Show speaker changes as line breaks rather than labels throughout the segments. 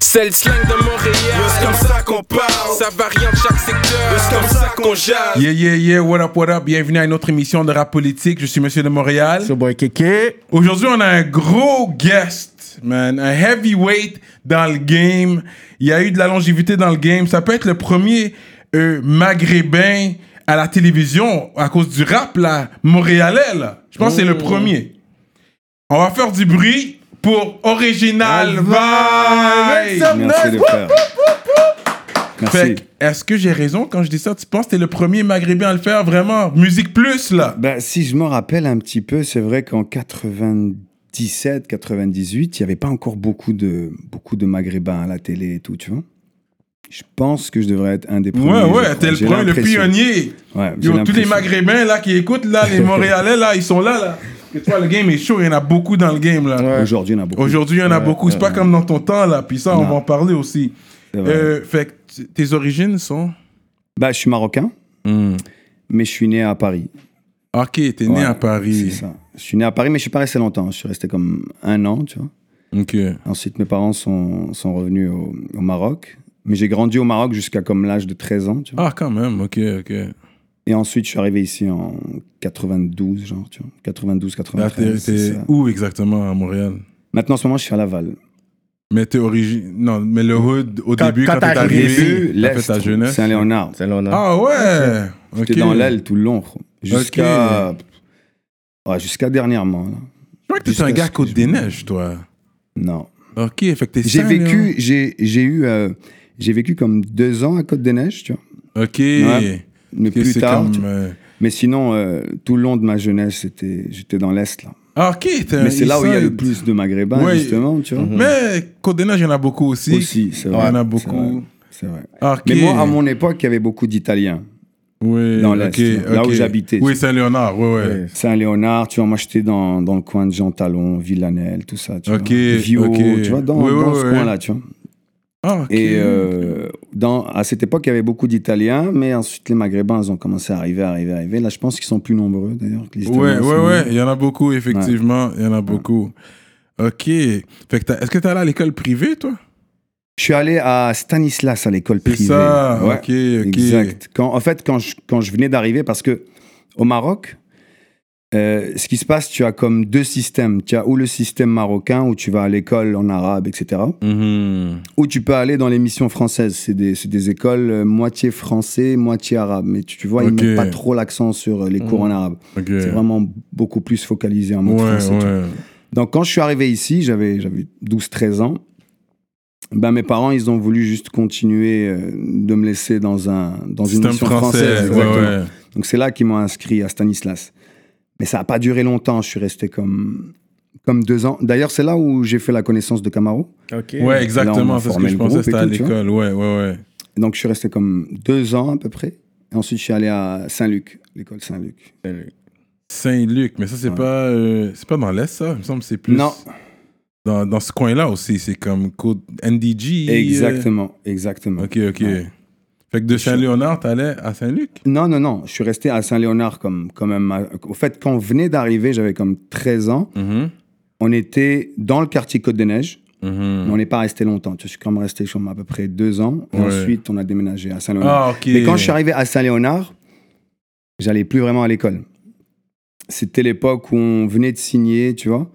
C'est le slang de Montréal.
C'est comme ça qu'on parle.
Ça varie en chaque secteur.
C'est comme ça qu'on jase.
Yeah, yeah, yeah, what up, what up. Bienvenue à une autre émission de Rap Politique. Je suis Monsieur de Montréal.
Yo, boy Kéké.
Aujourd'hui, on a un gros guest, man. Un heavyweight dans le game. Il y a eu de la longévité dans le game. Ça peut être le premier euh, maghrébin à la télévision à cause du rap, là, montréalais, là. Je pense que c'est le premier. On va faire du bruit pour Original Vibe.
Merci les frères.
Fait
Merci.
que, est-ce que j'ai raison quand je dis ça? Tu penses que t'es le premier maghrébin à le faire, vraiment? Musique plus, là.
Ben, si je m'en rappelle un petit peu, c'est vrai qu'en 97, 98, il n'y avait pas encore beaucoup de, beaucoup de maghrébins à la télé et tout, tu vois. Je pense que je devrais être un des premiers.
Ouais,
je
ouais,
crois.
t'es le
J'ai
premier, le
l'impression.
pionnier.
Ouais, j'ai
Yo, tous les
l'impression.
Maghrébins là qui écoutent là, les Montréalais là, ils sont là là. Que toi, le game est chaud, il y en a beaucoup dans le game là.
Aujourd'hui, il y en a beaucoup.
Aujourd'hui, il y en a
Ouais,
beaucoup. C'est
ouais,
pas
ouais.
comme dans ton temps là. Puis ça, on
Non.
va en parler aussi.
C'est vrai.
Euh, fait que t- tes origines sont.
Bah, je suis marocain, mais je suis né à Paris.
Ok, t'es né
Hmm. Ouais,
à Paris.
C'est ça. Je suis né à Paris, mais je suis pas resté longtemps. Je suis resté comme un an, tu vois.
Ok.
Ensuite, mes parents sont, sont revenus au, au Maroc. Mais j'ai grandi au Maroc jusqu'à comme l'âge de 13 ans, tu vois.
Ah, quand même. Ok, ok.
Et ensuite, je suis arrivé ici en 92, genre, tu vois. 92,
Là, t'es
93. c'est
Bah, t'es
ça.
où exactement à Montréal?
Maintenant, en ce moment, je suis à Laval.
Mais t'es origine. Non, mais le hood au
Quand-
début quand
quand
t'es
t'es
arrivé,
arrivé
ici, t'as fait ta
l'Est,
jeunesse.
Saint-Léonard.
C'est là, on a.
Ah ouais.
J'étais
Ok.
dans l'aile tout le long, gros. Jusqu'à. Ouais, jusqu'à dernièrement, là.
Je crois que t'es un
Jusqu'à
gars
ce que
côte
je
des
me-
neiges, toi.
Non.
Ok, fait que t'es
J'ai
sain,
vécu, j'ai j'ai eu, euh, j'ai vécu comme deux ans à Côte-des-Neiges, tu vois.
là. Ok.
Ouais. Mais
Ok, c'est
plus tard. tu
comme,
vois.
euh,
Mais sinon, euh, tout le long de ma jeunesse, c'était- j'étais dans l'Est, là.
Ah, ok, t'es un
Mais c'est là où il y a le
Eastside.
plus de Maghrébins,
Ouais.
justement, tu vois.
Mhm. Mais Côte des Neiges, il y en a beaucoup aussi.
Aussi, c'est
Il y
vrai.
en a
c'est
beaucoup.
vrai, C'est vrai.
Ah, ok.
Mais moi, à mon époque, il y avait beaucoup d'Italiens.
Oui,
dans l'Est,
ok,
tu vois, là
ok.
où j'habitais.
Oui, Saint-Léonard, ouais, ouais.
Saint-Léonard, tu vois, moi, j'étais dans, dans le coin de Jean Talon, Villanelle, tout ça, tu
Ok,
vois. Vio,
ok.
tu vois, dans,
Ouais,
dans
ouais,
ce
ouais.
coin-là, tu vois.
Ah, ok.
Et euh, dans, à cette époque, il y avait beaucoup d'Italiens, mais ensuite, les Maghrébins, ils ont commencé à arriver, à arriver, à arriver. Là, je pense qu'ils sont plus nombreux, d'ailleurs, que les Italiens.
ouais,
en ce
ouais,
moment.
ouais, il y en a beaucoup, effectivement. Il y en a beaucoup. Ok. Fait que t'as- est-ce que t'es allé à l'école privée, toi
Je suis allé à Stanislas, à l'école
C'est
privée.
ça,
Ouais.
ok, ok.
Exact. Quand, en fait, quand je, quand je venais d'arriver, parce que au Maroc, euh, ce qui se passe, tu as comme deux systèmes. Tu as ou le système marocain, où tu vas à l'école en arabe, etc.
Mhm.
Ou tu peux aller dans les missions françaises. C'est des, c'est des écoles euh, moitié français, moitié arabe. Mais tu, tu vois, ils
Ok. Mm.
mettent pas trop l'accent sur euh, les cours en arabe.
Ok.
C'est vraiment beaucoup plus focalisé en mode
Ouais,
français. tu vois.
ouais.
Donc, quand je suis arrivé ici, j'avais j'avais 12-13 ans. Ben, mes parents, ils ont voulu juste continuer euh, de me laisser dans, un, dans une
Système
mission française.
français, ouais,
exactement.
ouais.
Donc, c'est là qu'ils m'ont inscrit à Stanislas. Mais ça n'a pas duré longtemps. Je suis resté comme, comme deux ans. D'ailleurs, c'est là où j'ai fait la connaissance de Camaro.
Ok.
Ouais,
Là, on
exactement,
a
c'est ce que
formé
je
le
pensais,
groupe et
c'était à
tout, tu vois.
l'école. Ouais, ouais, ouais.
Et donc, je suis resté comme deux ans à peu près. Et ensuite, je suis allé à Saint-Luc, l'école Saint-Luc.
Saint-Luc, mais ça, c'est
Ouais.
pas, euh, c'est pas dans l'Est, ça. Il me semble que c'est plus.
Non,
Dans, dans ce coin-là aussi, c'est comme code NDG. euh,
exactement, exactement.
Ok, ok.
Ouais.
Fait que de Saint-Léonard, t'allais à Saint-Luc
Non, non, non. Je suis resté à Saint-Léonard comme quand même. à- Au fait, quand on venait d'arriver, j'avais comme 13 ans. On était dans le quartier Côte des Neiges,
Mmh.
mais on n'est pas resté longtemps. Tu vois, Je suis quand même resté je crois, à peu près deux ans. Et
Ouais.
ensuite, on a déménagé à Saint-Léonard.
Ah, ok.
Mais quand je suis arrivé à Saint-Léonard, j'allais plus vraiment à l'école. C'était l'époque où on venait de signer, tu vois.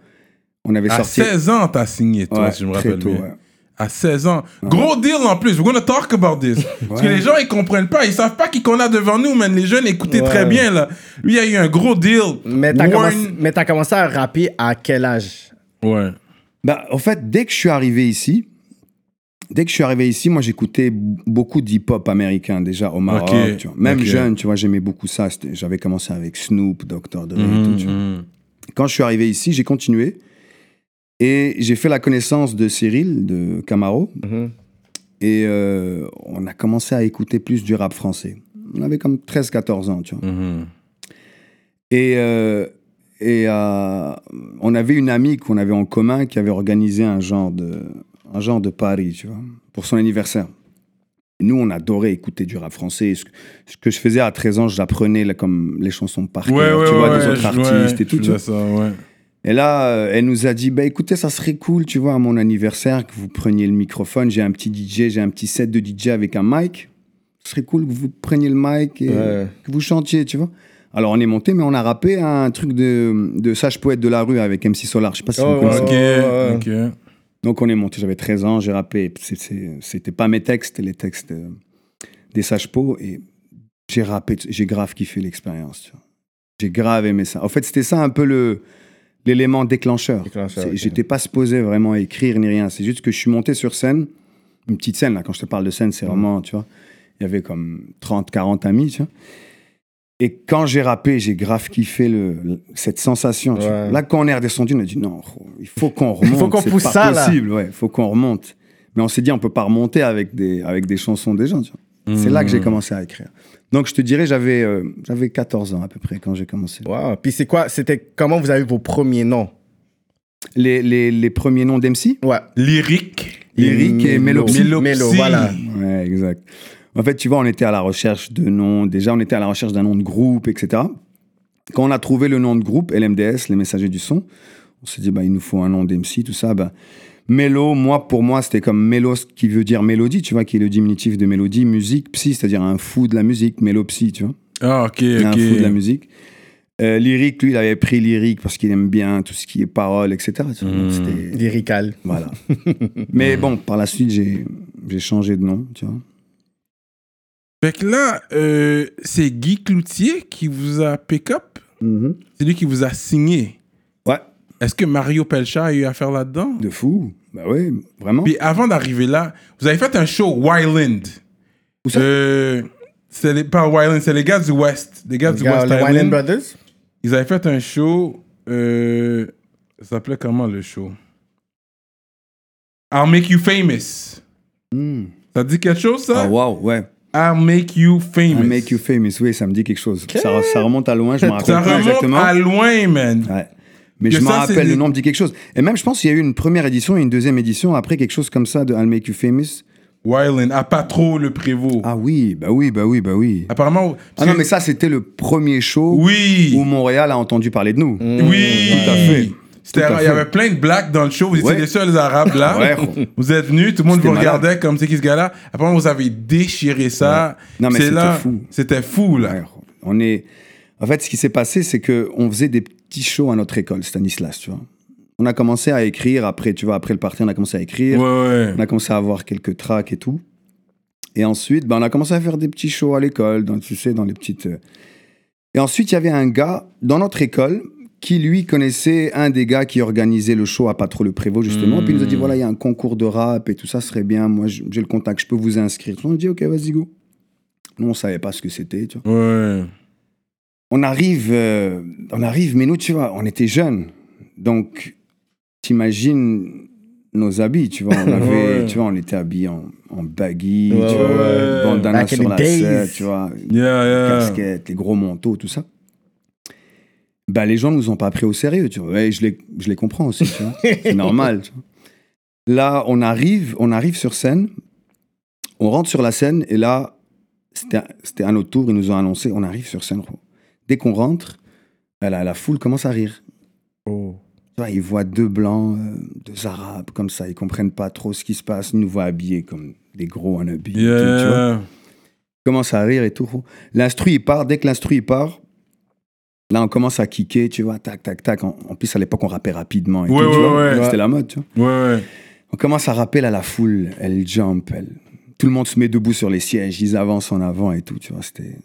On avait
à
sorti.
16 ans, t'as signé, toi,
Ouais,
si je me
très
rappelle
tôt,
bien.
ouais.
À 16 ans. Gros deal en plus. We're gonna talk about this. Parce que
Ouais.
les gens, ils comprennent pas. Ils savent pas qui qu'on a devant nous, man. Les jeunes, écoutez très
Ouais.
bien, là. Lui, il y a eu un gros deal.
Mais t'as
Warren-
commencé, mais t'as commencé à rapper à quel âge
Ouais.
Bah, en fait, dès que je suis arrivé ici, dès que je suis arrivé ici, moi j'écoutais b- beaucoup d'hip-hop américain déjà au Maroc.
Ok,
tu vois. Même
ok.
jeune, tu vois, j'aimais beaucoup ça. C'était- J'avais commencé avec Snoop, Dr. Dre et tout. tu vois.
Mhm.
Quand je suis arrivé ici, j'ai continué et j'ai fait la connaissance de Cyril, de Camaro,
Mhm.
et euh, on a commencé à écouter plus du rap français. On avait comme 13-14 ans, tu vois.
Mhm.
Et, euh, et euh, on avait une amie qu'on avait en commun qui avait organisé un genre de, un genre de pari, tu vois, pour son anniversaire. Et nous, on adorait écouter du rap français. Ce que, ce que je faisais à 13 ans, j'apprenais là, comme les chansons par
Ouais,
cœur,
ouais,
tu vois,
ouais,
des autres
je-
artistes
ouais,
et tout.
je
tu vois.
faisais ça, ouais.
Et là, euh, elle nous a dit, bah écoutez, ça serait cool, tu vois, à mon anniversaire, que vous preniez le microphone. J'ai un petit DJ, j'ai un petit set de DJ avec un mic. Ce serait cool que vous preniez le mic et
Ouais.
que vous chantiez, tu vois. Alors on est monté, mais on a rappé un truc de, de sage poète de la rue avec MC Solar. Je sais pas si
Oh,
vous
ouais,
connaissez.
Ok,
ouais.
ok.
Donc on est monté, j'avais 13 ans, j'ai rappé. C'est- c'est- C'était pas mes textes, les textes euh, des sages pots Et j'ai rappé, j'ai grave kiffé l'expérience. tu vois. J'ai grave aimé ça. En fait, c'était ça un peu le l'élément déclencheur.
Déclencheur,
C'est-
ok.
J'étais pas supposé vraiment écrire ni rien. C'est juste que je suis monté sur scène, une petite scène là. Quand je te parle de scène,
Mhm.
c'est vraiment, tu vois, il y avait comme 30, 40 amis, tu vois. Et quand j'ai rappé, j'ai grave kiffé le, le- cette sensation. tu
Ouais.
vois. Là, quand on est redescendu, on a dit non, il faut qu'on remonte.
faut qu'on
c'est
pousse
pas
ça, là.
possible, ouais, faut qu'on remonte. Mais on s'est dit, on peut pas remonter avec des, avec des chansons des gens. tu vois. C'est là que j'ai
Mmh.
commencé à écrire. Donc, je te dirais, j'avais euh, j'avais 14 ans à peu près quand j'ai commencé.
Wow. Puis c'est quoi C'était comment vous avez vos premiers noms
Les, les, les premiers noms d'MC
Ouais.
Lyrique.
Lyrique et
Mélo.
Mélopsy.
Mélo, voilà.
Ouais, exact. En fait, tu vois, on était à la recherche de noms. Déjà, on était à la recherche d'un nom de groupe, etc. Quand on a trouvé le nom de groupe, LMDS, les messagers du son, on s'est dit, bah, il nous faut un nom d'MC, tout ça. Bah, Mélo, moi, pour moi, c'était comme Mélos qui veut dire mélodie, tu vois, qui est le diminutif de mélodie, musique, psy, c'est-à-dire un fou de la musique, mélopsy, tu vois.
Ah, ok,
un fou de la
ok.
musique. Euh, lyrique, lui, il avait pris lyrique parce qu'il aime bien tout ce qui est paroles, etc. tu vois. Donc,
Mm.
c'était-
Lyrical.
voilà. Mais bon, par la suite, j'ai, j'ai changé de nom, tu vois.
Fait que là, euh, c'est Guy Cloutier qui vous a pick up. C'est lui qui vous a signé.
Ouais.
Est-ce que Mario Pelcha a eu affaire là-dedans?
De fou. Bah ouais, vraiment.
Puis avant d'arriver là, vous avez fait un show Wild.
Où ça
Euh, c'est les- pas Wild, c'est les gars du West. Les gars du
Regarde,
West
les
Island.
Wine Brothers.
Ils avaient fait un show. Euh, ça s'appelait comment le show? I'll Make You Famous.
Mm.
Ça dit quelque chose, ça?
Ah waouh, ouais.
I'll Make You
I
Famous.
make you famous, oui, ça me dit quelque chose. Ça, ça remonte à loin, je me rappelle
ça
plus
remonte
exactement. Ah.
à loin, man.
Ouais. Mais
Que
je me
ça, c'est
rappelle,
des-
le nom me dit quelque chose. Et même, je pense qu'il y a eu une première édition et une deuxième édition, après quelque chose comme ça de I'll Make You Famous.
Wildland, à pas trop le prévôt.
Ah oui, bah oui, bah oui, bah oui.
Apparemment.
Ah non, mais ça, c'était le premier show
Oui.
où Montréal a entendu parler de nous.
Oui,
Tout à fait.
C'était-
Tout à
Il y
fait.
avait plein de blacks dans le show. Vous étiez
Ouais.
les seuls arabes là.
Ouais, gros.
Vous êtes venus, tout le monde
C'était
vous
malade.
regardait comme c'est qui ce gars-là. Après, vous avez déchiré ça.
Ouais. Non, mais
C'est
c'était
là-
fou.
C'était fou, là.
Ouais, on est. En fait, ce qui s'est passé, c'est que on faisait des petits shows à notre école, Stanislas, tu vois. On a commencé à écrire après, tu vois, après le party, on a commencé à
Ouais,
écrire.
ouais.
On a commencé à avoir quelques tracks et tout. Et ensuite, ben, on a commencé à faire des petits shows à l'école, dans, tu sais, dans les petites. euh. Et ensuite, il y avait un gars dans notre école qui, lui, connaissait un des gars qui organisait le show à Pas trop le Prévost, justement. Puis il nous a dit voilà, il y a un concours de rap et tout ça, ce serait bien. Moi, j- j'ai le contact, je peux vous inscrire. On a dit ok, vas-y, go. Nous, on savait pas ce que c'était, tu vois
Ouais.
on arrive, euh, on arrive, mais nous, tu vois, on était jeunes. Donc, t'imagines nos habits, tu vois. On avait,
Ouais.
tu vois, on était habillés en, en baggy,
Ouais,
tu vois,
ouais.
bandana
Back in
sur
the
la
days.
tête, tu vois,
Yeah, yeah.
casquette, les gros manteaux, tout ça. Bah, les gens nous ont pas pris au sérieux, tu vois. Et je les, je les comprends aussi, tu vois. C'est normal, tu vois. Là, on arrive, on arrive sur scène, on rentre sur la scène, et là, c'était c'était à notre tour, ils nous ont annoncé, on arrive sur scène. gros. Dès qu'on rentre, bah, la, la foule commence à rire.
Oh.
Tu vois, ils voient deux blancs, euh, deux arabes, comme ça, ils comprennent pas trop ce qui se passe, ils nous voient habillés comme des gros en habit. et tout, tu vois
Yeah.
commence à rire et tout. L'instru, il part. Dès que l'instru, il part, là, on commence à kicker, tu vois, tac, tac, tac. En, en plus, à l'époque, on rappait rapidement. Et
Ouais,
tout, tu
ouais,
vois.
ouais.
C'était la mode, tu vois.
Ouais, ouais.
On commence à rapper, là, la foule, elle jump, elle... Tout le monde se met debout sur les sièges, ils avancent en avant et tout, tu vois. C'était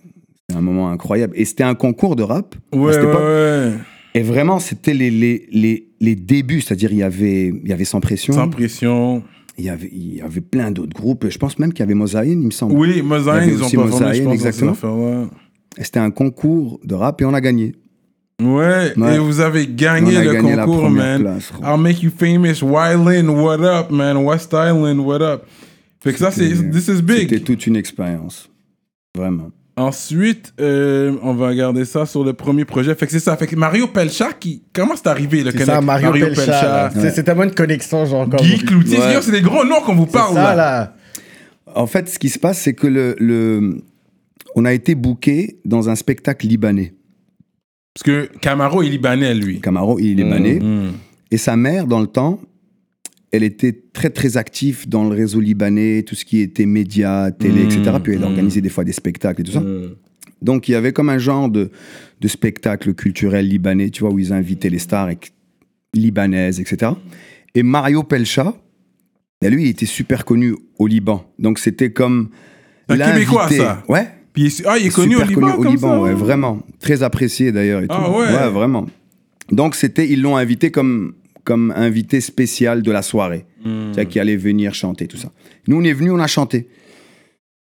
c'était un moment incroyable. Et c'était un concours de rap à
Ouais,
cette
ouais,
époque.
ouais.
Et vraiment, c'était les, les, les, les débuts, c'est-à-dire il y avait, il y avait Sans Pression,
Sans pression.
il, y avait, il y avait plein d'autres groupes. Je pense même qu'il y avait Mosaïne, il me semble.
Oui,
Il
Mozaïen,
y avait
ils ont
aussi
performé, je
Mozaïen,
pense,
exactement.
dans
Et C'était un concours de rap et on a gagné.
cette affaire-là. Ouais.
Ouais.
Et vous avez
On
gagné
a
le
gagné la
concours,
première
man.
place. gros.
I'll make you famous. Wildland, what up, man? West Island, what up? Fait que ça, c'est.
C'était-
This is big.
C'était toute une expérience. Vraiment.
Ensuite, euh, on va regarder ça sur le premier projet. Fait que c'est ça. Fait que Mario Pelcha, qui... comment c'est arrivé le
C'est ça,
connect-
Mario, Pelcha. là.
Ouais.
C'est- C'est tellement une connexion, genre comme.
Guy Cloutier,
Ouais.
Yo, c'est des gros noms qu'on vous
C'est
parle là.
ça, là.
En fait, ce qui se passe, c'est que le, le- on a été booké dans un spectacle libanais.
Parce que Camaro est libanais, lui.
Camaro, il est libanais.
Hmm.
Et sa mère, dans le temps, elle était très très active dans le réseau libanais, tout ce qui était médias, télé,
Mmh,
etc. Puis elle
mmh.
organisait des fois des spectacles et tout ça.
Hmm.
Donc il y avait comme un genre de, de spectacle culturel libanais, tu vois, où ils invitaient les stars et- libanaises, etc. Et Mario Pelcha, ben, lui, il était super connu au Liban. Donc c'était comme.
C'est un
l'invité.
Québécois, ça.
Ouais.
Puis il est- ah, il est connu au
Super
Liban, comme ça, hein?
ouais,
ouais.
vraiment. Très apprécié d'ailleurs. et tout.
Ah ouais.
vraiment. Donc c'était, ils l'ont invité comme, comme invité spécial de la soirée.
Hmm. Mm.
C'est-à-dire qu'il allait venir chanter, tout ça. Nous, on est venus, on a chanté.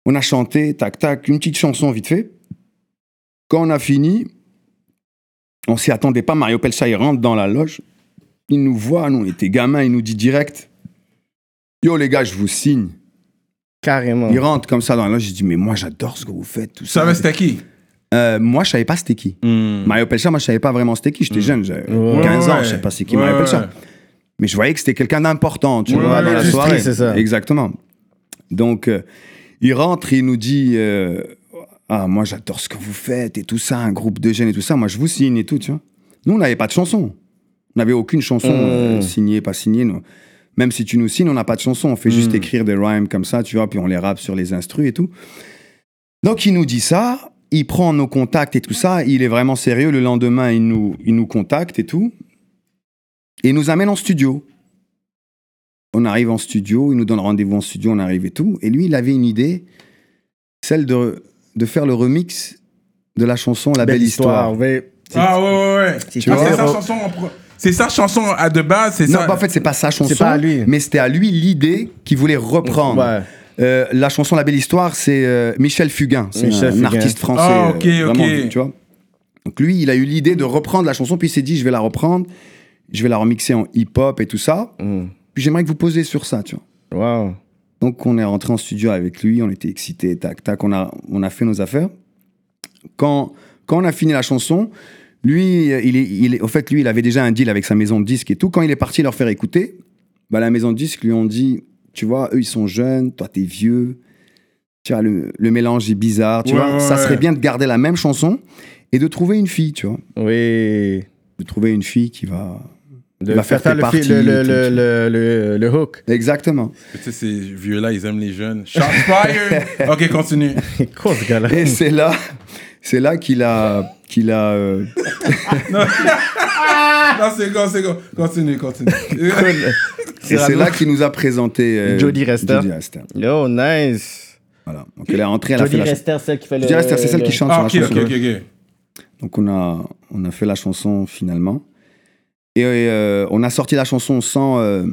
On a chanté, tac, tac, une petite chanson vite fait. Quand on a fini, on s'y attendait pas. Mario Pelcha, il rentre dans la loge. Il nous voit, nous, on était gamins, il nous dit direct Yo les gars, je vous signe.
Carrément.
Il rentre comme ça dans la loge, je dis Mais moi, j'adore ce que vous faites, tout
Tu
ça.
savais c'était qui Mm.
Euh, moi, je savais pas c'était
Hmm.
qui. Mario Pelcha, moi, je savais pas vraiment c'était qui. J'étais jeune, j'avais
Ouais.
15 ans,
Ouais.
je savais pas c'est qui
Ouais,
Mario Pelcha.
ouais.
Mais je voyais que c'était quelqu'un d'important, tu
Ouais,
vois, dans la
l'industrie,
soirée.
c'est ça.
Exactement. Donc, euh, il rentre, il nous dit euh, Ah, moi, j'adore ce que vous faites et tout ça, un groupe de jeunes et tout ça. Moi, je vous signe et tout, tu vois. Nous, on n'avait pas de chanson. On n'avait aucune chanson euh,
Mm.
signée, pas signée. nous. Même si tu nous signes, on n'a pas de chanson. On
Mmh.
fait juste écrire des rhymes comme ça, tu vois, puis on les rappe sur les instrus et tout. Donc il nous dit ça, il prend nos contacts et tout ça, il est vraiment sérieux. Le lendemain, il nous, il nous contacte et tout. Et il nous amène en studio. On arrive en studio, il nous donne rendez-vous en studio, on arrive et tout. Et lui, il avait une idée, celle de, de faire le remix de la chanson La Belle, Histoire.
ouais.
Ah ouais, ouais, ouais.
Tu
Ah,
vois,
c'est sa
oh.
chanson. en pro- C'est sa chanson à de base, c'est
Non,
ça.
bah, en fait, c'est pas sa chanson,
pas à lui.
mais c'était à lui l'idée qu'il voulait reprendre.
Ouais.
Euh, la chanson La Belle Histoire, c'est euh, Michel Fugain. C'est
Michel
un,
Fugain.
artiste français.
Ah, ok,
euh, vraiment,
ok.
tu vois. Donc lui, il a eu l'idée de reprendre la chanson, puis il s'est dit, je vais la reprendre, je vais la remixer en hip-hop et tout ça.
Mm.
Puis j'aimerais que vous posiez sur ça, tu vois.
Wow.
Donc on est rentré en studio avec lui, on était excités, tac, tac, on a, on a fait nos affaires. Quand, quand on a fini la chanson, lui, euh, il est, il est, au fait, lui, il avait déjà un deal avec sa maison de disques et tout. Quand il est parti leur faire écouter, bah, la maison de disques lui ont dit, tu vois, eux, ils sont jeunes, toi, t'es vieux, tu vois, le, le mélange est bizarre, tu
Ouais,
vois,
ouais,
ça
ouais.
serait bien de garder la même chanson et de trouver une fille, tu vois,
Oui.
de trouver une fille qui va...
De
Il va
faire,
faire tes
le, fi-
parties
le, le,
et tout,
le,
tu
le, le- le hook.
Exactement.
Tu sais, ces vieux-là, ils aiment les jeunes. Shots fired Ok, continue.
C'est quoi ce gars-là
Et c'est là, c'est là qu'il a, qu'il a euh,
Non, c'est go, c'est go. Continue, continue.
Et c'est là qu'il nous a présenté euh,
Jodie Rester.
Jodie Rester.
Yo, nice.
Voilà. Donc elle est rentrée, elle a fait la chanson.
celle qui fait
Jodie Rester, c'est celle qui chante
Ah, ok,
sur la
ok,
chanson.
ok, ok.
Donc on a, on a fait la chanson finalement. Et euh, on a sorti la chanson sans, euh,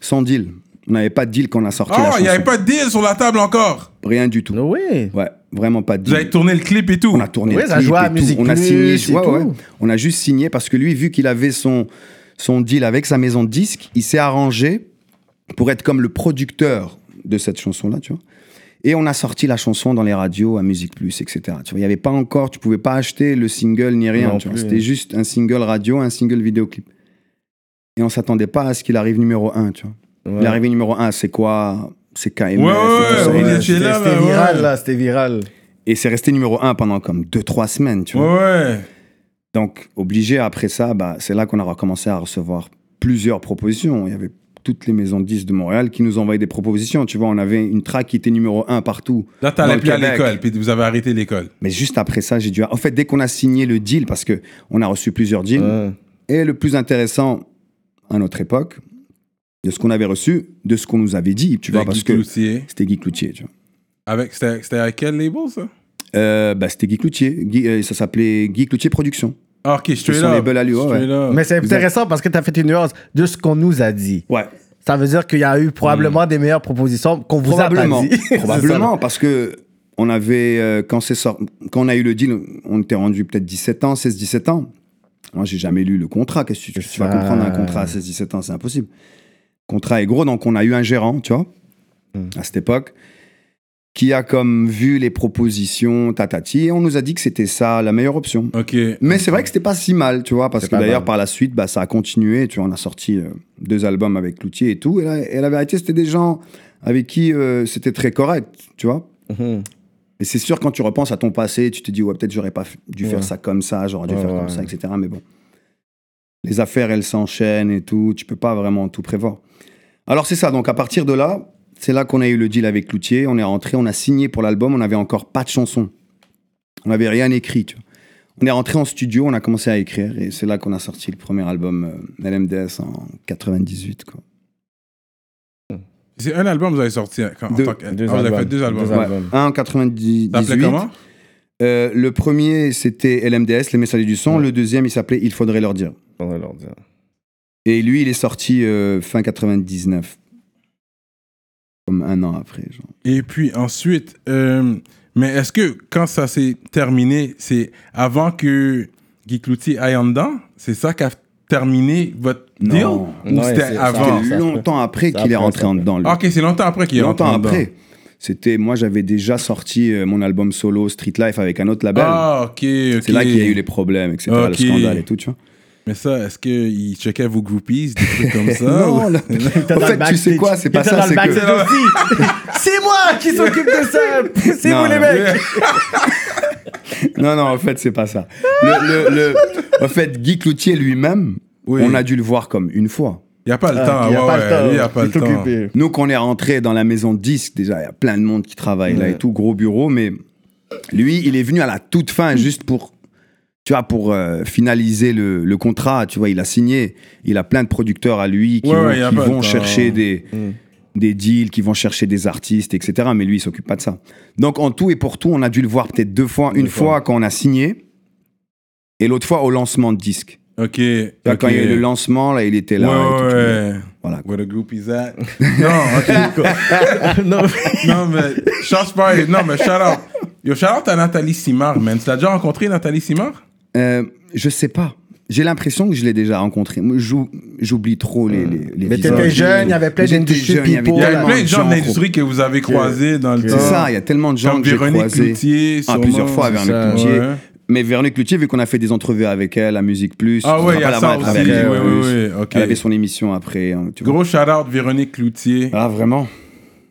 sans deal. On n'avait pas de deal quand on a sorti la
Ah,
chanson.
il n'y avait pas de deal sur la table encore.
Rien du tout.
No way.
Ouais, vraiment pas de
Vous
deal.
avez tourné le clip et tout.
On a tourné.
Oui,
le
ça
clip
joue à
et tout.
Musique
On a
Plus
signé.
et
ouais,
tout.
ouais. On a juste signé parce que lui, vu qu'il avait son, son deal avec sa maison de disques, il s'est arrangé pour être comme le producteur de cette chanson-là, tu vois. Et on a sorti la chanson dans les radios à Musique Plus, etc. Tu vois, il n'y avait pas encore, tu pouvais pas acheter le single ni rien.
Non
tu vois.
plus.
C'était juste un single radio, un single vidéoclip. Et on s'attendait pas à ce qu'il arrive numéro un, tu vois.
Ouais.
Il est arrivé numéro un, c'est quoi C'est KMF.
Ouais, ouais,
et tout ça.
ouais,
Et-
il est
c'était
chez là,
c'était
bah,
viral,
ouais.
là. C'était viral.
Et c'est resté numéro un pendant comme deux, trois semaines, tu vois.
Ouais, ouais.
Donc, obligé après ça, bah, c'est là qu'on a recommencé à recevoir plusieurs propositions. Il y avait toutes les maisons de 10 de Montréal qui nous envoyaient des propositions. Tu vois, on avait une track qui était numéro un partout.
Là,
Dans
t'allais
le
plus à
Québec.
l'école, puis vous avez arrêté l'école.
Mais juste après ça, j'ai dû. En fait, dès qu'on a signé le deal, parce que on a reçu plusieurs deals,
Ouais.
et le plus intéressant à notre époque, de ce qu'on avait reçu, de ce qu'on nous avait dit, tu vois,
Avec
parce
Guy
que
Cloutier.
c'était Guy Cloutier, tu vois.
Avec, c'était, c'était avec quel label, ça
Euh, bah, c'était Guy Cloutier. Guy- euh, ça s'appelait Guy Cloutier Productions.
Ah, ok, straight
sont
up.
les belles allures, ouais.
Straight up.
Mais c'est
Exact.
intéressant parce que tu as fait une nuance de ce qu'on nous a dit.
Ouais.
Ça veut dire qu'il y a eu probablement des meilleures propositions qu'on vous a pas
probablement,
dit. Mm. C'est ça, là.
probablement parce que on avait euh, quand c'est sort- quand on a eu le deal, on était rendu peut-être 17 ans, 16 17 ans. Moi, j'ai jamais lu le contrat, qu'est-ce que tu, tu vas
Ça-
comprendre un contrat à 16 17 ans, c'est impossible. Contrat est gros donc on a eu un gérant, tu vois.
Hmm.
À cette époque qui a comme vu les propositions tatati et on nous a dit que c'était ça la meilleure option.
Ok.
Mais c'est vrai que c'était pas si mal, tu vois, parce
C'est
que
pas
d'ailleurs,
mal.
par la suite, bah, ça a continué. Tu vois, on a sorti euh, deux albums avec Cloutier et tout. Et la, et la vérité, c'était des gens avec qui euh, c'était très correct, tu vois.
Mhm.
Et Et c'est sûr, quand tu repenses à ton passé, tu te dis, ouais, peut-être j'aurais pas f- dû
Ouais.
faire ça comme ça, j'aurais dû
Ouais,
faire
ouais,
comme ça,
ouais.
etc. Mais bon, les affaires, elles s'enchaînent et tout. Tu peux pas vraiment tout prévoir. Alors, c'est ça. Donc, à partir de là, c'est là qu'on a eu le deal avec Cloutier. On est rentré, on a signé pour l'album. On n'avait encore pas de chanson. On n'avait rien écrit, tu vois. On est rentré en studio, on a commencé à écrire et c'est là qu'on a sorti le premier album euh, LMDS en 98. Quoi.
C'est un album vous avez sorti hein, quand, en
Deux.
tant que-
Deux
ah, vous avez
albums.
fait deux albums.
Deux
Ça
albums.
Ouais, un en 98.
s'appelait comment
Euh, le premier, c'était LMDS, Les Messagers du Son.
Ouais.
Le deuxième, il s'appelait Il faudrait leur dire.
On va leur dire.
Et lui, il est sorti euh, fin 99. Comme un an après. Genre.
Et puis ensuite, euh, mais est-ce que quand ça s'est terminé, c'est avant que Guy Cloutier aille en dedans C'est ça qui a terminé votre deal
Non.
Ou
Ouais,
c'était
c'est-
avant
C'était
ça
longtemps après
Ça
qu'il est
après,
rentré
ça
en
après.
dedans. lui.
Ah, Ok, c'est longtemps après qu'il est rentré
longtemps
en dedans.
après. C'était, moi, j'avais déjà sorti euh, mon album solo Street Life avec un autre label.
Ah, ok, ok.
C'est là qu'il y a eu les problèmes, etc.
Ok.
Le scandale et tout, tu vois.
Mais ça, est-ce qu'il checkait vos groupies, des trucs comme ça
non,
ou-
le- en fait, tu sais quoi, c'est pas ça, c'est que.
C'est moi qui s'occupe de ça. C'est
Non,
vous les
non.
mecs.
Non, non, en fait, c'est pas ça. Le, le- le- En fait, Guy Cloutier lui-même,
Oui.
on a Ah, dû le voir comme une fois.
Il n'y a pas le temps.
Ah,
ouais,
Il y a pas
ouais,
le temps.
lui, Il n'y a pas le
Tout
temps.
occupé.
Nous, qu'on est rentré dans la maison de disque, déjà, il y a plein de monde qui travaille là
Ouais.
et tout, gros bureau, mais lui, il est venu à la toute fin juste pour, tu vois, pour euh, finaliser le, le contrat. Tu vois, il a signé, il a plein de producteurs à lui qui
Ouais,
vont,
ouais, il y a
qui
pas le
vont
temps. hein.
chercher des,
Mm.
des deals, qui vont chercher des artistes, etc. Mais lui, il s'occupe pas de ça. Donc, en tout et pour tout, on a dû le voir peut-être deux fois. une
Deux
fois.
fois.
quand on a signé et l'autre fois au lancement de disque.
Ok.
Tu vois, Quand il y a eu le
ok.
lancement, là, il était là. et tout,
Ouais,
tu vois.
ouais, ouais.
Voilà.
Where the group is at. non, ok. quoi.
non,
non, mais change pas. Non, mais shout out. Yo, shout out à Nathalie Simard, man. Tu l'as déjà rencontré, Nathalie Simard
Euh, je sais pas. J'ai l'impression que je l'ai déjà rencontré. Moi, j'ou- J'oublie trop les, les, les
Mais
visages.
t'étais jeune, il y avait plein
J'étais
d'industries
jeune, il y avait
people.
Il y a
tellement
plein de gens de
gros.
l'industrie que vous avez croisés dans le
que-
C'est
temps.
ça, il y a tellement de gens
Comme
que j'ai
Véronique
croisés.
Cloutier.
Ah,
sûrement.
plusieurs fois,
C'est
Véronique
ça,
Cloutier.
ouais.
Mais Véronique Cloutier, vu qu'on a fait des entrevues avec elle à Musique Plus,
Ah
on va
ouais, il y
pas
a
l'avoir
ça aussi.
travaillé
Oui,
avec elle,
oui,
plus.
oui. Ok.
Elle avait son émission après. hein, tu vois.
Gros shout out Véronique Cloutier.
Ah, vraiment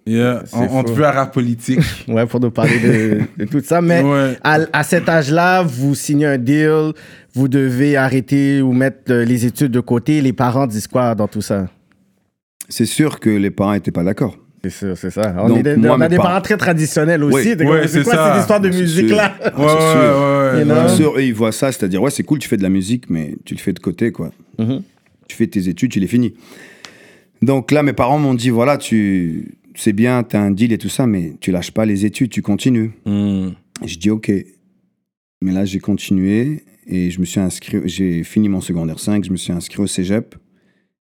Yeah,
C'est
On, on te
faux.
veut à rap politique.
Ouais, pour nous parler de, de tout ça. Mais
Ouais.
à, à cet âge-là, vous signez un deal, vous devez arrêter ou mettre euh, les études de côté. Les parents disent quoi dans tout ça?
C'est sûr que les parents n'étaient pas d'accord.
C'est sûr, c'est ça. On,
Donc,
est des-
moi,
on a
mes
des
parents-
parents très traditionnels aussi.
Oui.
T'es comme,
Ouais,
c'est
c'est
quoi
ça.
cette histoire de
C'est
musique-là?
sûr. Ah,
Ouais, ouais,
c'est sûr.
ouais, ouais.
You know?
Bien sûr, eux, ils voient ça, c'est-à-dire, ouais, c'est cool, tu fais de la musique, mais tu le fais de côté, quoi.
Mhm.
Tu fais tes études, tu les finis. Donc là, mes parents m'ont dit, voilà, tu c'est bien, t'as un deal et tout ça, mais tu lâches pas les études, tu continues.
Hmm.
Et je dis, ok. Mais là, j'ai continué et je me suis inscrit, j'ai fini mon secondaire 5, je me suis inscrit au cégep,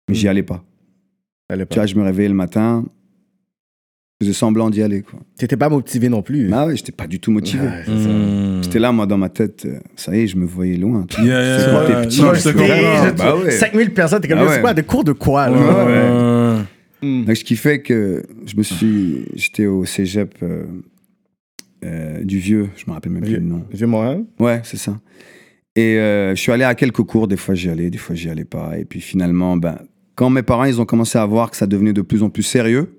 mais
Mhm.
j'y allais pas. Tu vois, je me réveillais le matin, je faisais semblant d'y aller, quoi.
T'étais pas motivé non plus.
Mais ah ouais, j'étais pas du tout motivé. Mm.
Mhm. Ouais, c'est ça.
Hmm.
J'étais là, moi, dans ma tête, euh, ça y est, je me voyais loin. tu vois.
Yeah, yeah,
Quand t'es
yeah.
petit,
Euh, Non,
tu
je te
vois.
comprends. Bah
Je-
Bah ouais.
5000 personnes, t'es comme,
Ah ouais.
c'est quoi, des cours de quoi, là?
Ouais, ouais, ouais.
Donc, ce qui fait que je me suis. J'étais au cégep euh, euh, du vieux, je me rappelle même plus le nom.
Vieux Montréal?
Ouais, c'est ça. Et euh, je suis allé à quelques cours, des fois j'y allais, des fois j'y allais pas. Et puis finalement, ben, quand mes parents ils ont commencé à voir que ça devenait de plus en plus sérieux,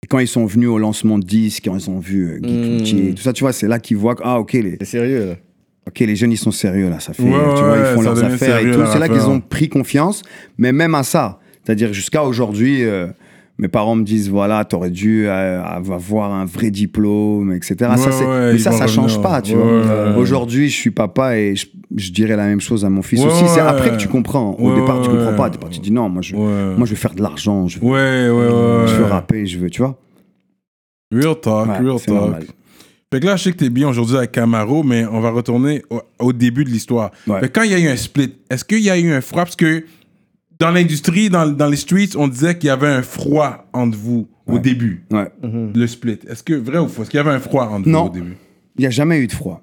et quand ils sont venus au lancement de disques, quand ils ont vu euh, Guy
Mm.
Cloutier et tout ça, tu vois, c'est là qu'ils voient que, ah ok, les,
C'est sérieux, là.
ok, les jeunes, ils sont sérieux, là, ça fait,
Ouais,
tu vois,
ouais,
ils font
ça
leurs
devient
affaires et
sérieux,
tout.
leur
C'est là qu'ils
affaire.
ont pris confiance, mais même à ça, c'est-à-dire jusqu'à aujourd'hui, euh, mes parents me disent, voilà, t'aurais dû euh, avoir un vrai diplôme, etc. ça,
Ouais,
c'est-
ouais,
mais
ils
ça,
vont
ça change
revenir.
pas, tu
Ouais,
vois.
ouais, ouais.
Aujourd'hui, je suis papa et je, je dirais la même chose à mon fils
Ouais,
aussi. C'est
ouais,
après
ouais.
que tu comprends. Au
Ouais,
départ, tu
ouais,
comprends
ouais.
pas. Au départ, tu dis, non, moi, je,
Ouais.
moi, je veux faire de l'argent, je veux,
Ouais, ouais, ouais.
je veux
ouais.
rapper, je veux, tu vois.
Real talk,
Ouais,
real
c'est
talk.
normal.
Fait que là, je sais que t'es bien aujourd'hui avec Camaro, mais on va retourner au, au début de l'histoire.
Ouais.
Fait que quand il y a eu un split, est-ce qu'il y a eu un froid? Parce que dans l'industrie, dans, dans les streets, on disait qu'il y avait un froid entre vous au
Ouais.
début,
Ouais.
Mm-hmm.
le split. Est-ce que vrai ou faux? Est-ce qu'il y avait un froid entre
Non.
vous au début?
Il n'y a jamais eu de froid.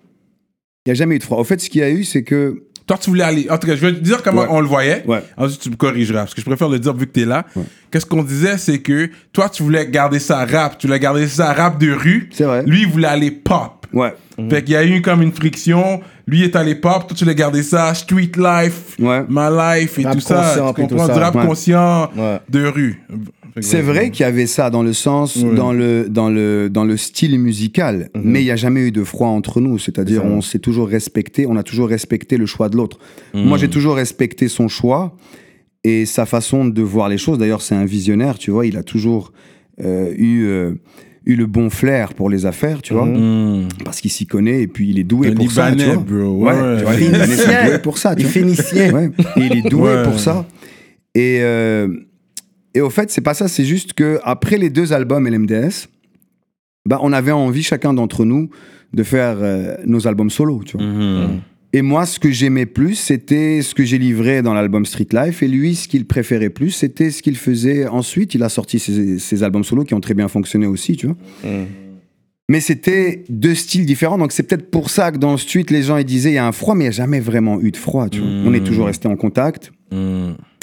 Il n'y a jamais eu de froid. Au fait, ce qu'il y a eu, c'est que.
Toi, tu voulais aller. En tout cas, je vais te dire comment
Ouais.
on le voyait.
Ouais.
Ensuite, tu me corrigeras, parce que je préfère le dire vu que t'es là. Qu'est-ce qu'on disait, c'est que toi, tu voulais garder ça rap, tu voulais garder ça rap de rue.
C'est vrai.
Lui, il voulait aller pop.
Ouais.
Fait qu'il y a eu comme une friction. Lui est allé pop, toi tu l'as gardé ça, street life,
Ouais.
my life et
Rap
tout ça.
conscient,
Tu
puis tout
comprends?
ça,
Du rap
ouais.
conscient
Ouais.
de rue. Fait que
C'est
ouais.
vrai qu'il y avait ça dans le sens, dans, le, dans, le, dans le style musical, mais il n'y a jamais eu de froid entre nous. C'est-à-dire, on s'est toujours respecté, on a toujours respecté le choix de l'autre. Moi, j'ai toujours respecté son choix et sa façon de voir les choses. D'ailleurs, c'est un visionnaire, tu vois, il a toujours euh, eu, euh, eu le bon flair pour les affaires, tu vois, parce qu'il s'y connaît et puis il est doué
Un
pour ça. tu
Mhm. Libanais,
vois.
bro.
Ouais,
Ouais.
tu vois, les
Phénicien.
Libanais sont doués pour ça. tu
Les
vois.
Phéniciens.
Ouais. Et il est doué
Ouais.
pour ça. Et, euh, et au fait, c'est pas ça, c'est juste que après les deux albums LMDS, bah, on avait envie chacun d'entre nous de faire euh, nos albums solo, tu vois.
Mhm.
Et moi, ce que j'aimais plus, c'était ce que j'ai livré dans l'album Street Life. Et lui, ce qu'il préférait plus, c'était ce qu'il faisait ensuite. Il a sorti ses, ses albums solo qui ont très bien fonctionné aussi, tu vois.
Mm.
Mais c'était deux styles différents. Donc c'est peut-être pour ça que dans le street, les gens ils disaient il y a un froid, mais il n'y a jamais vraiment eu de froid. Tu vois. On
Mm.
est toujours resté en contact.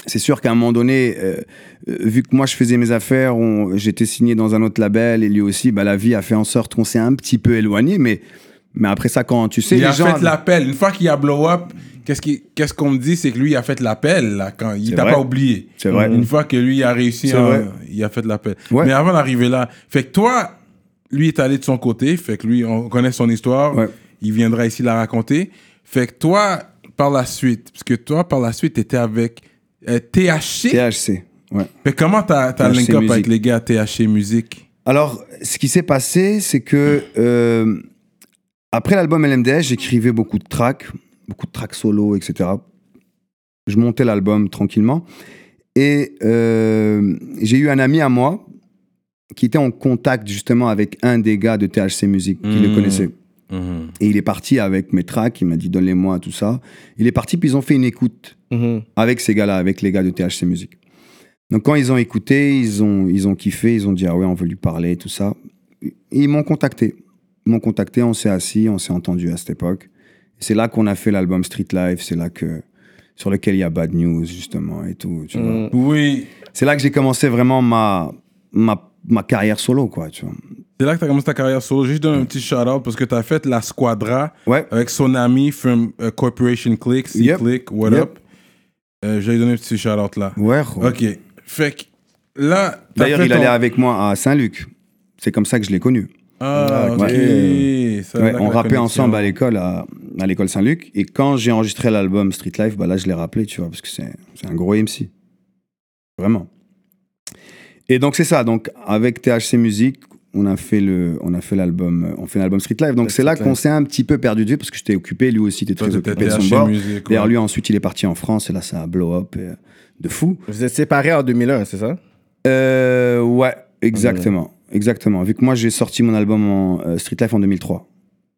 C'est sûr qu'à un moment donné, euh, euh, vu que moi je faisais mes affaires, on- j'étais signé dans un autre label et lui aussi, bah, la vie a fait en sorte qu'on s'est un petit peu éloigné. Mais, mais après ça, quand tu sais,
Il
les
a
gens.
fait l'appel. Une fois qu'il a blow up, qu'est-ce qui- qu'est-ce qu'on me dit, c'est que lui, il a fait l'appel. Là, quand il
C'est
t'a
vrai.
pas oublié.
C'est vrai.
Une fois que lui a réussi,
C'est
hein,
vrai.
il a fait l'appel.
Ouais.
Mais avant d'arriver là, fait que toi, lui est allé de son côté. Fait que lui, on connaît son histoire.
Ouais.
Il viendra ici la raconter. Fait que toi, par la suite, parce que toi, par la suite, t'étais avec euh, THC.
THC. Ouais.
Fait que comment t'as t'as
THC
link up avec
Musique.
les gars THC Musique
Alors, ce qui s'est passé, c'est que euh, après l'album LMDS, j'écrivais beaucoup de tracks, beaucoup de tracks solo, etc. Je montais l'album tranquillement. Et euh, j'ai eu un ami à moi qui était en contact justement avec un des gars de THC Music, qui le
Mmh.
connaissait. Et il est parti avec mes tracks, il m'a dit donnez-les-moi, tout ça. Il est parti, puis ils ont fait une écoute
Mhm.
avec ces gars-là, avec les gars de THC Music. Donc quand ils ont écouté, ils ont, ils ont kiffé, ils ont dit ah ouais, on veut lui parler, tout ça. Et ils m'ont contacté. Ils m'ont contacté, on s'est assis, on s'est entendu à cette époque. C'est là qu'on a fait l'album Street Life, c'est là que sur lequel il y a Bad News justement et tout. tu vois.
Mm. Oui.
C'est là que j'ai commencé vraiment ma, ma, ma carrière solo quoi, tu vois.
C'est là que t'as commencé ta carrière solo. Juste donne un petit shout-out parce que t'as fait la Squadra.
Ouais.
avec son ami from euh, Corporation Click, c
Yep.
Click, what
Yep.
up. Euh, je vais lui donner un petit shout-out là.
Ouais.
Ok. Fait que là. t'as
D'ailleurs,
fait
il
ton-
allait avec moi à Saint-Luc. C'est comme ça que je l'ai connu.
Ah, ok.
Ouais.
Ça,
Ouais,
là,
on
la
rappait
connexion.
ensemble à l'école, à, à l'école Saint-Luc. Et quand j'ai enregistré l'album Street Life, bah là, je l'ai rappelé, tu vois, parce que c'est, c'est un gros MC. Vraiment. Et donc, c'est ça. Donc, avec THC Music, on a fait, le, on a fait l'album, on fait l'album Street Life. Donc, c'est là qu'on s'est un petit peu perdu de vue, parce que j'étais occupé, lui aussi était
Toi,
très
t'étais
occupé de son
THC
bord.
Music, ouais.
D'ailleurs, lui, ensuite, il est parti en France, et là, ça a blow up euh, de fou.
Vous êtes séparés en 2001, c'est ça?
Ah,
Euh, ouais, exactement. Exactement. Vu que moi, j'ai sorti mon album en, euh, Street Life en 2003.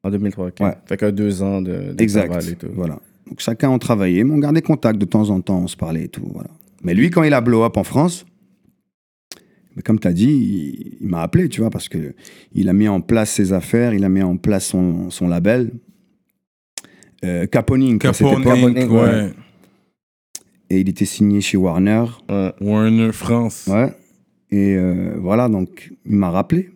En 2003, ok.
Ouais.
Fait que deux ans de, de
Exact.
travail et tout.
Voilà. Donc chacun on travaillait, mais on gardait contact de temps en temps, on se parlait et tout. Voilà. Mais lui, quand il a blow up en France, mais comme tu as dit, il, il m'a appelé, tu vois, parce que il a mis en place ses affaires, il a mis en place son, son label. Euh, Capone Inc. à cette époque.
Capone Inc, ouais.
Et il était signé chez Warner.
Ouais.
Warner France.
Ouais. Et euh, voilà, donc il m'a rappelé.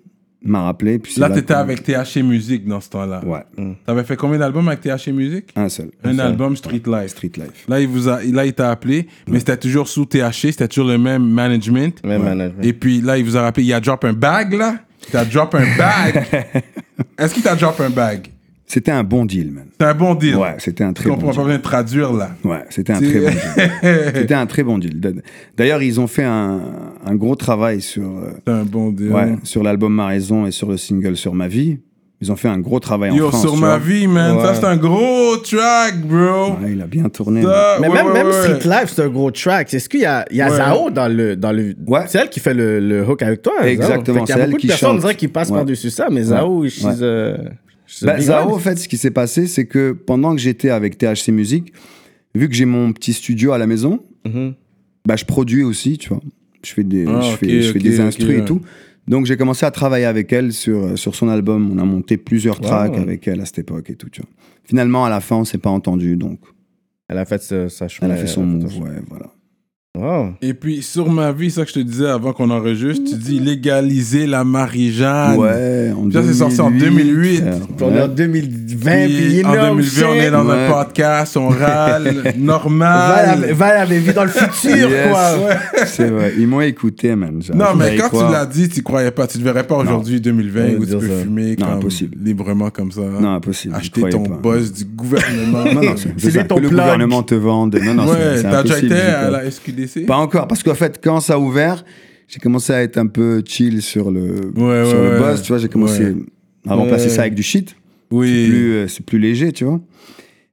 Il m'a rappelé. Puis c'est
Là, t'étais
qu'on-
avec THC Music dans ce temps-là.
Ouais,
T'avais fait combien d'albums avec THC Music
un seul.
Un album Street Life.
Street Life.
Là, il vous a, là, il t'a appelé, mais c'était toujours sous THC, c'était toujours le même management.
Même
Mm.
management.
Et puis là, il vous a rappelé, il a drop un bag là. Il a drop un bag. Est-ce qu'il t'a drop un bag
C'était un bon deal, man.
C'est un bon deal.
Ouais, c'était un
Je
très bon
comprends
deal.
pas besoin de traduire là.
Ouais, c'était un
C'est-
très bon deal. C'était un très bon deal. D- D'ailleurs, ils ont fait un, un gros travail sur, euh,
C'est un bon deal.
ouais, sur l'album Ma Raison et sur le single Sur ma vie. Ils ont fait un gros travail
Yo,
en France.
sur
tu
ma
vois.
vie, man. Ça,
Ouais.
c'est un gros track, bro.
Ouais, il a bien tourné.
Ça,
Mais
Euh, ouais,
même,
ouais,
même
ouais.
Street Life, c'est un gros track. Est-ce qu'il y a, il y a
Ouais.
Zao dans le. Dans le
Ouais.
C'est elle qui fait le, le hook avec toi. Zao.
Exactement,
Fait qu'il y
c'est
a
elle
beaucoup
qui
de personnes
chante.
on dirait, qui passent
Ouais.
par-dessus ça, mais Zao, she's,
Ouais.
euh, she's a
Bah,
big
Zao,
one.
en fait, ce qui s'est passé, c'est que pendant que j'étais avec THC Music, vu que j'ai mon petit studio à la maison,
Mhm.
bah, je produis aussi, tu vois. Je fais des,
Ah,
je
ok,
fais, je fais
ok,
des
ok,
instrus
ouais.
et tout. Donc j'ai commencé à travailler avec elle sur, euh, sur son album. On a monté plusieurs tracks avec elle à cette époque et tout. Tu vois. Finalement, à la fin, on s'est pas entendu, donc
Elle a fait ce- sa chemin.
elle a fait son
euh,
move. Ouais, voilà.
Wow.
Et puis, sur ma vie, ça que je te disais avant qu'on enregistre, tu dis légaliser la marijuana.
Ouais, en
Ça, c'est sorti en 2008.
frère.
Puis on est en 2020,
Puis,
puis il est
en
là,
2020, on
shit.
est dans un
Ouais.
podcast, on râle,
Va la-
normal.
Va la vie dans le futur,
Yes.
quoi.
C'est vrai. Ils m'ont écouté, man. Genre,
Non,
je
mais
voulais y
quand
croire.
tu l'as dit, tu croyais pas. Tu ne verrais pas aujourd'hui, 2020,
Ouais,
où tu
dire
peux
ça.
fumer
Non,
comme-
impossible.
librement comme ça.
Non, impossible. je
Acheter
croyais
ton
pas.
boss du gouvernement.
Non, non, c'est
C'est
ça.
lui ton
Que le
plug.
gouvernement te vende. Non, non, c'est-
ouais,
c'est
t'as déjà
impossible.
été
j'ai
à
peur.
la SQDC
Pas encore, parce qu'en fait, quand ça a ouvert, j'ai commencé à être un peu chill sur le,
Ouais,
sur
ouais,
le
ouais.
boss, tu vois, j'ai commencé
Ouais.
à remplacer
Ouais.
ça avec du shit. C'est
Oui.
plus, euh, c'est plus léger, tu vois.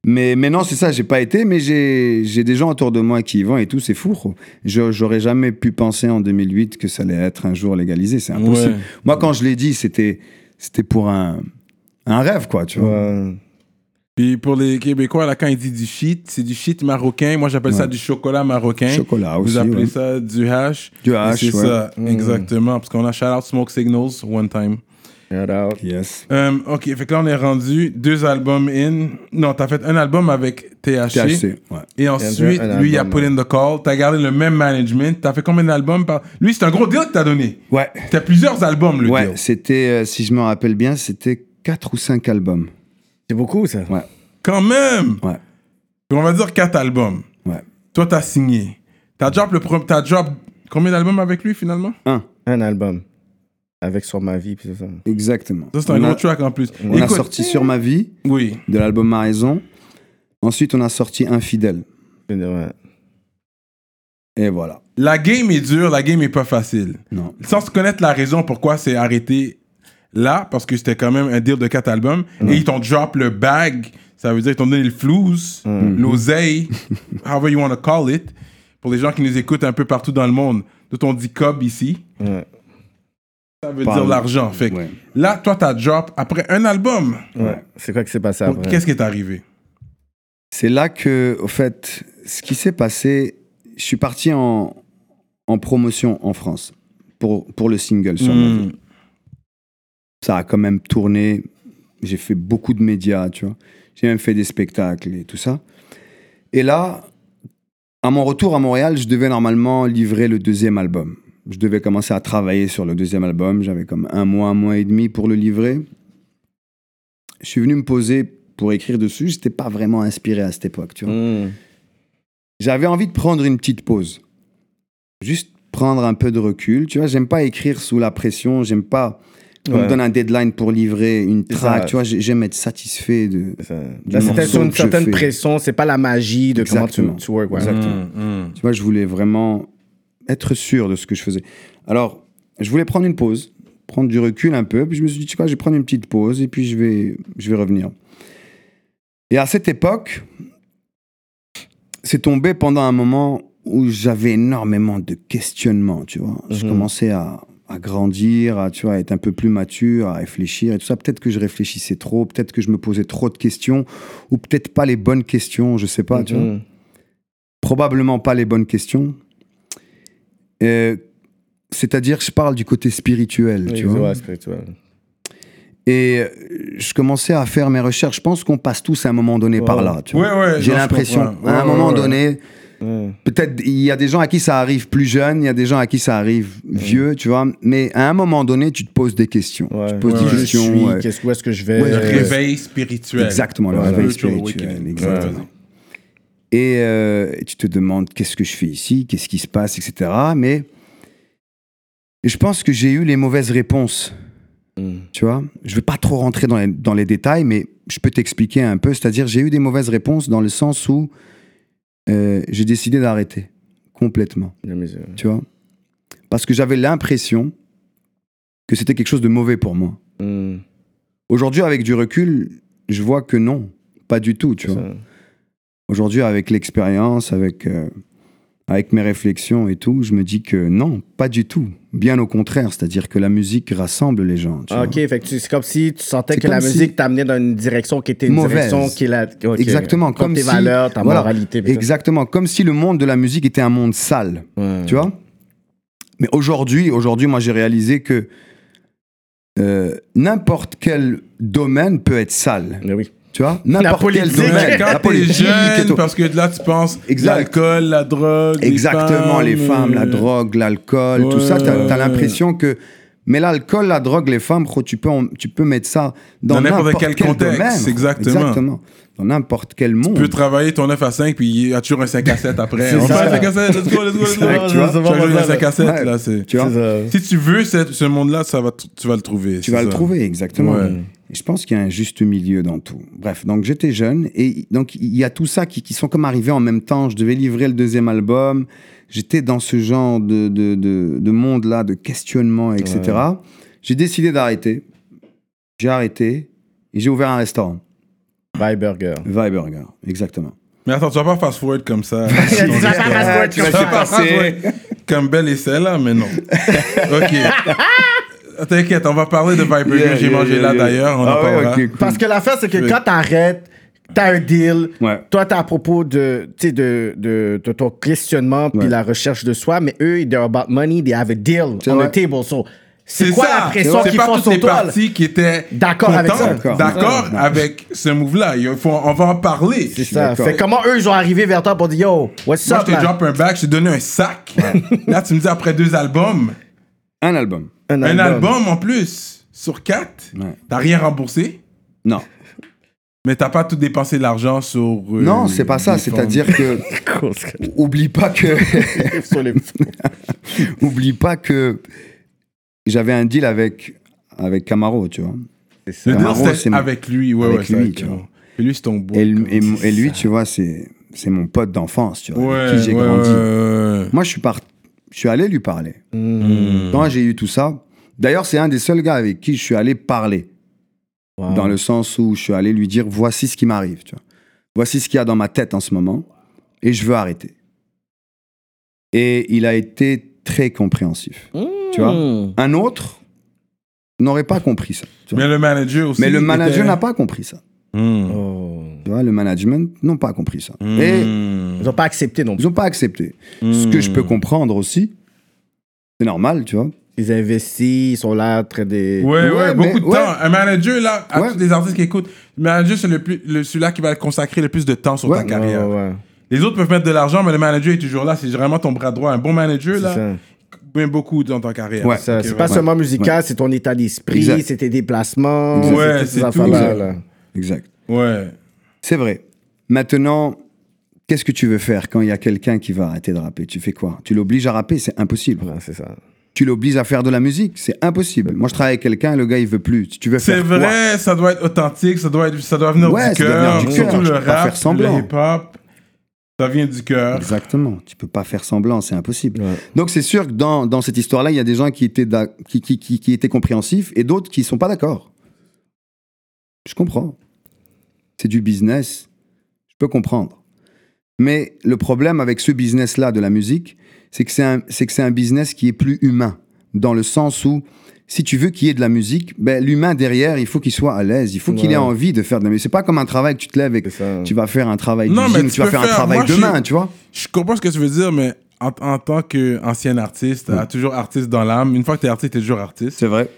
Mais, mais non, c'est ça, j'ai pas été, mais j'ai j'ai des gens autour de moi qui y vont et tout, c'est fou. gros. Je- J'aurais jamais pu penser en 2008 que ça allait être un jour légalisé, c'est impossible.
Ouais.
Moi, quand je l'ai dit, c'était c'était pour un, un rêve, quoi, tu vois.
Ouais.
Puis pour les Québécois, là, quand ils disent du shit, c'est du shit marocain. Moi, j'appelle ça du chocolat marocain.
Chocolat
Vous
aussi.
appelez
ouais.
ça du hash.
Du
Et
hash,
C'est
ouais. Mm.
ça, exactement. Parce qu'on a shout out Smoke Signals one time.
Shout out.
Yes.
Euh, ok, fait que là, on est rendu deux albums in. Non, t'as fait un album avec THC.
THC, ouais.
Et ensuite,
Un
lui, il a
album,
put in the call. T'as gardé le même management. T'as fait combien d'albums par. Lui, c'est un gros deal que t'as donné.
Ouais,
T'as plusieurs albums, le
ouais
deal.
c'était, euh, si je me rappelle bien, c'était 4 ou 5 albums.
C'est beaucoup, ça.
Ouais,
Quand même!
ouais,
On va dire quatre albums.
ouais.
Toi, t'as signé. T'as drop le premier. T'as drop combien d'albums avec lui finalement
Un,
Un album. Avec Sur ma vie, puis tout ça.
exactement.
Ça, c'est un
on
gros
a,
track en plus.
on a sorti Sur ma vie
Oui.
de l'album Ma raison. Ensuite, on a sorti Infidèle.
Je veux dire, ouais.
Et voilà.
La game est dure, la game est pas facile.
Non.
Sans se connaître la raison pourquoi c'est arrêté là, parce que c'était quand même un deal de quatre albums, et ils t'ont drop le bag, ça veut dire qu'ils t'ont donné le flouze,
Mm.
l'oseille, however you want to call it, pour les gens qui nous écoutent un peu partout dans le monde. Nous, on dit cob ici.
Ouais.
Ça veut
Pardon.
dire l'argent. Fait que
Ouais.
là, toi, t'as drop après un album.
Ouais. C'est quoi qui s'est
Ah
passé après?
Qu'est-ce qui est arrivé?
C'est là que, au fait, ce qui s'est passé, je suis parti en, en promotion en France pour, pour le single sur ma vie.
Hmm.
Ça a quand même tourné. J'ai fait beaucoup de médias, tu vois. J'ai même fait des spectacles et tout ça. Et là, à mon retour à Montréal, je devais normalement livrer le deuxième album. Je devais commencer à travailler sur le deuxième album. J'avais comme un mois, un mois et demi pour le livrer. Je suis venu me poser pour écrire dessus. J'étais pas vraiment inspiré à cette époque, tu vois.
Hmm.
J'avais envie de prendre une petite pause. Juste prendre un peu de recul. Tu vois, j'aime pas écrire sous la pression. J'aime pas qu'on
Ouais.
me donne un deadline pour livrer une
C'est
track.
ça.
Tu vois, j'ai- j'aime être satisfait de.
C'est ça.
Du
Là, c'était
morceau
sur une
que je
certaine
fais.
pression. C'est pas la magie de comment
Exactement.
tu, tu work. Ouais. Mm-hmm.
Exactement.
Hmm, hmm.
Tu vois, je voulais vraiment être sûr de ce que je faisais. Alors, je voulais prendre une pause, prendre du recul un peu. Puis je me suis dit, tu sais quoi, je vais prendre une petite pause et puis je vais, je vais revenir. Et à cette époque, c'est tombé pendant un moment où j'avais énormément de questionnements, tu vois. Je
Mhm.
commençais à, à grandir, à, tu vois, à être un peu plus mature, à réfléchir et tout ça. Peut-être que je réfléchissais trop, peut-être que je me posais trop de questions, ou peut-être pas les bonnes questions, je sais pas, tu vois
Hmm.
probablement pas les bonnes questions. Euh, C'est-à-dire, je parle du côté spirituel,
Oui,
tu vois.
ouais, spirituel.
Et euh, je commençais à faire mes recherches. Je pense qu'on passe tous à un moment donné
Ouais.
par là. tu vois.
Ouais, ouais,
J'ai
non, je
l'impression,
comprends.
à un
Ouais,
moment
ouais, ouais.
donné,
Ouais.
peut-être il y a des gens à qui ça arrive plus jeune, il y a des gens à qui ça arrive vieux, tu vois. Mais à un moment donné, tu te poses des questions.
Ouais.
Tu te poses
Ouais,
Qui
des
je suis?
questions. ouais.
Qu'est-ce, où est-ce que je vais?
Ouais,
Le
Euh,
réveil spirituel.
Exactement, le
Voilà.
réveil
Spiritual
spirituel.
awakening.
Exactement.
Ouais.
Et euh, tu te demandes qu'est-ce que je fais ici, qu'est-ce qui se passe, etc. Mais je pense que j'ai eu les mauvaises réponses.
Hmm.
Tu vois, je vais pas trop rentrer dans les, dans les détails, mais je peux t'expliquer un peu. C'est-à-dire, j'ai eu des mauvaises réponses dans le sens où euh, j'ai décidé d'arrêter complètement.
La musique.
Tu vois, parce que j'avais l'impression que c'était quelque chose de mauvais pour moi.
Hmm.
Aujourd'hui, avec du recul, je vois que non, pas du tout. Tu
C'est
vois.
ça.
Aujourd'hui, avec l'expérience, avec, euh, avec mes réflexions et tout, je me dis que non, pas du tout. Bien au contraire, c'est-à-dire que la musique rassemble les gens. tu vois.
Ah, ok, fait que tu- c'est comme si tu sentais
C'est
que la
comme si-
musique t'amenait dans une direction qui était une
Mauvaise.
direction qui est la. ok.
Exactement,
Comme,
comme
tes
si-
valeurs, ta
voilà.
moralité. puis tout.
Exactement, comme si le monde de la musique était un monde sale,
Ouais.
tu vois. Mais aujourd'hui, aujourd'hui, moi, j'ai réalisé que euh, n'importe quel domaine peut être sale.
Mais oui.
Tu vois N'importe
La
quel
politique. hein,
domaine.
Mais
La
quand t'es
politique et
jeune,
tout.
parce que là, tu penses
Exact.
l'alcool, la drogue. les
Exactement, les femmes, la
euh,
drogue, l'alcool, tout
Ouais.
ça, t'as as, l'impression que... Mais l'alcool, la drogue, les femmes, gros, tu peux, en- tu peux mettre ça dans,
Dans n'importe
n'importe
quel
quel,
contexte,
domaine.
exactement.
Dans n'importe quel
Tu
monde.
peux travailler ton 9 à 5, puis il y a toujours un 5 à 7 après.
C'est
On fait
ça.
un 5 à 7, let's go, let's go, let's go.
Exact, tu vois.
Chaque jour, il y a un 5 à 7,
Ouais.
là, c'est...
Tu vois
Si tu veux cette- ce monde-là, ça va t- tu vas le trouver.
Tu
c'est
vas le
ça.
trouver, exactement.
Ouais.
Et je pense qu'il y a un juste milieu dans tout. Bref, donc j'étais jeune et donc il y a tout ça qui, qui sont comme arrivés en même temps. Je devais livrer le deuxième album. J'étais dans ce genre de, de, de- de monde-là, de questionnement, etc. J'ai décidé d'arrêter. J'ai arrêté et j'ai ouvert un restaurant.
Bye Burger.
Vi Burger, exactement.
Mais attends, tu vas pas fast-forward comme ça.
Tu vas pas
fast-forward
fast-forward
comme ça.
Comme Belle et celle-là, mais non. OK. T'inquiète, on va parler de Viper.
Yeah,
J'ai
yeah,
mangé
yeah,
là,
yeah.
d'ailleurs. On en
Ah ouais,
parlera.
ok, cool.
Parce que l'affaire, c'est que
Oui.
quand t'arrêtes, t'as un deal.
Ouais.
Toi, t'as à propos de, tu sais, de, de, de ton questionnement puis
Ouais.
la recherche de soi, mais eux, they're about money, they have a deal
C'est
on
vrai.
the table. So, c'est
C'est
quoi
ça.
la pression
C'est
qu'ils
pas
font
toutes les
sur toi? là?
parties qui étaient
D'accord avec
contentes,
ça.
D'accord.
D'accord
Ouais.
avec ce move-là. Il faut- On va en parler.
C'est ça.
d'accord.
Fait comment eux, ils ont arrivé vers toi pour dire, yo, what's
Moi,
up,
je te
là?
drop un bac, je t'ai donné un sac. Là, tu me dis après deux albums,
Un album.
un album en plus sur quatre,
Ouais.
t'as rien remboursé,
Non.
mais t'as pas tout dépensé l'argent sur. euh,
non, c'est pas ça.
des formes.
C'est-à-dire que oublie pas que.
Sur les-
Oublie pas que j'avais un deal avec, avec Camaro, tu vois.
Le deal,
Camaro,
c'était
c'est mon-
avec lui, ouais,
avec
ouais, c'est
lui,
avec
tu
lui.
vois.
Et lui, c'est ton beau.
Et, le- et mon- et lui, tu vois, c'est c'est mon pote d'enfance, tu vois, avec
ouais,
qui j'ai
ouais,
grandi.
ouais, ouais.
Moi, je suis, par- je suis allé lui parler.
Hmm.
Quand j'ai eu tout ça, d'ailleurs, c'est un des seuls gars avec qui je suis allé parler,
Wow.
dans le sens où je suis allé lui dire voici ce qui m'arrive, tu vois. Voici ce qu'il y a dans ma tête en ce moment, et je veux arrêter. Et il a été très compréhensif. Tu vois
Mm.
Un autre n'aurait pas compris ça. tu vois.
Mais le manager aussi.
Mais le
était-
manager n'a pas compris ça.
Hmm.
Oh.
Tu vois, le management n'ont pas compris ça. Et
Hmm.
Ils ont pas accepté non plus.
ils n'ont pas accepté. Ce que je peux comprendre aussi, c'est normal, tu vois.
Ils investissent, ils sont là, très des.
Ouais, ouais,
Ouais,
beaucoup
mais-
de
ouais.
temps. Un manager, là, à
Ouais.
tous les artistes qui écoutent, le manager, c'est le plus- le- celui-là qui va consacrer le plus de temps sur
Ouais.
ta
Ouais,
carrière.
ouais, ouais.
Les autres peuvent mettre de l'argent, mais le manager est toujours là. C'est vraiment ton bras droit. Un bon manager,
C'est
là,
ça.
met beaucoup dans ta carrière.
Ouais.
Ça,
Ok,
c'est
ouais.
pas
ouais.
seulement musical, c'est ton état d'esprit,
Exact.
c'est tes déplacements,
Exact.
Ouais,
c'est toutes
c'est
ces
tout,
affaires-là.
exact.
là.
Exact.
Ouais.
C'est vrai. Maintenant, qu'est-ce que tu veux faire quand il y a quelqu'un qui va arrêter de rapper Tu fais quoi Tu l'obliges à rapper C'est impossible.
Ouais, c'est ça.
Tu l'obliges à faire de la musique C'est impossible. Moi, je travaille avec quelqu'un, le gars, il veut plus. Tu veux
C'est
faire quoi
vrai, ça doit être authentique, ça doit, être, ça doit venir
Ouais,
du
ça doit venir
cœur.
du cœur,
Surtout
tu
le
peux pas
rap,
faire semblant.
le hip-hop, ça vient du cœur.
Exactement. Tu peux pas faire semblant, c'est impossible.
Ouais.
Donc c'est sûr que dans, dans cette histoire-là, il y a des gens qui étaient, d'ac- qui, qui, qui, qui étaient compréhensifs et d'autres qui sont pas d'accord. Je comprends. C'est du business. Je peux comprendre. Mais le problème avec ce business-là de la musique, c'est que c'est un, c'est que c'est un business qui est plus humain, dans le sens où si tu veux qu'il y ait de la musique, ben, l'humain derrière, il faut qu'il soit à l'aise, il faut qu'il
Ouais.
ait envie de faire de la musique. C'est pas comme un travail que tu te lèves et que
C'est ça.
tu vas faire un travail
Non, mais
d'usine,
tu
tu vas
peux
faire un
faire-
travail
moi, je
de
suis-
main, tu vois.
Je comprends ce que tu veux dire, mais en, en tant qu'ancien artiste,
Mm.
t'as toujours artiste dans l'âme. Une fois que t'es artiste, t'es toujours artiste.
C'est vrai.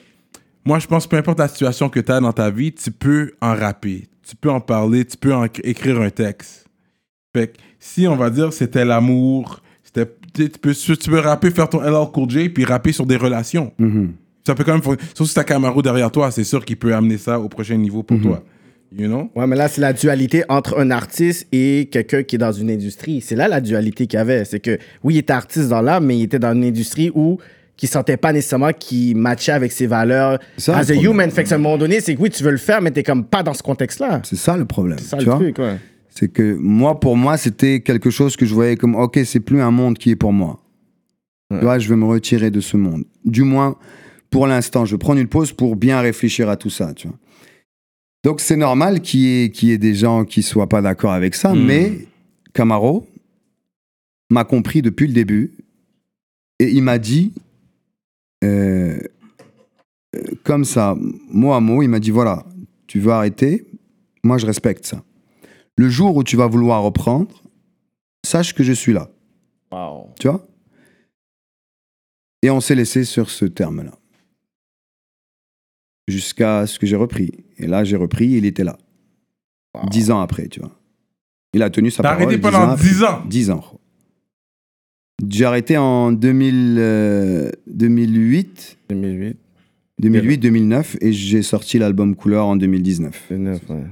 Moi, je pense peu importe la situation que t'as dans ta vie, tu peux en rapper, tu peux en parler, tu peux en éc- écrire un texte. Fait que si on va dire c'était l'amour, c'était tu sais, tu peux tu peux rapper faire ton LL Cool J puis rapper sur des relations.
Mm-hmm.
Ça peut quand même fon- sauf si t'as Camaro derrière toi, c'est sûr qu'il peut amener ça au prochain niveau
Mm-hmm.
pour toi. You know?
Ouais, mais là, c'est la dualité entre un artiste et quelqu'un qui est dans une industrie. C'est là la dualité qu'il y avait. C'est que, oui, il était artiste dans l'âme, mais il était dans une industrie où qui sentait pas nécessairement qu'il matchait avec ses valeurs
ça,
as a
le problème.
human. Fait que, à un moment donné, c'est que oui, tu veux le faire, mais t'es comme pas dans ce contexte-là.
C'est ça le problème.
C'est ça
tu
le
vois
truc, ouais.
C'est que moi, pour moi, c'était quelque chose que je voyais comme OK, c'est plus un monde qui est pour moi. Tu vois, je vais me retirer de ce monde. Du moins, pour l'instant, je vais prendre une pause pour bien réfléchir à tout ça. Tu vois. Donc, c'est normal qu'il y, ait- qu'il y ait des gens qui soient pas d'accord avec ça,
Hmm.
mais Camaro m'a compris depuis le début et il m'a dit euh, euh, comme ça, mot à mot, il m'a dit voilà, tu veux arrêter, moi je respecte ça. Le jour où tu vas vouloir reprendre, sache que je suis là. Tu vois Et on s'est laissé sur ce terme-là. Jusqu'à ce que j'ai repris. Et là, j'ai repris, il était là. Dix ans après, tu vois. Il a tenu sa
T'as
parole.
arrêté
dix
pendant
ans après.
10 ans.
10 ans. gros. J'ai arrêté en 2000, euh, 2008,
2008,
2008, 2009 et j'ai sorti l'album Couleur en 2019.
2009, ouais.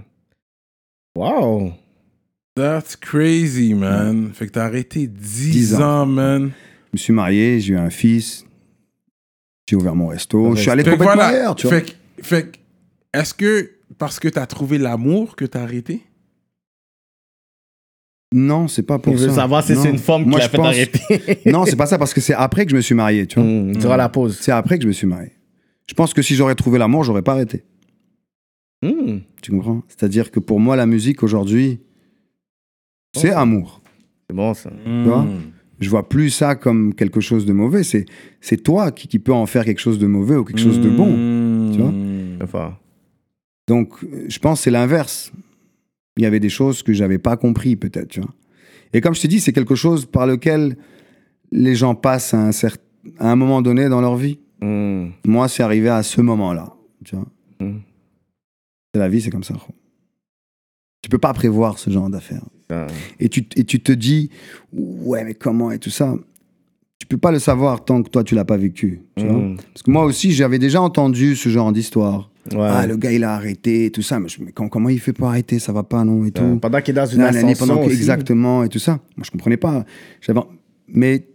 Wow!
That's crazy, man. Fait que t'as arrêté 10,
10
ans,
ans.
man.
Je me suis marié, j'ai eu un fils, j'ai ouvert mon resto,
Ouais,
je suis allé
Fait que
complètement
voilà.
ailleurs, tu vois.
Fait que, fait que, est-ce que parce que t'as trouvé l'amour que t'as arrêté
Non, c'est pas pour
Il
ça.
veut savoir si
Non.
c'est une forme qui
Moi,
l'a
je
fait
pense-
arrêter.
Non, c'est pas ça parce que c'est après que je me suis marié, tu vois.
Hmm, Durant la pause.
C'est après que je me suis marié. Je pense que si j'aurais trouvé l'amour, j'aurais pas arrêté.
Hmm.
Tu comprends C'est-à-dire que pour moi, la musique aujourd'hui, c'est amour.
C'est bon, ça.
vois? Je vois plus ça comme quelque chose de mauvais. C'est c'est toi qui, qui peux en faire quelque chose de mauvais ou quelque chose de bon.
bon,
tu vois.
C'est fort.
Donc, euh, je pense que c'est l'inverse. Il y avait des choses que j'avais pas compris peut-être. Tu vois Et comme je te dis, c'est quelque chose par lequel les gens passent à un, cer- à un moment donné dans leur vie.
Hmm.
Moi, c'est arrivé à ce moment-là. Tu vois
Mm.
C'est la vie, c'est comme ça. gros. Tu peux pas prévoir ce genre d'affaires.
Ça-
Et tu, et tu te dis, ouais, mais comment et tout ça. Tu peux pas le savoir tant que toi, tu l'as pas vécu. tu vois.
Hmm.
Parce que moi aussi, j'avais déjà entendu ce genre d'histoire.
Ouais.
Ah, le gars, il a arrêté et tout ça. Mais, je- mais com- comment il fait pour arrêter Ça va pas, non Et
Euh,
tout.
Pendant qu'il est dans une
Nanani,
ascension
pendant que-
aussi.
exactement et tout ça. Moi, je comprenais pas. J'avais- Mais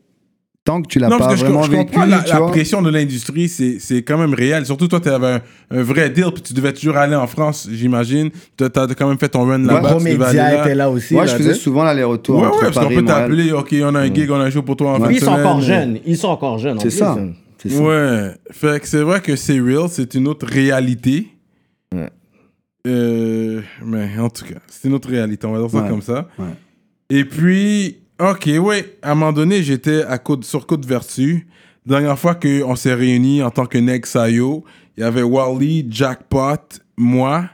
tant que tu l'as
Non, parce
pas
que je,
vraiment
je
vécu,
comprends, la,
tu
la
vois.
pression de l'industrie, c'est c'est quand même réel. Surtout, toi, t'avais un, un vrai deal, puis tu devais toujours aller en France, j'imagine. T'as t'as quand même fait ton run
Le
là-bas.
gros
tu devais aller
média
là.
était là aussi.
Moi,
là,
je
tu
faisais
sais.
souvent l'aller-retour.
Ouais, ouais,
entre
parce qu'on
Paris et
peut
Montréal.
t'appeler, OK, on a un gig, on a un show pour toi en fin de
Puis ils sont
semaine.
encore jeunes. Ils sont encore jeunes. en
C'est
plus,
ça.
hein.
C'est ça.
Ouais. Fait que c'est vrai que c'est real, c'est une autre réalité.
Ouais.
Euh, mais en tout cas, c'est une autre réalité, on va dire ça
Ouais.
comme ça.
Ouais.
Et puis, ok, ouais, à un moment donné, j'étais à Côte, sur Côte-Vertu. Dernière fois qu'on s'est réunis en tant que Neg Sayo, il y avait Wally, Jackpot, moi,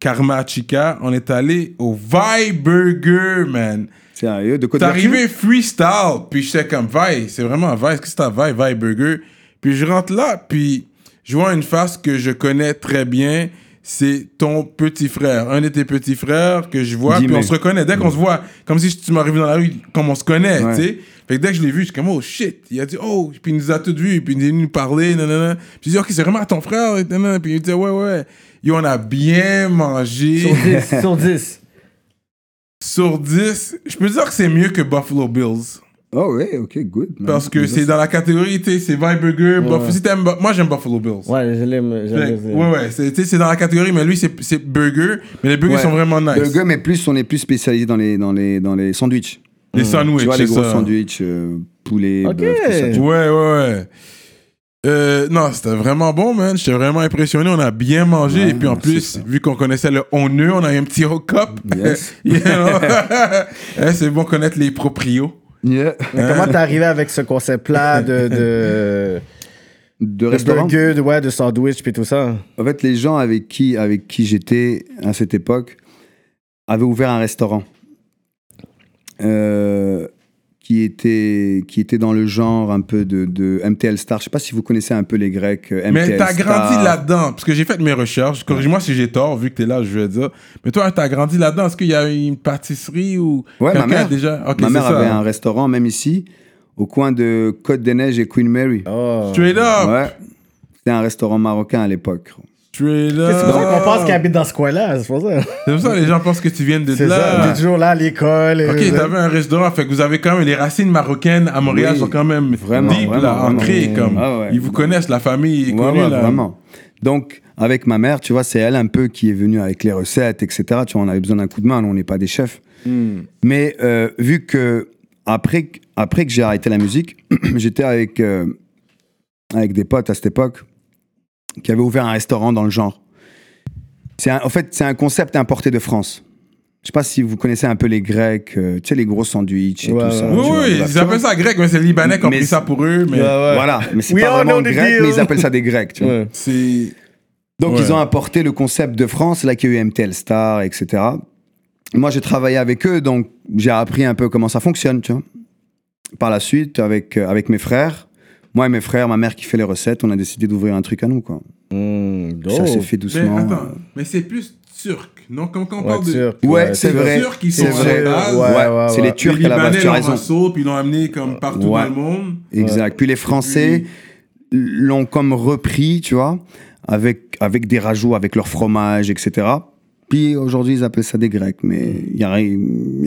Karma Chica. On est allé au Viburger, man.
Sérieux, de côté
T'es arrivé freestyle, puis j'étais comme Vibe, c'est vraiment Vibe, qu'est-ce que c'est ta Vibe, Vibe Burger. Puis je rentre là, puis je vois une face que je connais très bien, c'est ton petit frère, un de tes petits frères que je vois, puis
Dis-moi.
on se reconnaît. Dès qu'on se voit, comme si tu m'arrivais dans la rue, comme on se connaît,
Ouais.
tu sais. Fait que dès que je l'ai vu, je suis comme oh shit, il a dit oh, puis il nous a tous vus, puis il est venu nous parler, nanana. Puis j'ai dit ok, c'est vraiment ton frère, et nanana. Puis il dit ouais, ouais. Yo, on a bien mangé.
Sur 10. sur 10.
Sur 10, je peux dire que c'est mieux que Buffalo Bills.
Oh ouais, ok, good. man.
Parce que
Mais
c'est
ça,
dans la catégorie, tu sais, c'est Vibe Burger. Buff-
Ouais.
si t'aimes Bu- moi, j'aime Buffalo Bills.
Ouais, je l'aime. je
Fait-
l'aime,
Ouais, ouais, c'est tu sais, c'est dans la catégorie, mais lui, c'est c'est burger. Mais les burgers
Ouais.
sont vraiment nice.
Burger, mais plus, on est plus spécialisé dans les, dans les, dans les sandwichs.
Les sandwichs.
hmm, tu vois, les
c'est
gros
ça.
sandwichs, euh, poulet,
Ok.
bœuf, tout ça. tu
Ouais,
vois.
ouais, ouais. Euh, non, c'était vraiment bon, man. J'étais vraiment impressionné. On a bien mangé.
Ouais,
et puis en
c'est
plus,
ça.
vu qu'on connaissait le honneur, on a eu un petit hook up.
Yes.
You know? Eh, c'est bon connaître les proprios.
Yeah.
Mais comment t'es arrivé avec ce concept-là de, de,
De
de
restaurant.
burger, de, ouais, de sandwich puis tout ça?
En fait, les gens avec qui, avec qui j'étais à cette époque avaient ouvert un restaurant euh, qui, était, qui était dans le genre un peu de, de MTL Star. Je sais pas si vous connaissez un peu les Grecs. euh,
Mais
MTL
t'as
Star.
grandi là-dedans, parce que j'ai fait mes recherches. Corrige-moi si j'ai tort, vu que t'es là, je vais dire. Mais toi, t'as grandi là-dedans. Est-ce qu'il y a une pâtisserie ou
Ouais, ma
quelqu'un a
mère.
déjà Ok,
Ma
c'est
mère
ça. hein.
avait un restaurant, même ici, au coin de Côte des Neiges et Queen Mary.
Oh.
Straight up,
Ouais. C'était un restaurant marocain à l'époque.
straight
C'est pour ça
up.
qu'on pense qu'il habite dans ce coin-là. C'est pour ça.
C'est pour ça que les gens pensent que tu viens de
C'est ça.
là.
T'es toujours là à l'école. et-
Ok, t'avais un restaurant, fait que vous avez quand même les racines marocaines à Montréal
Oui,
sont quand même
vraiment,
deep,
vraiment,
là,
vraiment.
ancrées comme.
Ah ouais.
Ils vous connaissent, la famille est
Ouais,
connue
ouais,
là.
vraiment. Donc, avec ma mère, tu vois, c'est elle un peu qui est venue avec les recettes, etc. Tu vois, on avait besoin d'un coup de main, nous, on n'est pas des chefs.
Hmm.
Mais euh, vu que, après, que- après que j'ai arrêté la musique, j'étais avec, euh, avec des potes à cette époque qui avaient ouvert un restaurant dans le genre. C'est un- en fait, c'est un concept importé de France. Je sais pas si vous connaissez un peu les Grecs, euh, tu sais, les gros sandwichs et
Ouais,
tout ça.
ouais.
Oui,
tu vois,
oui,
bref,
ils
tu vois.
appellent ça grec, mais c'est les Libanais qui ont
Mais
pris ça
c'est-
pour eux, mais
Ah Ouais, ouais.
Voilà, mais c'est
We
pas
all
vraiment
know the
grec,
deal.
mais ils appellent ça des Grecs, tu vois.
Ouais.
c'est.
Donc
Ouais.
ils ont importé le concept de France, là qu'il y a eu MTL Star, etc. Moi j'ai travaillé avec eux, donc j'ai appris un peu comment ça fonctionne, tu vois. Par la suite, avec, euh, avec mes frères, moi et mes frères, ma mère qui fait les recettes, on a décidé d'ouvrir un truc à nous, quoi.
Hmm,
Ça
dope.
Oh.
s'est fait
Mais
doucement.
attends, mais c'est plus turc. Non, comme quand on
Ouais,
parle de.
Turc,
Ouais, c'est
les
vrai.
Turcs, ils
C'est
sont
vrai.
à la base.
Ouais,
Ouais, ouais,
c'est les
ouais.
Turcs
les
à la base, tu
Libanais
as
l'ont
raison.
rassaut, puis ils l'ont amené comme partout
Ouais.
dans le monde.
Exact. Puis les Français l'ont comme repris, tu vois, avec, avec des rajouts, avec leur fromage, etc. Puis aujourd'hui, ils appellent ça des Grecs, mais il n'y a, y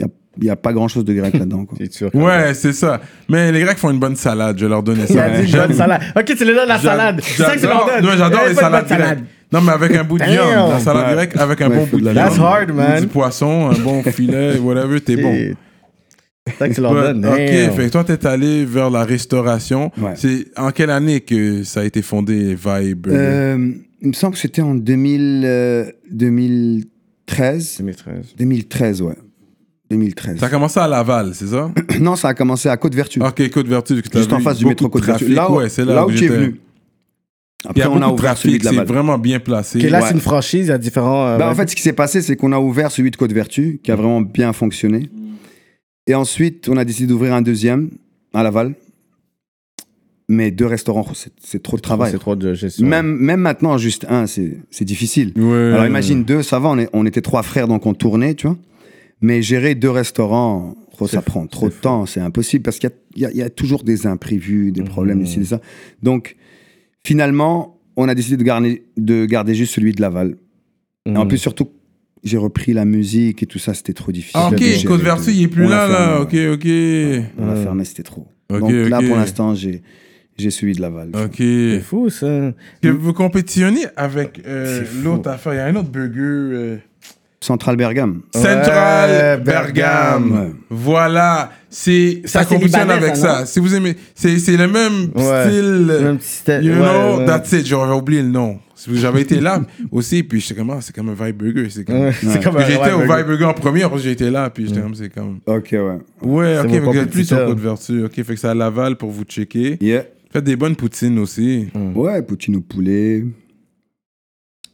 a, y a pas grand-chose de grec là-dedans. quoi.
C'est sûr.
Ouais, c'est ça. Mais les Grecs font une bonne salade, je vais leur donner
Il
ça.
a dit
J'aime-
bonne salade. Ok, tu lui donnes la
J'a-
salade. C'est ça que tu leur
J'adore
donnes.
ouais, j'adore
Il y
les
avait pas de
salades
bonne
grecques. Non, mais avec un bout de
Damn.
viande. La salade
Ouais.
grecque avec un
Ouais,
bon
faut
bout
de
de
la
viande.
That's hard, man.
Du poisson, un bon filet, whatever, t'es bon.
C'est c'est ça que tu leur hein,
Ouais,
donnes.
ok,
Damn.
fait que toi, t'es allé vers la restauration.
Ouais.
C'est en quelle année que ça a été fondé, Vibe
Euh, il me semble que c'était en 2000, euh, 2013.
2013.
2013, ouais. 2013.
Ça a commencé à Laval, c'est ça
Non, ça a commencé à Côte-Vertu.
Ok, Côte-Vertu. que t'as
Juste en
vu
face du
beaucoup
métro
de
Côte-Vertu.
trafic.
Là, où-
ouais, c'est là,
là où tu es
j'étais.
venu.
Il
Après,
y
on
a
a
beaucoup de
ouvert celui
trafic,
de la
c'est
balle.
vraiment bien placé.
Ok, là,
Ouais.
c'est une franchise, il y a différents. euh,
Bah, en
vas-y.
fait, ce qui s'est passé, c'est qu'on a ouvert celui de Côte-Vertu, qui a vraiment bien fonctionné. Et ensuite, on a décidé d'ouvrir un deuxième à Laval. Mais deux restaurants, c'est- c'est trop de travail.
C'est trop de gestion.
Même, même maintenant, juste un, c'est c'est difficile.
Ouais.
Alors imagine deux, ça va, on, est- on était trois frères, donc on tournait, tu vois. Mais gérer deux restaurants, gros, ça prend trop de temps, c'est impossible parce qu'il y, a- il y a- il y a toujours des imprévus, des problèmes, des ci, des ça. Donc finalement, on a décidé de garder, de garder juste celui de Laval. Et En
Mm.
Mhm.
plus, surtout, j'ai repris la musique et tout ça, c'était trop difficile.
Ah,
de
ok,
gérer.
Côte-Vertu, il est plus
On l'a
là, là. Ok,
fermé,
ok.
On l'a
Ouais.
fermé, c'était trop.
Ok,
donc là,
ok.
pour l'instant, j'ai j'ai celui de Laval.
Ok.
C'est fou, ça.
Que vous compétitionnez avec euh,
C'est fou.
l'autre affaire. Il y a un autre burger. euh,
Central Bergame.
Central Bergame.
Ouais.
Voilà. C'est, ça,
Ça, c'est
compétitionne
libanais,
avec
ça,
ça.
non
Si vous aimez, c'est, c'est le même
Ouais.
style. euh,
Même petit style,
You
ouais,
know,
ouais.
that's it. J'aurais oublié le nom. Si vous- J'avais été là aussi, puis j'étais comme, ah, c'est comme un Vibe Burger. C'est comme...
Ouais, C'est comme
Puis
un
J'étais
ouais,
au
burger.
Vibe Burger en premier, parce que j'étais là, puis j'étais comme, c'est comme.
Ok, ouais.
Ouais, ok,
mon
fait que vous êtes plus sur
compétiteur.
Côte-Vertu. Ok, fait que c'est à Laval pour vous checker.
Yeah.
Faites des bonnes poutines aussi.
Ouais, poutine au poulet.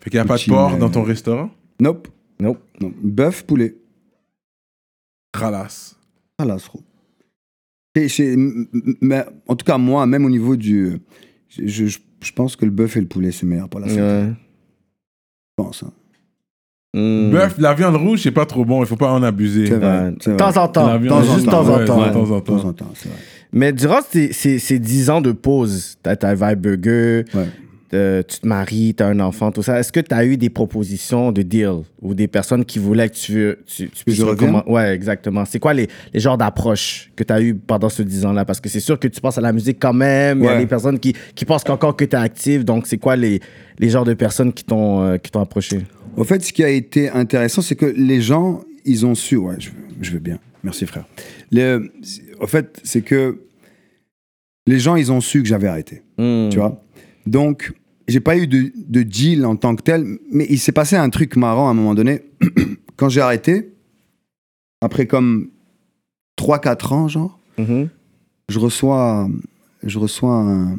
Fait qu'il n'y a pas de
Poutine,
porc
euh,
dans ton restaurant.
Nope.
Nope.
Non. Bœuf, poulet.
Ralasse.
Ah là, c'est trop. Et chez- m- m- mais en tout cas, moi, même au niveau du. Je, je- je pense que le bœuf et le poulet, c'est meilleur pour la santé.
Ouais.
Je pense. hein. Hmm.
Mm.
Bœuf, la viande rouge, c'est pas trop bon. Il faut pas en abuser.
C'est vrai.
Ouais, De
c'est vrai.
temps en temps.
La viande,
Temps en Juste de temps en
ouais,
temps.
ouais. temps en temps.
De temps en temps, c'est vrai.
Mais durant ces, ces, ces 10 ans de pause, t'as ta vibe burger,
Ouais.
euh, tu te maries, t'as un enfant, tout ça. Est-ce que t'as eu des propositions de deal ou des personnes qui voulaient que tu tu, tu
je revienne?
recommen- Ouais, exactement. C'est quoi les, les genres d'approches que t'as eu pendant ce 10 ans-là Parce que c'est sûr que tu penses à la musique quand même. Il y a
Ouais.
des personnes qui, qui pensent qu'encore que t'es active. Donc, c'est quoi les, les genres de personnes qui t'ont euh, qui t'ont approché
Au fait, ce qui a été intéressant, c'est que les gens, ils ont su. Ouais, je, je veux bien. Merci, frère. Le, au fait, c'est que les gens, ils ont su que j'avais arrêté.
Hmm.
tu vois. Donc, j'ai pas eu de, de deal en tant que tel, mais il s'est passé un truc marrant à un moment donné. Quand j'ai arrêté, après comme 3-4 ans, genre,
Mhm.
je reçois, je, reçois un,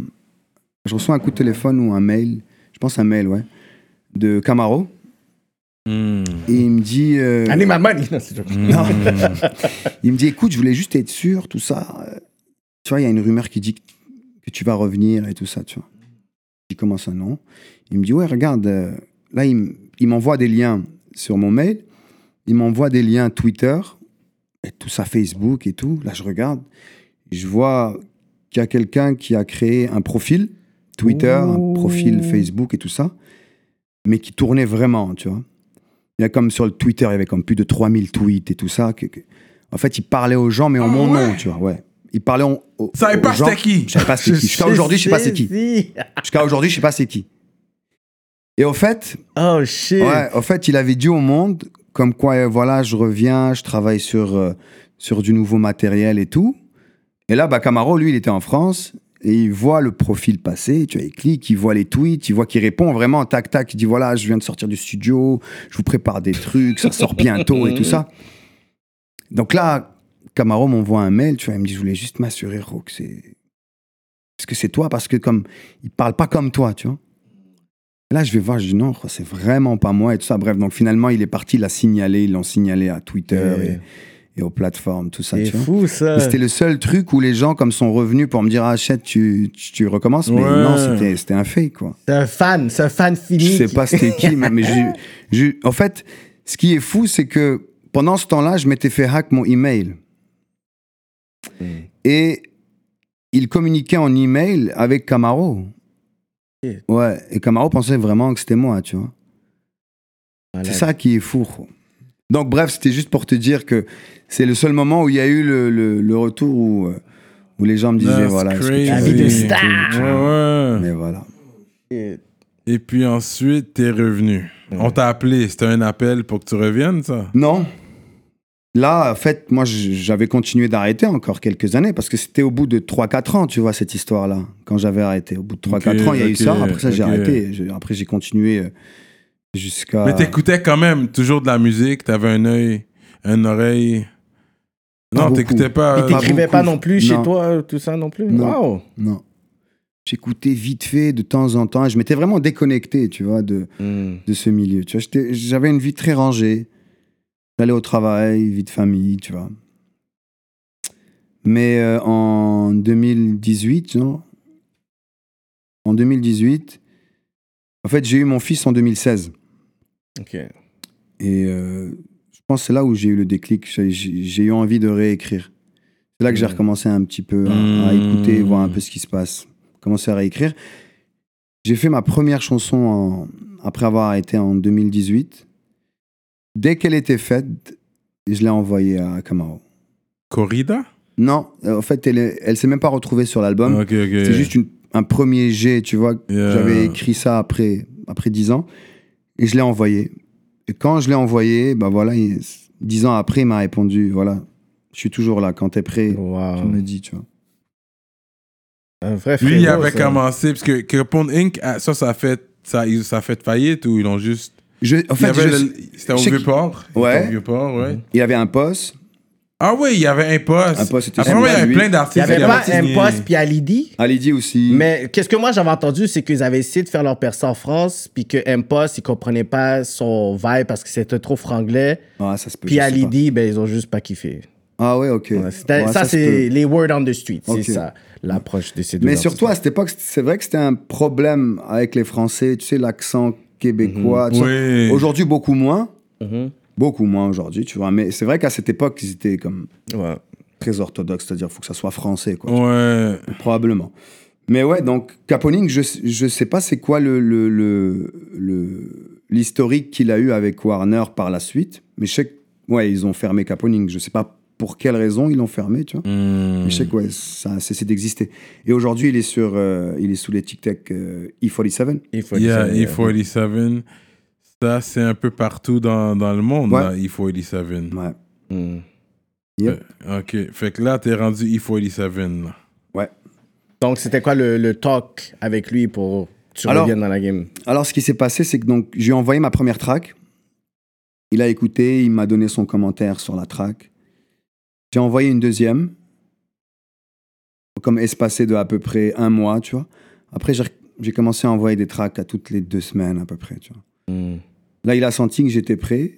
je reçois un coup de téléphone ou un mail, je pense un mail, ouais, de Camaro.
Hmm.
Et il me dit. euh,
I need my money. Non, c'est joke.
Non. il me dit, écoute, je voulais juste être sûr, tout ça. Euh, Tu vois, il y a une rumeur qui dit que que tu vas revenir et tout ça, tu vois. Je dis, comment ça, non Il me dit, ouais, regarde, euh, là, il m- il m'envoie des liens sur mon mail, il m'envoie des liens Twitter, et tout ça, Facebook et tout. Là, je regarde, je vois qu'il y a quelqu'un qui a créé un profil Twitter,
Ouh.
un profil Facebook et tout ça, mais qui tournait vraiment, tu vois. Il y a comme sur le Twitter, il y avait comme plus de 3000 tweets et tout ça. que- que- En fait, il parlait aux gens, mais en
Ah
mon
ouais.
nom, tu vois, ouais. Il parlait en- aux,
Ça
aux
est pas
gens.
c'était qui
Je savais pas c'est qui. Jusqu'à aujourd'hui, je sais pas c'est qui.
Si.
Jusqu'à aujourd'hui, je sais pas c'est qui. Et au fait,
Oh shit.
ouais, au fait, il avait dit au monde comme quoi, euh, voilà, je reviens, je travaille sur, euh, sur du nouveau matériel et tout. Et là, bah, Camaro, lui, il était en France et il voit le profil passer. Tu vois, il clique, il voit les tweets, il voit qu'il répond vraiment tac tac. Il dit voilà, je viens de sortir du studio, je vous prépare des trucs, ça sort bientôt et tout ça. Donc là, Camaro m'envoie un mail. Tu vois, il me dit je voulais juste m'assurer, Ro, que c'est parce que c'est toi, parce que comme il parle pas comme toi, tu vois. Là, je vais voir, je dis non, c'est vraiment pas moi et tout ça. Bref, donc finalement, il est parti, il l'a signalé, ils l'ont signalé à Twitter
Ouais.
et- et, et aux plateformes, tout ça.
C'est
tu vois.
fou, ça.
Et C'était le seul truc où les gens comme sont revenus pour me dire achète, tu, tu, tu recommences. Mais
Ouais.
non, c'était- c'était un fake, quoi.
C'est un fan, c'est un fan fini.
Je sais
qui-
pas c'était qui, mais mais j'ai- j'ai- en fait, ce qui est fou, c'est que pendant ce temps-là, je m'étais fait hack mon email. Et il communiquait en email avec Camaro.
Ok. Ah,
Ouais, et Camaro pensait vraiment que c'était moi, tu vois. C'est ça qui est fou. quoi. Donc bref, c'était juste pour te dire que c'est le seul moment où il y a eu le, le- le retour où, euh, où les gens me disaient,
That's
voilà, est-ce que tu
crazy.
La
veux-
vie de
est-ce que
star.
tu veux-
Ouais, ouais.
Mais voilà.
Et-
Et puis ensuite, t'es revenu.
Hmm.
On t'a appelé. C'était un appel pour que tu reviennes, ça?
Non. Là, en fait, moi, j- j'avais continué d'arrêter encore quelques années parce que c'était au bout de 3-4 ans, tu vois, cette histoire-là, quand j'avais arrêté. Au bout de 3-4
Ok,
ans, il y a eu
ok,
ça. Après ça, j'ai
ok.
arrêté. Je- Après, j'ai continué euh, jusqu'à.
Mais t'écoutais quand même toujours de la musique. T'avais un œil, une oreille.
Pas
Non,
beaucoup.
t'écoutais pas. euh,
Et t'écrivais
Euh, beaucoup.
pas non plus chez
Non.
toi, euh, tout ça non plus?
Non.
Wow.
Non. J'écoutais vite fait de temps en temps. Et Je m'étais vraiment déconnecté, tu vois, de,
Hmm,
de ce milieu. Tu vois, j'étais- j'avais une vie très rangée. J'allais au travail, vie de famille, tu vois. Mais euh, en 2018, genre, en 2018, en fait, j'ai eu mon fils en 2016.
OK.
Et euh, je pense que c'est là où j'ai eu le déclic. J'ai- J'ai j'ai eu envie de réécrire. C'est là que j'ai
Mm.
recommencé un petit peu à, à
Mm.
écouter, voir un peu ce qui se passe. Commencer à réécrire. J'ai fait ma première chanson en- après avoir arrêté en 2018. Dès qu'elle était faite, je l'ai envoyée à Camaro.
Corrida?
Non, euh, en fait, elle, est- elle s'est même pas retrouvée sur l'album.
Ok, ok.
C'est juste une- un premier jet, tu vois.
Yeah.
J'avais
Euh.
écrit ça après, après 10 ans et je l'ai envoyé. Et quand je l'ai envoyé, bah voilà, il- 10 ans après, il m'a répondu voilà, je suis toujours là, quand t'es prêt, tu
Wow.
me dis, tu vois.
Un vrai frérot,
Lui, il avait
ça.
commencé, parce que, que Pond Inc., ah, ça, ça a fait, ça, ils- ça a fait faillite ou ils l'ont juste.
Je- en
il y
fait,
avait
je-
le- c'était au
je sais
Vieux-Port.
Ouais.
C'était au Vieux-Port, ouais.
il avait un poste.
Ah oui, il y avait un poste.
Un poste, c'était
Apparemment, il y
celui-là,
avait
lui.
plein
Il y
d'artistes.
avait
qui
pas
avaient signé.
Impost puis Alidi?
Alidi aussi.
Mais qu'est-ce que moi j'avais entendu, c'est qu'ils avaient essayé de faire leur percée en France, puis que Impost, ils comprenaient pas son vibe parce que c'était trop franglais.
Ah, ça se peut.
Puis
je sais
Alidi, ben ils ont juste pas kiffé.
pas. Ah ouais, ok.
Ouais, c'était-
Ouais,
ça,
se peut.
c'est les word on the street.
Ok.
C'est ça, l'approche de ces deux
Mais
artistes.
surtout à cette époque, c'est- c'est vrai que c'était un problème avec les Français, tu sais, l'accent québécois. tout ça.
Oui.
Aujourd'hui, beaucoup moins.
Mhm.
Beaucoup moins aujourd'hui, tu vois. Mais c'est vrai qu'à cette époque, ils étaient comme
Ouais.
très orthodoxe, c'est-à-dire faut que ça soit français, quoi.
Ouais.
Probablement. Mais ouais, donc Caponing, je je sais pas c'est quoi le le- le- le- l'historique qu'il a eu avec Warner par la suite, mais je sais que- ouais ils ont fermé Caponing, je sais pas pour quelle raison ils l'ont fermé, tu vois.
Hmm.
Mais je sais que ouais, ça a cessé d'exister. Et aujourd'hui il est sur euh, il est sous l'étiquette euh, E47.
Il faut
Mm. Yeah,
hein.
dire, euh,
E47. Ça, c'est un peu partout dans, dans le monde,
Ouais.
là, E E47.
Ouais.
hmm.
Yep.
OK. Fait que là, t'es rendu E47, là.
Donc, c'était quoi le, le talk avec lui pour que tu
Alors-
reviennes dans la game?
Alors, ce qui s'est passé, c'est que donc, je lui ai envoyé ma première track. Il a écouté, il m'a donné son commentaire sur la track. J'ai envoyé une deuxième, comme espacée de à peu près un mois, tu vois. Après, j'ai- j'ai commencé à envoyer des tracks à toutes les deux semaines, à peu près, tu vois.
Hmm.
Là, il a senti que j'étais prêt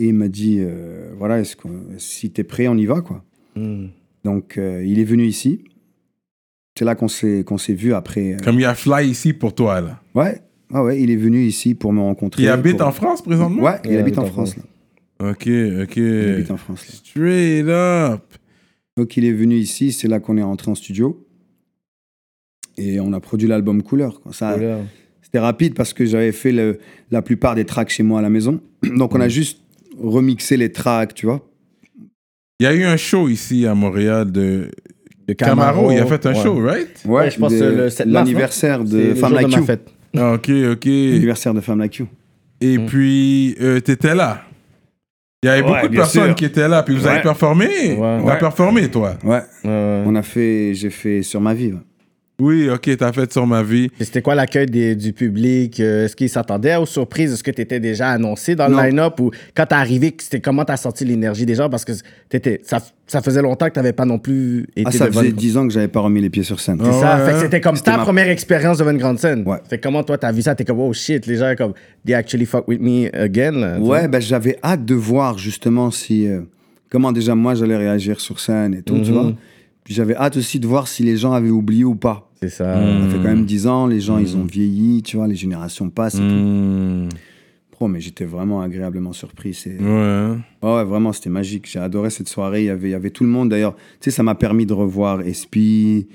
et il m'a dit euh, voilà, est-ce que, si t'es prêt, on y va, quoi.
Hmm.
Donc, euh, il est venu ici. C'est là qu'on s'est qu'on s'est vu après. euh,
Comme il y a Fly ici pour toi, là.
ouais, ouais, ouais, il est venu ici pour me rencontrer.
Il habite
pour-
en France, présentement?
Ouais, il,
Il
habite en France. là.
OK, OK.
Il habite en France. là.
Straight up.
Donc il est venu ici, c'est là qu'on est rentré en studio. Et on a produit l'album Couleur. quoi. Ça,
Voilà.
C'était rapide parce que j'avais fait le- la plupart des tracks chez moi à la maison. Donc on a juste remixé les tracks, tu vois.
Il y a eu un show ici à Montréal de
De
Camaro. Il a fait un
ouais.
show, right?
Ouais, je pense
de-
que le 7 mars,
L'anniversaire
C'est
de
le
Femme
jour
Like
de ma
You.
fête.
Ah, ok, ok. Et
L'anniversaire de Femme Like You.
puis, euh, t'étais là. Il y avait
Ouais,
beaucoup de
bien
personnes
sûr.
qui étaient là. Puis vous avez
Ouais.
performé.
Ouais.
T'as
Ouais.
performé, toi.
Ouais.
Ouais, ouais.
On a fait, j'ai fait Sur ma vie. ouais.
Oui, ok, t'as fait sur ma vie.
Puis C'était quoi l'accueil des- du public? Euh, Est-ce qu'ils s'attendaient aux surprises? Est-ce que tu étais déjà annoncé dans
Non.
le line-up? Ou quand t'es arrivé, que c'était comment t'as senti l'énergie des gens? Parce que t'étais, ça, ça faisait longtemps que t'avais pas non plus été
Ah, ça
devant
faisait
une-
10 ans que j'avais pas remis les pieds sur scène.
Ah
C'est ça,
ouais,
fait que
hein?
c'était comme
C'était
ta
ma-
première expérience devant une grande scène.
Ouais.
Fait que comment toi t'as vu ça? T'es comme, oh shit, les gens comme, they actually fuck with me again. là, tu
Ouais, ben, j'avais hâte de voir justement si euh, comment déjà moi j'allais réagir sur scène et tout, tu vois. Puis j'avais hâte aussi de voir si les gens avaient oublié ou pas.
C'est ça.
Ça fait quand même 10 ans, les gens ils ont vieilli, tu vois, les générations passent. et tout.
Hmm.
Pro, mais j'étais vraiment agréablement surpris. C'est...
Mhm. Ouais.
Ouais, ouais, vraiment, c'était magique. J'ai adoré cette soirée. Il y avait, il y avait tout le monde. D'ailleurs, tu sais, ça m'a permis de revoir Espy,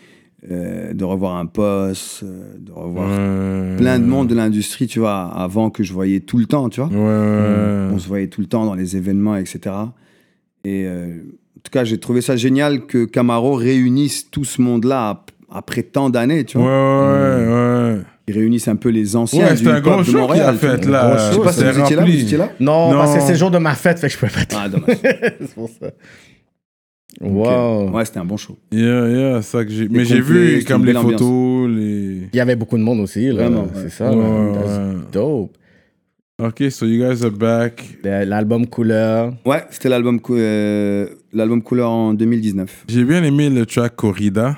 euh, de revoir un poste, euh, de revoir
Mhm. Ouais.
plein de monde de l'industrie, tu vois, avant que je voyais tout le temps, tu vois.
Ouais, ouais.
Hmm. On se voyait tout le temps dans les événements, etc. Et euh, en tout cas, j'ai trouvé ça génial que Camaro réunisse tout ce monde-là ap- après tant d'années, tu
Ouais,
vois.
ouais, ouais.
Ils réunissent un peu les anciens
Ouais,
du
c'était un
hip-hop
gros
de
show qu'il a
Montréal, tu
fait,
vois.
là.
Je sais pas si
C'était
vous étiez là, vous
rempli.
étiez là
Non,
Non.
parce que c'est le jour de ma fête, fait que je pouvais pas être.
Ah, dommage.
c'est pour ça. Wow.
Ouais, c'était un bon show.
Yeah, yeah, ça que j'ai. Mais
Les
j'ai
complets,
vu
c'est
comme
une
les
belle ambiance.
photos, les.
Il y avait beaucoup de monde aussi, là.
Vraiment, ouais.
C'est ça,
Ouais,
man.
ouais,
That's
ouais.
dope.
Ok, so you guys are back.
Ben, L'album Couleur.
Ouais, c'était l'album cou- euh, l'album couleur en 2019.
J'ai bien aimé le track Corrida.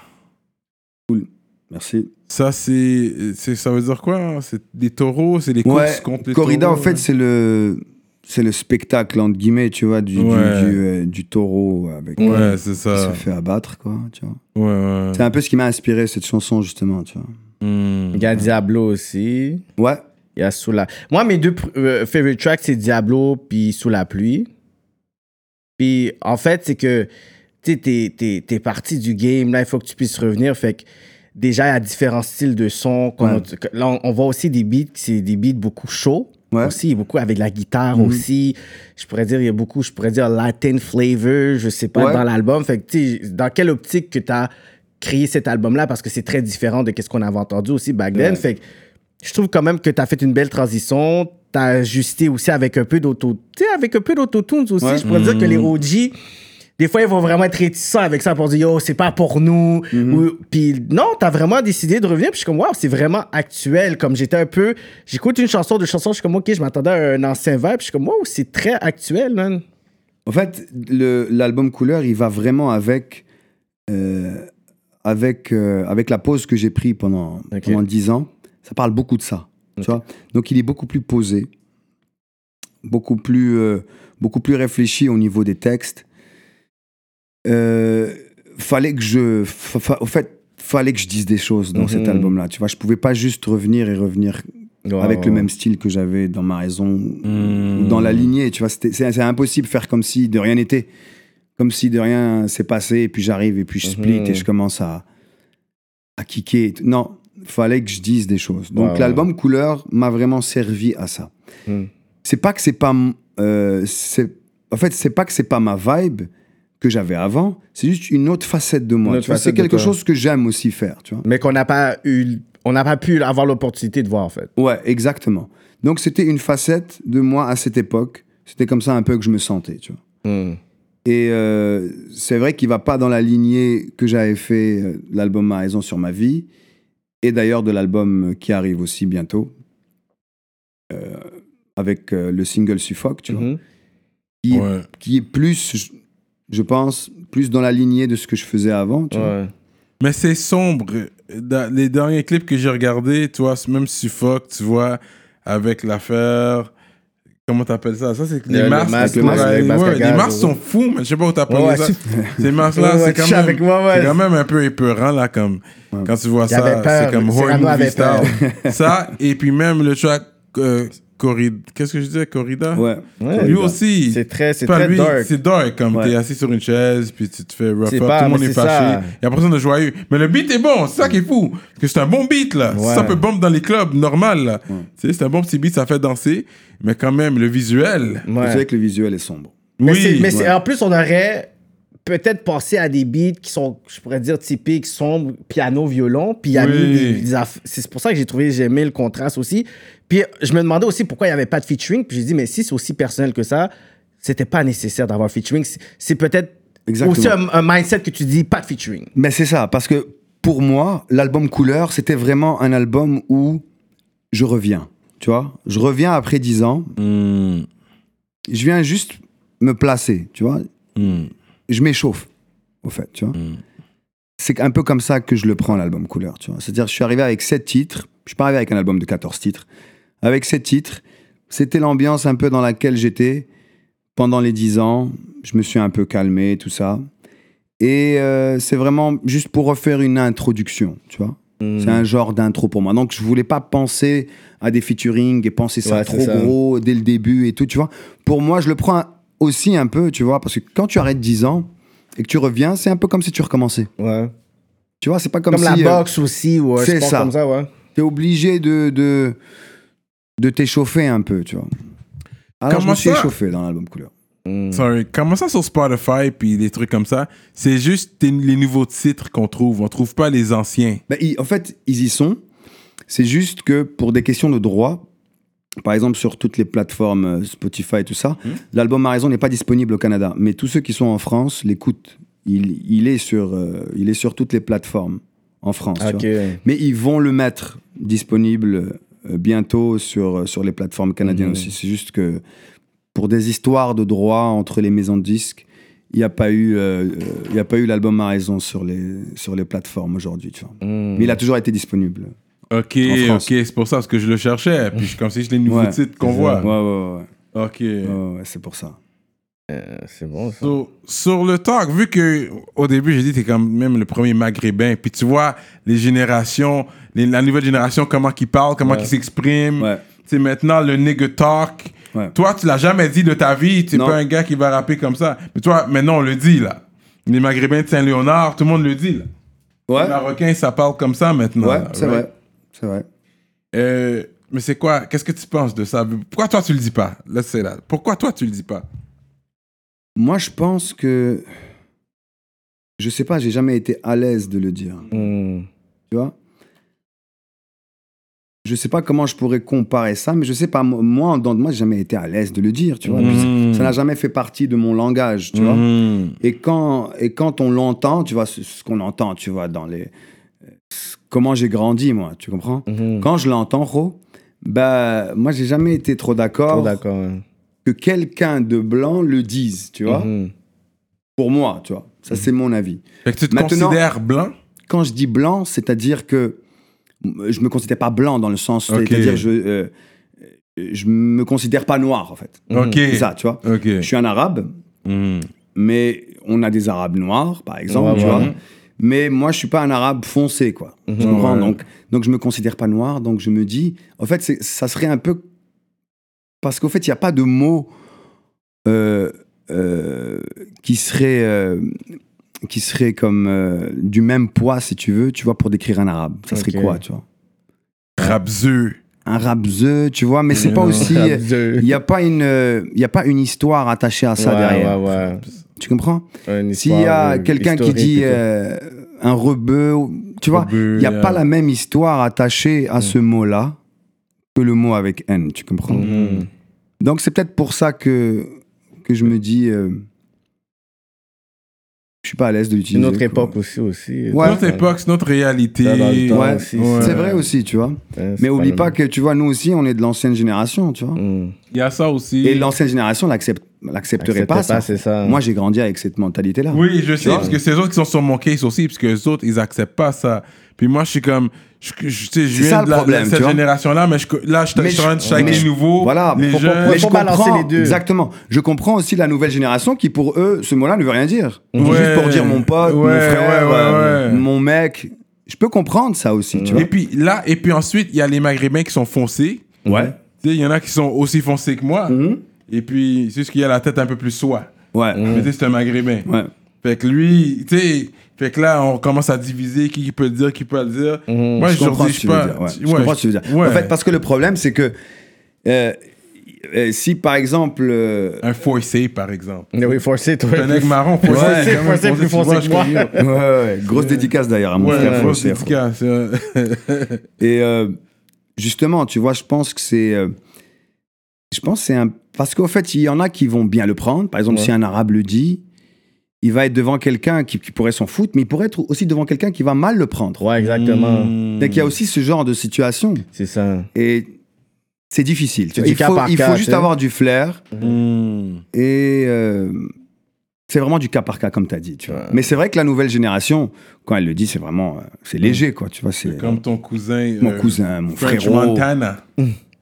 Merci.
Ça, c'est. c'est- Ça veut dire quoi hein? C'est des taureaux, c'est des
Ouais,
courses contre les
Corrida, en
taureaux,
fait, c'est le c'est le spectacle entre guillemets, tu vois, du du,
Ouais.
du, euh, du taureau avec euh,
Ouais,
qui
c'est
se
ça.
fait abattre quoi, tu vois.
Ouais, ouais.
C'est un peu ce qui m'a inspiré cette chanson justement, tu vois.
Hmm.
Il y a Diablo aussi.
Ouais.
Il y a Sous la... Moi, mes deux pr- euh, favorite tracks, c'est Diablo puis Sous la pluie. Puis, en fait, c'est que, tu sais, t'es, t'es- t'es parti du game, là, il faut que tu puisses revenir. Fait que, déjà, il y a différents styles de sons. qu'on-
Ouais.
que- Là, on, on voit aussi des beats, qui- c'est des beats beaucoup chauds.
Ouais.
Aussi, beaucoup avec la guitare
Mhm.
aussi. Je pourrais dire, il y a beaucoup, je pourrais dire Latin flavor, je sais pas,
Ouais.
dans l'album. Fait que, tu sais, dans quelle optique que t'as créé cet album-là, parce que c'est très différent de quest ce qu'on avait entendu aussi back then.
Ouais.
Fait que, je trouve quand même que tu as fait une belle transition. Tu as ajusté aussi avec un peu d'auto... Tu sais, avec un peu d'autotunes aussi.
Ouais.
Je pourrais dire que
Mm.
les OG, des fois, ils vont vraiment être réticents avec ça pour dire « Yo, c'est pas pour nous.
Mm-hmm.
Ou- Puis non, tu as vraiment décidé de revenir. Puis je suis comme « Wow, c'est vraiment actuel. » Comme j'étais un peu... J'écoute une chanson, deux chansons, je suis comme « Ok, je m'attendais à un ancien verbe. » Puis je suis comme « Wow, c'est très actuel, man.
En fait, le- l'album couleur, il va vraiment avec euh, avec euh, avec la pause que j'ai pris pendant
Ok.
pendant 10 ans. Ça parle beaucoup de ça, tu vois. Donc il est beaucoup plus posé, beaucoup plus euh, beaucoup plus réfléchi au niveau des textes. Euh, fallait que je fa- fa- au fait fallait que je dise des choses dans cet
Mhm.
album là, tu vois. Je pouvais pas juste revenir et revenir avec le même style que j'avais dans ma raison
Hmm.
ou dans la lignée tu vois c'était- c'est c'est impossible faire comme si de rien n'était comme si de rien s'est passé et puis j'arrive et puis je split
Mhm.
et je commence à à kicker et tout. non fallait que je dise des choses donc
Ouais,
l'album couleur m'a vraiment servi à ça
Mhm.
c'est pas que c'est pas m- euh, c'est en fait c'est pas que c'est pas ma vibe que j'avais avant c'est juste une autre facette de
Une
moi
autre
tu vois. c'est
facette de
quelque
toi.
chose que j'aime aussi faire tu vois
Mais qu'on n'a pas eu... On n'a pas pu avoir l'opportunité de voir, en fait.
Ouais, exactement. Donc c'était une facette de moi à cette époque. C'était comme ça un peu que je me sentais, tu vois.
Mm.
Et euh, c'est vrai qu'il va pas dans la lignée que j'avais fait euh, l'album Ma raison sur ma vie, et d'ailleurs de l'album qui arrive aussi bientôt, euh, avec euh, le single Suffoque, tu vois,
Mhm.
qui, est-
Ouais.
qui est plus, je- je pense, plus dans la lignée de ce que je faisais avant, tu vois.
Ouais.
Mais c'est sombre. Dans les derniers clips que j'ai regardés, tu vois, même Suffolk, tu vois, avec l'affaire. Comment t'appelles ça Ça, c'est que
Euh, Le-
les
le
masques.
masque,
ouais,
le masque,
ouais,
le masque à
les
gaz,
masques
ouais.
sont fous, mais je sais pas où t'appelles
Ouais,
ça.
c'est-
Ces masques-là,
Ouais,
c'est
ouais,
quand,
je suis
même-
avec moi, ouais.
c'est quand même un peu épeurant, là, comme quand tu vois
J'avais
ça.
peur,
C'est comme
Cyrano
horror movie
avait
style.
peur.
ça, et puis même le track euh, Corrida. Qu'est-ce que je disais Corrida
Ouais.
Ouais.
Lui aussi.
C'est très, c'est
Pas
très
lui,
dark.
C'est dark, comme
Ouais.
t'es assis sur une chaise, puis tu te fais rough
C'est
up,
pas-
tout le monde
mais
est
c'est ça.
fâché. Il y a personne de joyeux. Mais le beat est bon, c'est ça qui est fou. Parce que c'est un bon beat, là.
Ouais.
Ça peut bomber dans les clubs, normal, là. Tu sais, c'est un bon petit beat, ça fait danser. Mais quand même, le visuel.
Ouais.
Vous savez que le visuel est sombre.
Mais, c'est-
oui.
mais c'est-
ouais.
en plus, on aurait peut-être passé à des beats qui sont, je pourrais dire, typiques, sombres, piano, violon, puis il y a
Oui.
mis des- des aff- C'est pour ça que j'ai trouvé, j'ai aimé le contraste aussi. Puis je me demandais aussi pourquoi il n'y avait pas de featuring, puis j'ai dit, mais si c'est aussi personnel que ça, c'était pas nécessaire d'avoir featuring. C'est- C'est peut-être
Exactement.
aussi un, un mindset que tu dis, pas de featuring.
Mais c'est ça, parce que pour moi, l'album Couleur, c'était vraiment un album où je reviens. Tu vois, je reviens après 10 ans, Mm,
Hmm,
je viens juste me placer, tu vois,
hmm.
je m'échauffe, au fait, tu vois. C'est un peu comme ça que je le prends, l'album Couleur, tu vois. C'est-à-dire, je suis arrivé avec 7 titres, je suis pas arrivé avec un album de 14 titres. Avec 7 titres, c'était l'ambiance un peu dans laquelle j'étais. Pendant les 10 ans, je me suis un peu calmé, tout ça. Et euh, c'est vraiment juste pour refaire une introduction, tu vois. C'est
Mhm.
un genre d'intro pour moi. Donc, je voulais pas penser à des featuring et penser ça
Ouais, c'est
trop
ça.
gros dès le début et tout, tu vois. Pour moi, je le prends aussi un peu, tu vois, parce que quand tu arrêtes 10 ans et que tu reviens, c'est un peu comme si tu recommençais.
Ouais.
Tu vois, c'est pas comme,
Comme, la
si euh,
boxe aussi, ou un
c'est
sport
ça.
comme ça, ouais.
t'es obligé de, de, de t'échauffer un peu, tu vois. Alors, je
Comment
me suis
ça
échauffé dans l'album Couleur.
Sorry. Comment ça sur Spotify puis des trucs comme ça? C'est juste tes- les nouveaux titres qu'on trouve. On trouve pas les anciens.
Ben, ils- en fait, ils y sont. C'est juste que pour des questions de droit, par exemple sur toutes les plateformes euh, Spotify et tout ça, l'album à raison n'est pas disponible au Canada. Mais tous ceux qui sont en France l'écoutent. Il, il, est sur, euh, il est sur toutes les plateformes en France. tu vois.
Ah, Ok.
Mais ils vont le mettre disponible euh, bientôt sur, euh, sur les plateformes canadiennes aussi. C'est juste que pour des histoires de droit entre les maisons de disques, il n'y a pas eu, euh, euh, il y a pas eu l'album à raison sur les, sur les plateformes aujourd'hui. tu vois.
Mm.
Mais il a toujours été disponible.
Ok,
En
ok,
France.
c'est pour ça parce que je le cherchais. Puis je- comme si je les nouveaux
Ouais.
titres qu'on
C'est
voit.
ça. Ouais, ouais,
Ok.
ouais. Ouais, ouais, c'est pour ça.
Euh, c'est bon, ça.
So, sur le talk, vu que au début j'ai dit t'es quand même le premier maghrébin, puis tu vois les générations, les- la nouvelle génération comment qu'ils parlent, comment qu'ils s'expriment.
Ouais.
C'est maintenant le nigga talk.
Ouais.
Toi tu l'as jamais dit de ta vie, tu n'es
Non.
pas un gars qui va rapper comme ça. Mais toi maintenant on le dit là. Les maghrébins de Saint-Léonard, tout le monde le dit là.
Ouais,
Les Marocains ça parle comme ça maintenant.
ouais
là,
c'est
right?
vrai. C'est vrai.
Euh, mais c'est quoi Qu'est-ce que tu penses de ça Pourquoi toi tu le dis pas Là c'est là. Pourquoi toi tu le dis pas
Moi, je pense que. Je sais pas, j'ai jamais été à l'aise de le dire.
Mm.
Tu vois Je sais pas comment je pourrais comparer ça, mais je sais pas. Moi, en dedans de moi, j'ai jamais été à l'aise de le dire, tu vois. Puis
Mhm.
ça- Ça n'a jamais fait partie de mon langage, tu vois.
Mhm.
Et quand, et quand on l'entend, tu vois, ce, ce qu'on entend, tu vois, dans les. euh, Comment j'ai grandi, moi, tu comprends
Mhm.
Mmh. Quand je l'entends, Ro, bah, moi, j'ai jamais été trop
Trop
d'accord
d'accord. hein.
que quelqu'un de blanc le dise, tu vois.
Mhm.
Pour moi, tu vois. Ça, c'est mon avis.
Fait que tu te
Maintenant-
considères blanc
quand je dis blanc, c'est-à-dire que euh, je me considère pas blanc dans le sens,
Ok.
c'est-à-dire je euh, je me considère pas noir en fait.
Ok.
Mhm. C'est ça, tu vois.
Ok.
Je suis un arabe,
Mhm.
mais on a des arabes noirs par exemple,
Hmm. Ouais,
tu
ouais. Mhm.
vois. Mais moi, je suis pas un arabe foncé, quoi. Tu comprends
Ouais.
donc, donc, je me considère pas noir. Donc, je me dis, en fait, c'est- ça serait un peu parce qu'en fait, il n'y a pas de mot euh, euh, qui serait euh, qui serait comme euh, du même poids, si tu veux, tu vois, pour décrire un arabe. Ça serait
Ok.
quoi, tu vois
Rabzeux.
Un rabzeux, tu vois. Mais c'est
Hmm.
pas aussi. euh, Il
Il
n'y a pas une, euh, il y a pas une histoire attachée à ça derrière.
Ouais, ouais.
Tu comprends
Une
S'il
histoire,
y a
euh,
quelqu'un qui
historique
dit
et tout.
euh, un rebeu, ou- tu vois,
Rebeu,
il n'y a
yeah.
euh.
pas la même histoire attachée
Mm.
à ce mot-là que le mot avec N, tu comprends
Mhm.
Donc c'est peut-être pour ça que, que je me dis, euh, je suis pas à l'aise de l'utiliser.
Une autre
quoi.
époque aussi. aussi
Ouais.
Notre époque, c'est notre réalité.
Ça, dans le temps
Ouais,
aussi,
ouais.
C'est vrai aussi, tu vois.
Ouais, c'est
Mais oublie
le
pas
même.
que, tu vois, nous aussi, on est de l'ancienne génération, tu vois.
Mm.
Il y a ça aussi.
Et l'ancienne génération l'accepte- l'accepterait
Acceptez
pas, ça.
c'est ça.
Moi, j'ai grandi avec cette mentalité-là.
Oui, je sais,
vois?
parce que c'est eux autres qui sont sur mon case aussi, parce que les autres, ils acceptent pas ça. Puis moi, je suis comme. Je, je- je- tu sais, je
C'est ça,
viens
le
de, la-
problème,
de
tu
cette
vois?
génération-là, mais je, là, je, je
Mais
suis en train de
je-
checker
mais
les
je-
nouveaux.
Voilà,
les
pour- pour-
jeunes.
mais je
Faut balancer
comprends,
les deux.
Exactement. Je comprends aussi la nouvelle génération qui, pour eux, ce mot-là ne veut rien dire.
Ouais.
Juste pour dire mon pote, mon
Ouais,
frère,
ouais, ouais,
euh,
ouais. Mm.
mon mec. Je peux comprendre ça aussi, tu
Et puis là, et puis ensuite, il y a les Maghrébins qui sont foncés.
vois. Ouais.
Tu sais, il y en a qui sont aussi foncés que moi.
Mhm.
Et puis, c'est ce qu'il y a la tête un peu plus soie.
Ouais.
Mais tu sais, c'est un Maghrébin.
Mm. Ouais.
Fait que lui, tu sais, fait que là, on commence à diviser qui peut le dire, qui peut le dire. Moi,
Mm-hmm. je comprends
leur
ce
dis
que tu veux
pas-
dire. ouais.
tu-
Je
ouais,
comprends ce que tu veux dire.
ouais.
En fait, parce que le problème, c'est que euh, euh, si, par exemple, euh,
Un foissé, par exemple.
Mais oui, forcé, toi.
Un aigle marron, foissé.
Foncé,
c'est quand même
foncé, plus
tu vois,
foncé que
je
moi.
comprends.
ouais, ouais, grosse dédicace d'ailleurs à mon frère.
Ouais,
faut le
grosse
faire.
dédicace. euh.
Et euh, justement, tu vois, je pense que c'est. euh, je pense que c'est un. Parce qu'au fait, il y en a qui vont bien le prendre. Par exemple,
Ouais.
si un arabe le dit, il va être devant quelqu'un qui, qui pourrait s'en foutre, mais il pourrait être aussi devant quelqu'un qui va mal le prendre.
Ouais, exactement.
Hmm.
Donc il y a aussi ce genre de situation.
C'est ça.
Et c'est difficile. tu
C'est
vois.
du
Il
cas
faut,
par
il
cas,
faut
tu
juste
sais.
avoir du flair.
Mm.
Et euh, c'est vraiment du cas par cas, comme tu as dit. Tu vois.
Ouais.
Mais c'est vrai que la nouvelle génération, quand elle le dit, c'est vraiment. euh, C'est léger, quoi. Tu vois, c'est.
Comme ton cousin.
Mon
euh,
cousin, mon
French
frérot.
Montana.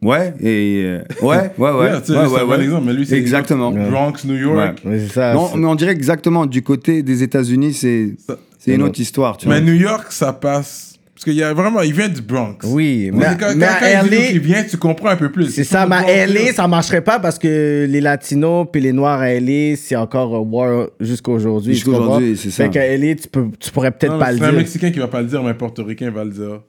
Ouais, et euh, ouais, ouais, ouais,
Ouais, tu sais,
ouais,
c'est
ouais,
un bon
ouais.
exemple, mais lui, c'est
exactement.
Bronx, New York.
Ouais.
Mais c'est ça.
Non,
c'est-
mais Euh, on dirait exactement du côté des États-Unis, c'est
Ça-
c'est une autre histoire, tu vois.
Mais New York, ça passe. Parce qu'il y a vraiment. Il vient du Bronx.
Oui,
Mais
mais,
quand,
mais
quand- quand
à
il dit
LA,
qu'il vient, tu comprends un peu plus.
c'est ça, mais à LA, ça marcherait pas parce que les Latinos puis les Noirs à LA, c'est encore euh, war jusqu'à aujourd'hui.
Jusqu'à
tu comprends?
aujourd'hui, c'est ça.
Fait qu'à LA, tu, peux, tu pourrais peut-être
Non,
pas
mais
le
C'est un
dire.
Mexicain qui va pas le dire, mais un Portoricain va le dire.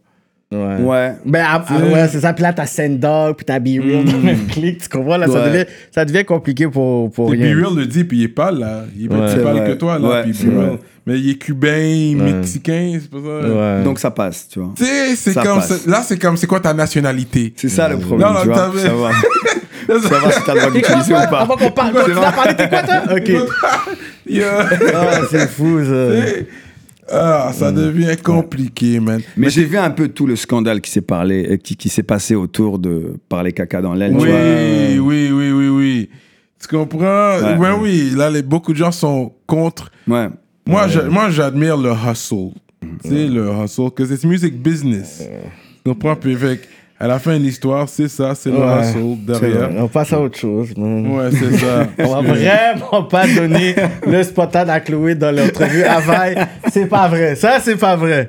Ouais.
Ouais.
Ben, ah, ah, ouais, c'est ça. Puis là, t'as Send Dog, puis t'as Be Real dans le même clic. Tu comprends? Là, ça,
Mm. Ouais.
devient, ça devient compliqué pour, pour
Et
rien.
B-Real le dit, puis il est pas là. Il est
Ouais.
plus
C'est
pâle
vrai.
que toi, là.
Ouais,
puis
c'est
B-Real.
vrai.
Mais il est cubain, mexicain, c'est pas ça.
Ouais.
euh, Donc ça passe, tu vois.
Tu sais, c'est
Ça
comme.
passe.
c'est- Là, c'est comme, c'est quoi ta nationalité?
C'est ça le problème,
Non, non,
tu vois.
t'avais-
Ça va. ça va si t'as le droit
T'es quoi,
d'utiliser
toi?
ou pas.
Avant qu'on parle, toi, tu vas parler, t'es quoi, toi? Ok.
Yeah.
Ah, c'est fou, ça.
ah, ça
Mm.
devient compliqué, man.
Mais j'ai vu un peu tout le scandale qui s'est parlé, euh, qui, qui s'est passé autour de parler caca dans l'aile. tu
Oui,
vois.
oui, oui, oui, oui. Tu comprends?
Ouais.
Ben oui, là, les, beaucoup de gens sont contre.
Ouais.
Moi, j'a- moi j'admire le hustle. Tu sais, le hustle, que c'est music business. Tu comprends? Puis, fait que, à la fin de l'histoire, c'est ça, c'est le
Ouais.
hustle
C'est
derrière.
vrai. On passe à autre chose. man.
Ouais, c'est ça.
On va vraiment pas donner le spotade à Chloé dans l'entrevue à Vaille. C'est pas vrai. Ça, c'est pas vrai.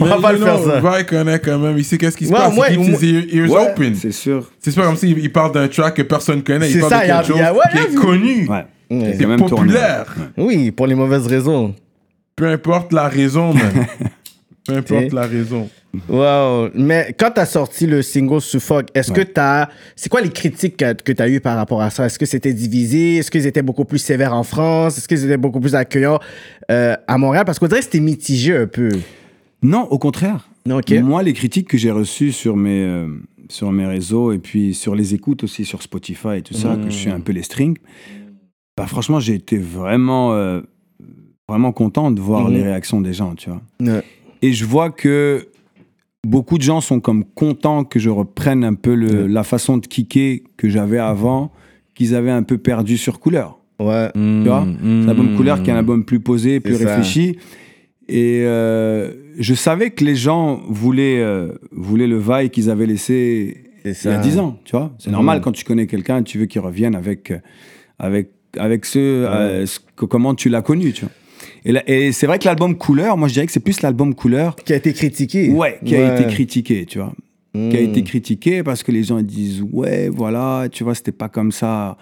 On va
Mais,
pas
you
le faire
know,
ça.
Vai connaît quand même, il sait qu'est-ce qui se
Ouais,
passe.
ouais,
il
au
keeps his ear- ears
Ouais,
open.
C'est sûr.
C'est pas comme s'il il parle d'un track que personne connaît, il
C'est
parle
ça,
de
il y a-
quelque chose
il y a- ouais,
qui
il y a
est
vu.
connu,
Ouais.
Ouais.
Et
qui
c'est
est
même tourné.
populaire.
Oui, pour les mauvaises raisons.
Peu importe la raison, man. Peu importe
T'sais.
la raison.
Wow. Mais quand t'as sorti le single Suffolk, est-ce que t'as. C'est quoi les critiques que, que t'as eues par rapport à ça? Est-ce que c'était divisé? Est-ce qu'ils étaient beaucoup plus sévères en France? Est-ce qu'ils étaient beaucoup plus accueillants euh, à Montréal? Parce qu'on dirait que c'était mitigé un peu.
Non, au contraire.
Non, ok.
Moi, les critiques que j'ai reçues sur mes, euh, sur mes réseaux et puis sur les écoutes aussi sur Spotify et tout ça, que je suis un peu les strings, bah, franchement, j'ai été vraiment, euh, vraiment content de voir
Mhm.
les réactions des gens, tu vois.
Ouais.
Et je vois que beaucoup de gens sont comme contents que je reprenne un peu le- la façon de kicker que j'avais avant, qu'ils avaient un peu perdu sur couleur.
Ouais.
Tu vois C'est un album couleur qui est un album plus posé, plus
Mm, C'est ça.
réfléchi. Et euh, je savais que les gens voulaient, euh, voulaient le vibe qu'ils avaient laissé
C'est
il y
ça. Mm.
a 10 ans. Tu vois C'est normal quand tu connais quelqu'un, tu veux qu'il revienne avec, euh, avec, avec ce,
Ah
euh, ce que- comment tu l'as connu. Tu vois et là- et c'est vrai que l'album couleur, moi je dirais que c'est plus l'album couleur
Qui a été critiqué.
Ouais, qui a
Ouais.
été critiqué, tu vois. Qui a
Mm.
été critiqué parce que les gens ils disent ouais, voilà, tu vois, c'était pas comme ça.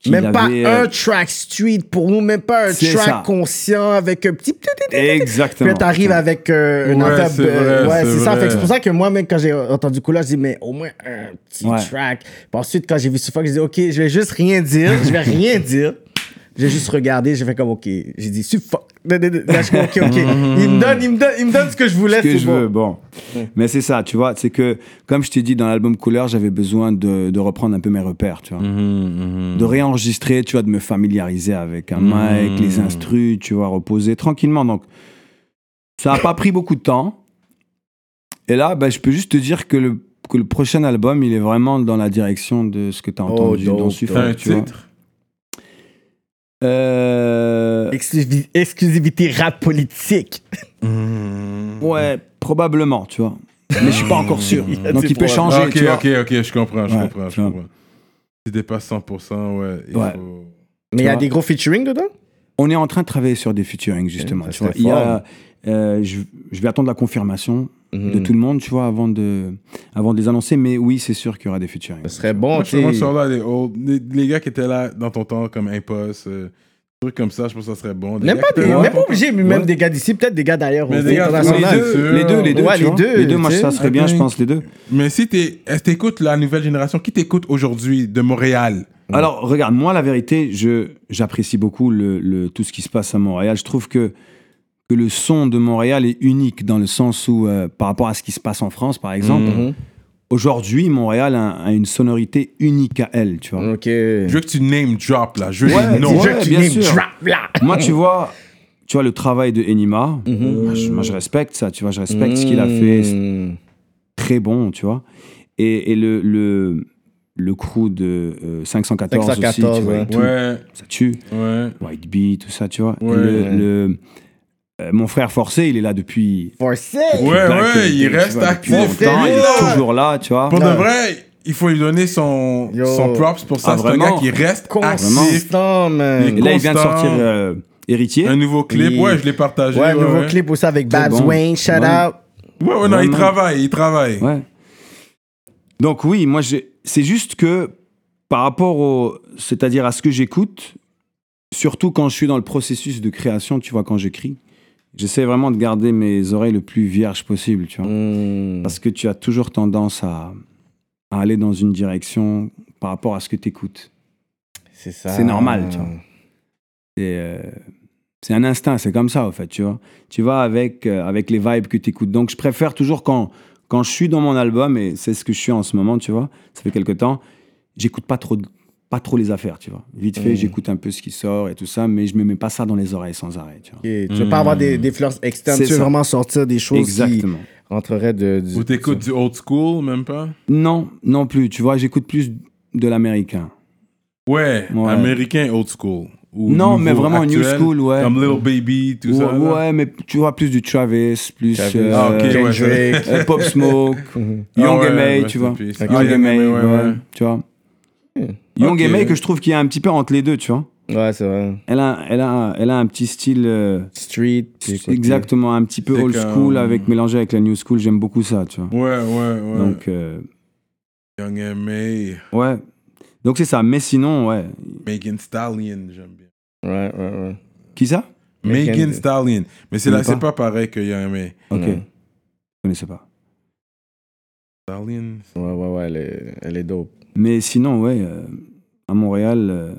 qu'il
Même pas
avait,
un
euh,
track street pour nous, même pas un
C'est
track
ça.
conscient avec un petit. Puis
Exactement.
là, t'arrives avec euh, une
Ouais,
entente,
c'est
euh,
vrai,
ouais,
c'est
c'est ça.
vrai.
Fait que c'est pour ça que moi, même quand j'ai entendu Couleur, je dis, mais au moins un petit
Ouais.
track. Puis ensuite, quand j'ai vu Suffolk, je dis, OK, je vais juste rien dire. Je vais rien dire. J'ai juste regardé, j'ai fait comme, OK. J'ai dit, Suffolk. Là, je suis OK, OK.
Mm-hmm.
Il me donne, il me donne, il me donne ce que je voulais.
ce que
c'est
je
bon.
veux, bon. Mais c'est ça, tu vois, c'est que, comme je t'ai dit, dans l'album Couleur, j'avais besoin de, de reprendre un peu mes repères, tu vois.
Mm.
De réenregistrer, tu vois, de me familiariser avec un mic, les instrus, tu vois, reposer tranquillement. Donc, ça n'a pas pris beaucoup de temps. Et là, ben, je peux juste te dire que le, que le prochain album, il est vraiment dans la direction de ce que
Oh,
tu as entendu
dope,
dans
dope.
Suffolk,
T'as un
tu vois.
titre?
Euh,
Exclusivi- Exclusivité rap politique. Mhm.
Ouais, probablement, tu vois. Mais je suis pas encore sûr.
Il y a
Donc,
des
il peut
problèmes.
changer,
Ah, ok,
tu vois.
ok, ok, je comprends, je
Ouais,
comprends, je
tu vois.
comprends. Si t'es pas 100%, ouais. il
Ouais.
faut-
Mais il y a
vois.
des gros featuring dedans?
On est en train de travailler sur des featuring, justement.
ça,
tu vois.
c'était
Il y a, euh, je, je vais attendre la confirmation
Hmm.
de tout le monde, tu vois, avant de, avant de les annoncer. Mais oui, c'est sûr qu'il y aura des hein. featuring.
Ce serait bon,
Moi, je
tu sais.
commence sur là, les, old- les, les gars qui étaient là dans ton temps, comme Impost, euh, trucs comme ça, je pense que ça serait bon. Des
Même
gars
pas
qui
des-
étaient là
même
dans
pas
ton
obligé, mais même des gars d'ici, peut-être des gars d'ailleurs.
Mais
aussi,
des gars-
international.
les, deux, les deux, les deux,
Ouais,
tu
les
vois.
deux,
les deux, moi,
tu sais.
ça serait bien, je pense, les deux.
temps. Mais si t'es- t'écoutes la nouvelle génération, qui t'écoute aujourd'hui de Montréal
Alors, regarde, moi, la vérité, je j'apprécie beaucoup le, le- tout ce qui se passe à Montréal. Je trouve que, que le son de Montréal est unique dans le sens où, euh, par rapport à ce qui se passe en France, par exemple,
Mhm.
aujourd'hui, Montréal a, a une sonorité unique à elle, tu vois.
Ok.
Je veux que tu name drop là, je veux
Ouais,
les noms.
dis-le.
que tu
bien
name
sûr.
drop, là.
Moi, tu vois, tu vois le travail de Enima. Moi, je, moi, je respecte ça. Tu vois, je respecte ce qu'il a fait. C'est
Mm.
très bon, tu vois. Et, et le, le le crew de euh, 514, aussi, tu
514,
vois, et
ouais.
tout,
Ouais,
ça tue.
ouais.
White Bee, tout ça, tu vois. le,
Ouais,
ouais.
le- euh, mon frère forcé, il est là depuis.
For sale.
Ouais,
Back,
ouais,
euh,
il
tu
reste
vois, depuis
actif.
longtemps, il
frérot.
est toujours là, tu vois.
Pour de
Ouais.
vrai, il faut lui donner son,
Yo.
son props pour ça.
Ah,
c'est un gars
vraiment?
qui reste actif.
Constant, man.
Il
Et là, il vient de
Constant.
sortir euh, Héritier.
Un nouveau clip,
Oui.
ouais, je l'ai partagé.
Ouais, nouveau
ouais.
clip aussi avec
Très
Babs
bon.
Wayne, shout
Ouais.
out.
Ouais, ouais, non, il
Vraiment.
travaille, il travaille.
Ouais. Donc oui, moi, j'ai- c'est juste que par rapport au, c'est-à-dire à ce que j'écoute, surtout quand je suis dans le processus de création, tu vois, quand j'écris, j'essaie vraiment de garder mes oreilles le plus vierges possible, tu
Mm.
vois, parce que tu as toujours tendance à, à aller dans une direction par rapport à ce que tu écoutes.
C'est ça.
C'est normal, tu vois. C'est, euh, c'est un instinct, c'est comme ça, en fait, tu vois. Tu vas avec, euh, avec les vibes que tu écoutes. Donc, je préfère toujours quand, quand je suis dans mon album, et c'est ce que je suis en ce moment, tu vois, ça fait quelques temps, j'écoute pas trop, de- pas trop les affaires, tu vois. Vite
Mmh.
fait,
Mm.
j'écoute un peu ce qui sort et tout ça, mais je me mets pas ça dans les oreilles sans arrêt, tu vois.
Ok, Tu veux pas avoir des, des fleurs externes,
C'est
tu veux
ça.
vraiment sortir des choses
Exactement.
qui rentreraient de, du.
Ou t'écoutes du old school, même pas?
Non, non plus, tu vois, j'écoute plus de l'américain.
Ouais,
Ouais.
américain old school. Ou
Non,
nouveau,
mais vraiment new
actuel,
school, ouais.
Comme Little Baby, tout
ouais,
ça. là.
ouais, mais tu vois, plus du Travis, plus
Travis.
euh,
Ah, ok, ouais.
Kendrick.
euh, Pop Smoke,
Mhm.
Young
Ah ouais,
M.A.,
rest
tu
in
vois.
peace.
Young
Ah,
M.A.,
ouais,
ouais,
ouais.
tu vois.
Hmm.
Young
Ok.
M.A. que je trouve qu'il y a un petit peu entre les deux, tu vois.
Ouais, c'est vrai.
Elle a, elle a, elle a un petit style euh,
Street. puis écoute-
exactement un petit peu
C'est
old
comme-
school avec mélangé avec la new school. J'aime beaucoup ça, tu vois.
Ouais, ouais, ouais.
Donc euh,
Young M.A.,
ouais, donc c'est ça. Mais sinon, ouais.
Megan Stallion, j'aime bien.
Ouais, ouais, ouais.
Qui ça
Megan-
Megan Stallion. Mais c'est
Connais
là, c'est
pas.
pas pareil que Young M.A.
Ok,
Non.
je connaissais pas.
Stallion.
Ouais, ouais, ouais, elle est, elle est dope.
Mais sinon, ouais, euh, à Montréal, euh,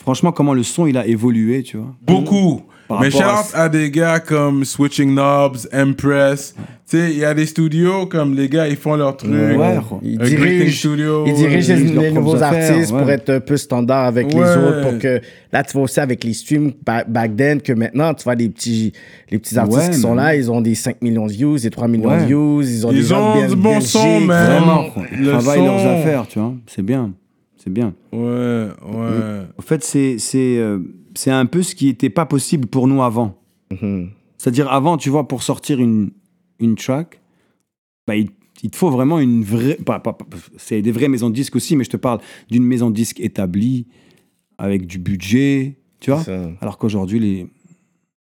franchement, comment le son il a évolué, tu vois.
Beaucoup.
Par
Mais
rapport à
shout
ce-
à des gars comme Switching Knobs, Empress. Tu sais, il y a des studios comme les gars, ils font leur truc.
Ouais, quoi.
Il
A Greeting
dirige.
Studio.
Ils dirigent
ils
les,
dirigent leurs
les nouveaux
propres affaires,
artistes pour
ouais.
être un peu standard avec les
Ouais.
autres, pour que là tu vois aussi avec les streams ba- back then que maintenant tu vois les petits les petits artistes
Ouais,
qui sont
man.
là, ils ont des 5 millions de views, des 3 millions de
Ouais.
views, ils ont des
Ils
gens
ont
bien-
du bon son,
Belgique,
man.
Vraiment, quoi. Ils
Le
travaillent
son.
leurs affaires, tu vois. C'est bien, c'est bien.
Ouais, ouais.
En fait, c'est c'est euh, c'est un peu ce qui n'était pas possible pour nous avant.
Mhm.
C'est-à-dire avant, tu vois, pour sortir une, une track, bah, il, il te faut vraiment une vraie... pas- pas- pas- c'est des vraies maisons de disques aussi, mais je te parle d'une maison de disques établie, avec du budget, tu vois.
Ça.
Alors qu'aujourd'hui, les...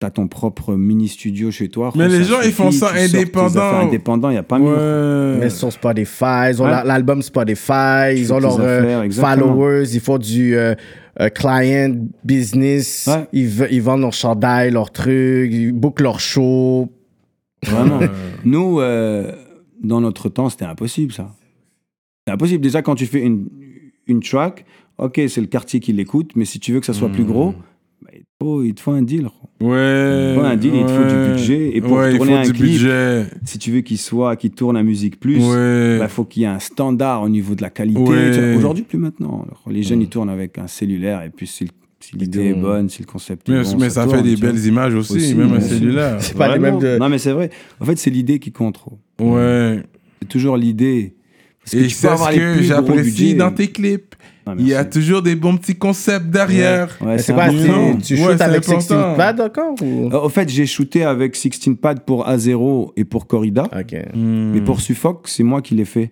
tu as ton propre mini-studio chez toi.
Mais
ça
les gens, ils font ça
tu sors tes
indépendant.
affaires indépendants, il n'y a pas mieux.
Ouais.
Mais sur Spotify, ils ont
Ouais.
la- l'album Spotify, ils
fais
ont
tes
leurs euh,
affaires, exactement.
followers, ils font du euh, euh, client business,
Ouais.
ils, ve- ils vendent leurs chandails, leurs trucs, ils bookent leurs shows.
Ben, Vraiment. Nous, euh, dans notre temps, c'était impossible, ça. C'est impossible. Déjà, quand tu fais une, une track, ok, c'est le quartier qui l'écoute, mais si tu veux que ça soit
Hmm.
plus gros, bah, il, te faut, il te faut un deal.
Ouais.
Ouais, un deal, il te faut du budget. Et pour
ouais, il
tourner
faut
un
du
clip,
budget.
Si tu veux qu'il soit, qu'il tourne à musique plus,
Ouais.
bah, faut qu'il y ait un standard au niveau de la qualité.
Ouais.
Tu vois, Aujourd'hui, plus maintenant. Alors, les jeunes, ils tournent avec un cellulaire, et puis si, si l'idée est
tournent.
bonne, si le concept
mais
est bon,
mais ça,
tourne,
fait des
tu vois.
belles images aussi,
Aussi,
même un
aussi.
cellulaire.
C'est pas les
Vraiment.
mêmes de-
Non, mais c'est vrai. En fait, c'est l'idée qui compte. gros.
Ouais.
C'est toujours l'idée. Parce que
Et
tu peux
c'est
avoir
ce
les
que
plus gros
j'apprécie
budgets.
dans tes clips.
Ah,
Il y a
merci.
toujours des bons petits concepts derrière.
Ouais,
Mais
c'est
c'est quoi,
important.
important.
tu, tu
Ouais,
shootes
c'est
avec
important.
16 pads encore ou...
Euh, Au fait, j'ai shooté avec 16 Pad pour A0 et pour Corrida.
Ok.
Mais
Hmm.
pour Suffolk, c'est moi qui l'ai fait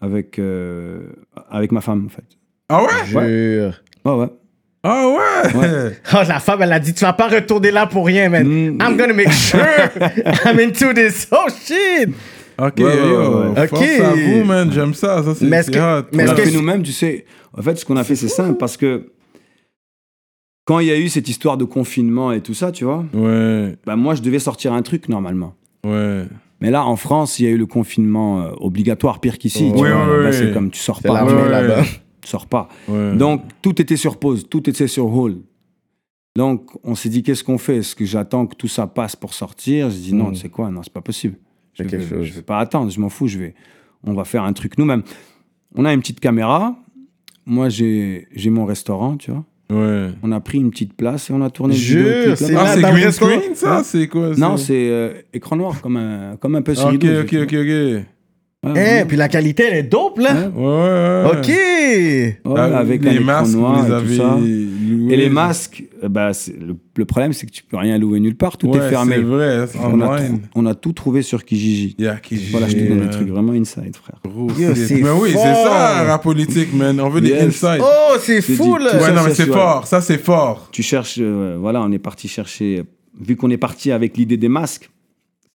avec, euh, avec ma femme, en fait.
Ah ouais?
Jure.
Ouais, ouais.
Ah ouais?
Oh, la femme, elle a dit, tu vas pas retourner là pour rien, man.
Mm.
Ah,
I'm gonna make sure I'm into this. Oh, shit.
Ok,
Ouais, ouais,
yo,
ouais,
ouais.
force
Ok.
à vous, man. J'aime ça. Ça, c'est
Mais est-ce
c'est
que-
hot.
mais est-ce
On
Ouais.
l'a
que-
fait nous-mêmes, tu sais. En fait, ce qu'on a fait, c'est simple parce que quand il y a eu cette histoire de confinement et tout ça, tu vois,
Ouais,
bah moi, je devais sortir un truc normalement.
ouais.
Mais là, en France, il y a eu le confinement euh, obligatoire, pire qu'ici. tu
Ouais,
vois.
ouais,
Là-bas,
ouais.
C'est comme tu sors
C'est
pas.
l'argent
ouais.
là-bas.
Tu sors pas.
ouais.
Mhm.
Donc, tout était sur pause, tout était sur hold. Donc, on s'est dit, qu'est-ce qu'on fait Est-ce que j'attends que tout ça passe pour sortir Je dis, non,
Mm.
tu sais quoi Non, c'est pas possible. Je
Fais
vais,
quelque chose.
je vais pas attendre, je m'en fous, je vais, on va faire un truc nous-mêmes. On a une petite caméra. Moi, j'ai j'ai mon restaurant, tu vois.
ouais.
On a pris une petite place et on a tourné le
Jure,
vidéoclip
c'est
là-bas.
Ah,
là,
c'est
dans le
green
restaurant. Hein?
screen, ça? C'est quoi?
Non, c'est euh, écran noir, comme un, comme un peu sur
Ok, Eh,
Idols,
ok,
tu vois.
ok, ok.
Hein, puis la qualité, elle est dope, là.
Ouais, ouais.
OK.
Ah,
avec
les
un écran
masques,
noir
vous les
et tout ça.
avez loués.
Et les masques, euh, bah, c'est- le, le problème, c'est que tu peux rien louer nulle part, tout
Ouais,
est fermé.
C'est vrai, c'est
On a,
online.
tout, on a tout trouvé sur Kijiji.
Yeah, qui
Voilà, je te donne
gère,
des trucs vraiment inside, frère.
gros,
Yo,
c'est-
c'est
Mais oui, c'est
fort.
ça, la politique, man. On veut des
Yes.
insights.
Oh, c'est
J'ai
fou,
dit
là.
tout.
ouais,
ça,
non, mais
ça,
c'est
tu
fort. Ça, c'est fort.
Tu cherches, euh, voilà, on est parti chercher, vu qu'on est parti avec l'idée des masques,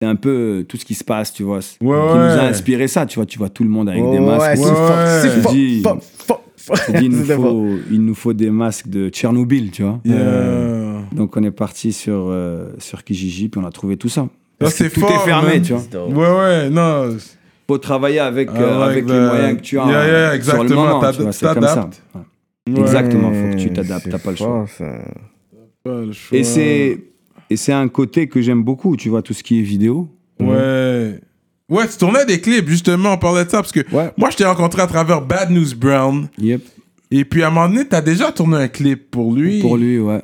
c'est un peu euh, tout ce qui se passe, tu vois, c'est-
Ouais,
qui nous a
ouais.
inspiré ça, tu vois, tu vois tout le monde avec des
Oh, Ouais,
masques.
c'est
Ouais,
fort,
ouais.
c'est fort,
J'ai dit-
fort, fort, fort.
On s'est dit, il, nous
C'est fort.
faut, il nous faut des masques de Tchernobyl, tu vois. Euh,
Yeah.
Donc on est parti sur, euh, sur Kijiji, puis on a trouvé tout ça.
Ça,
Parce que
c'est
tout
fort.
est fermé,
man.
tu vois.
Ouais, ouais, non.
faut travailler avec,
Ah
euh,
ouais,
avec
bah,
les moyens que tu as
yeah, yeah,
euh, sur le
exactement,
moment,
t'ad-
tu vois, c'est comme ça.
t'adaptes.
Ouais.
Ouais.
Exactement, faut que tu
Mmh,
t'adaptes, t'as pas le
c'est
choix.
fort, ça.
Pas le choix.
Et c'est et c'est un côté que j'aime beaucoup, tu vois, tout ce qui est vidéo.
Ouais. Ouais, tu tournais des clips, justement, on parlait de ça, parce que
Ouais.
moi, je t'ai rencontré à travers Bad News Brown,
Yep.
et puis à un moment donné, t'as déjà tourné un clip pour lui.
Pour lui, ouais.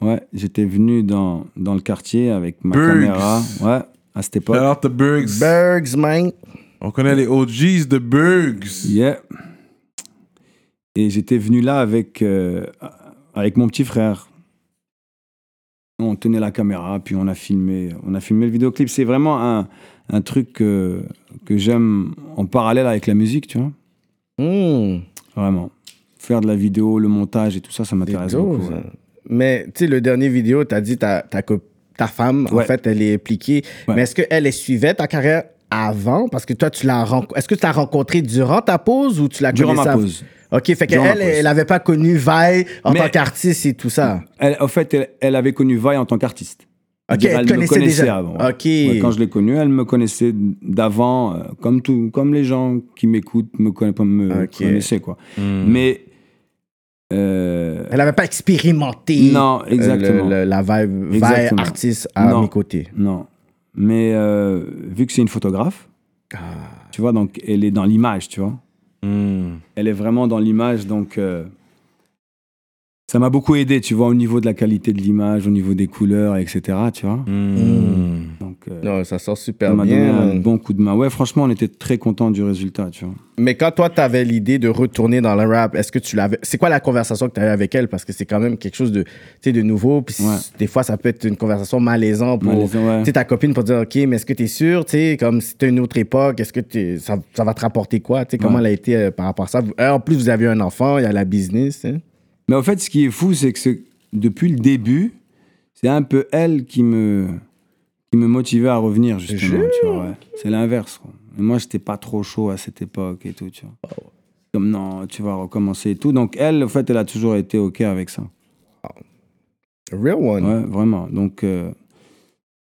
Ouais, j'étais venu dans, dans le quartier avec ma
Burgs.
caméra. Ouais, à cette époque.
Shout out to Bergs.
Ben.
Bergs, man.
On connaît les OGs de Bergs.
Yeah. Et j'étais venu là avec, euh, avec mon petit frère. On tenait la caméra, puis on a filmé, on a filmé le vidéoclip. C'est vraiment un, un truc que, que j'aime en parallèle avec la musique, tu vois.
Mmh.
Vraiment. Faire de la vidéo, le montage et tout ça, ça m'intéresse
C'est dope,
beaucoup.
ça.
ouais.
Mais tu sais, le dernier vidéo, tu as dit ta, ta, cop- ta femme, en
Ouais.
fait, elle est impliquée.
Ouais.
Mais est-ce qu'elle elle suivait ta carrière avant? Parce que toi, tu l'as ren- Est-ce que tu l'as rencontrée durant ta pause ou tu l'as
Durant ma
connaissée av-
pause.
OK, fait
Durant ma
qu'elle,
pause.
elle n'avait pas connu Vaille en
Mais-
tant qu'artiste et tout ça.
Elle, en fait, elle, elle avait connu Vaille en tant qu'artiste.
Ok,
Je dirais,
elle
me
connaissait déjà.
avant.
Ok.
Ouais, quand je l'ai connue, elle me connaissait d'avant, euh, comme tout, comme les gens qui m'écoutent me, conna- me
Ok.
connaissaient quoi.
Mm.
Mais euh,
Elle n'avait pas expérimenté
non,
euh,
exactement,
le- le- la vibe, vibe
Exactement.
artiste à
Non.
mes côtés.
non. Mais euh, vu que c'est une photographe,
Ah.
tu vois, donc elle est dans l'image, tu vois. Elle est vraiment dans l'image, donc. euh, ça m'a beaucoup aidé, tu vois, au niveau de la qualité de l'image, au niveau des couleurs, etc. Tu vois. Donc, euh,
Non, ça sort
Ça
Mm. super
m'a donné euh,
bien.
un bon coup de main. Ouais, franchement, on était très contents du résultat, tu vois.
Mais quand toi, t'avais l'idée de retourner dans le rap, est-ce que tu l'avais. C'est quoi la conversation que t'avais avec elle? Parce que c'est quand même quelque chose de, tu sais, de nouveau. Puis
Ouais.
c- des fois, ça peut être une conversation malaisante pour.
Malaisant, ouais.
tu sais, ta copine pour dire, OK, mais est-ce que t'es sûr? Tu sais, comme c'était une autre époque, est-ce que t'es- ça, ça va te rapporter quoi? Tu sais, comment
Ouais.
elle a été euh, par rapport à ça? Vous- euh, En plus, vous avez un enfant, il y a la business. hein.
Mais en fait, ce qui est fou, c'est que ce- depuis le début, c'est un peu elle qui me, qui me motivait à revenir, justement. tu vois, ouais. C'est l'inverse. quoi. Et Moi, j'étais pas trop chaud à cette époque et tout, tu vois. Comme non, tu vas recommencer et tout. Donc, elle, en fait, elle a toujours été OK avec ça.
Real one.
Ouais, vraiment. Donc, euh,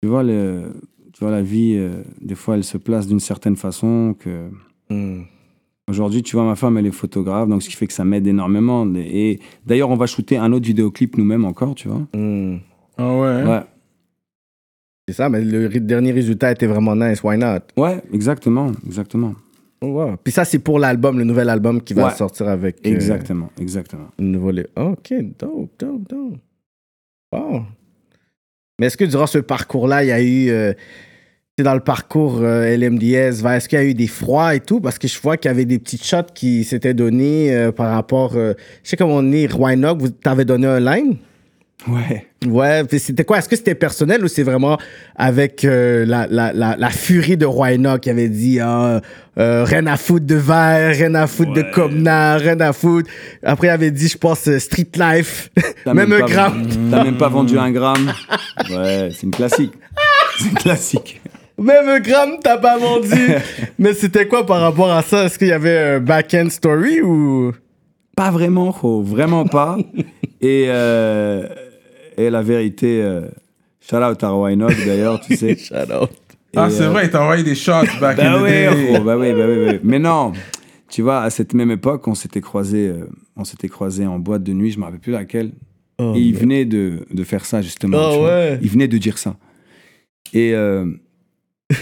tu, vois, le, tu vois, la vie, euh, des fois, elle se place d'une certaine façon que.
Mm.
Aujourd'hui, tu vois, ma femme, elle est photographe, donc ce qui fait que ça m'aide énormément. Et et d'ailleurs, on va shooter un autre vidéoclip nous-mêmes encore, tu vois.
Mm.
Ah ouais. hein?
Ouais,
C'est ça, mais le ri- dernier résultat était vraiment nice. Why not?
ouais, exactement, exactement.
Oh, wow. Puis ça, c'est pour l'album, le nouvel album qui va
Ouais.
sortir avec. euh,
Exactement, exactement.
nouveau lé- Ok, dope, dope, dope. Wow. Mais est-ce que durant ce parcours-là, il y a eu. euh, tu sais, dans le parcours euh, LMDS, va- est-ce qu'il y a eu des froids et tout? Parce que je vois qu'il y avait des petites shots qui s'étaient donnés euh, par rapport. euh, je sais comment on est, Roanoke, vous t'avez donné un line?
Ouais.
Ouais, puis c'était quoi? Est-ce que c'était personnel ou c'est vraiment avec euh, la, la, la, la furie de Roanoke qui avait dit ah, euh, rien à foutre de verre, rien à foutre de
Ouais.
Comna, rien à foutre. Après, il avait dit, je pense, euh, Street Life,
T'as
même, un
pas-
gramme.
T'as même pas vendu un gramme. Ouais, c'est une classique. C'est une classique.
Même un gramme, t'as pas vendu. Mais c'était quoi par rapport à ça? Est-ce qu'il y avait un back-end story ou.
Pas vraiment, gros, vraiment pas. Et, euh, et la vérité, euh, shout out à Roanoke d'ailleurs, tu sais.
Shout out.
Ah,
Et,
c'est
euh,
vrai, il t'a envoyé des shots back
Bah
in the
oui,
day.
gros, bah oui, bah oui, bah oui. Mais non, tu vois, à cette même époque, on s'était croisés, euh, on s'était croisés en boîte de nuit, je me rappelle plus laquelle. et il venait de, de faire ça, justement.
Oh, Ah
tu vois.
ouais.
Il venait de dire ça. Et euh,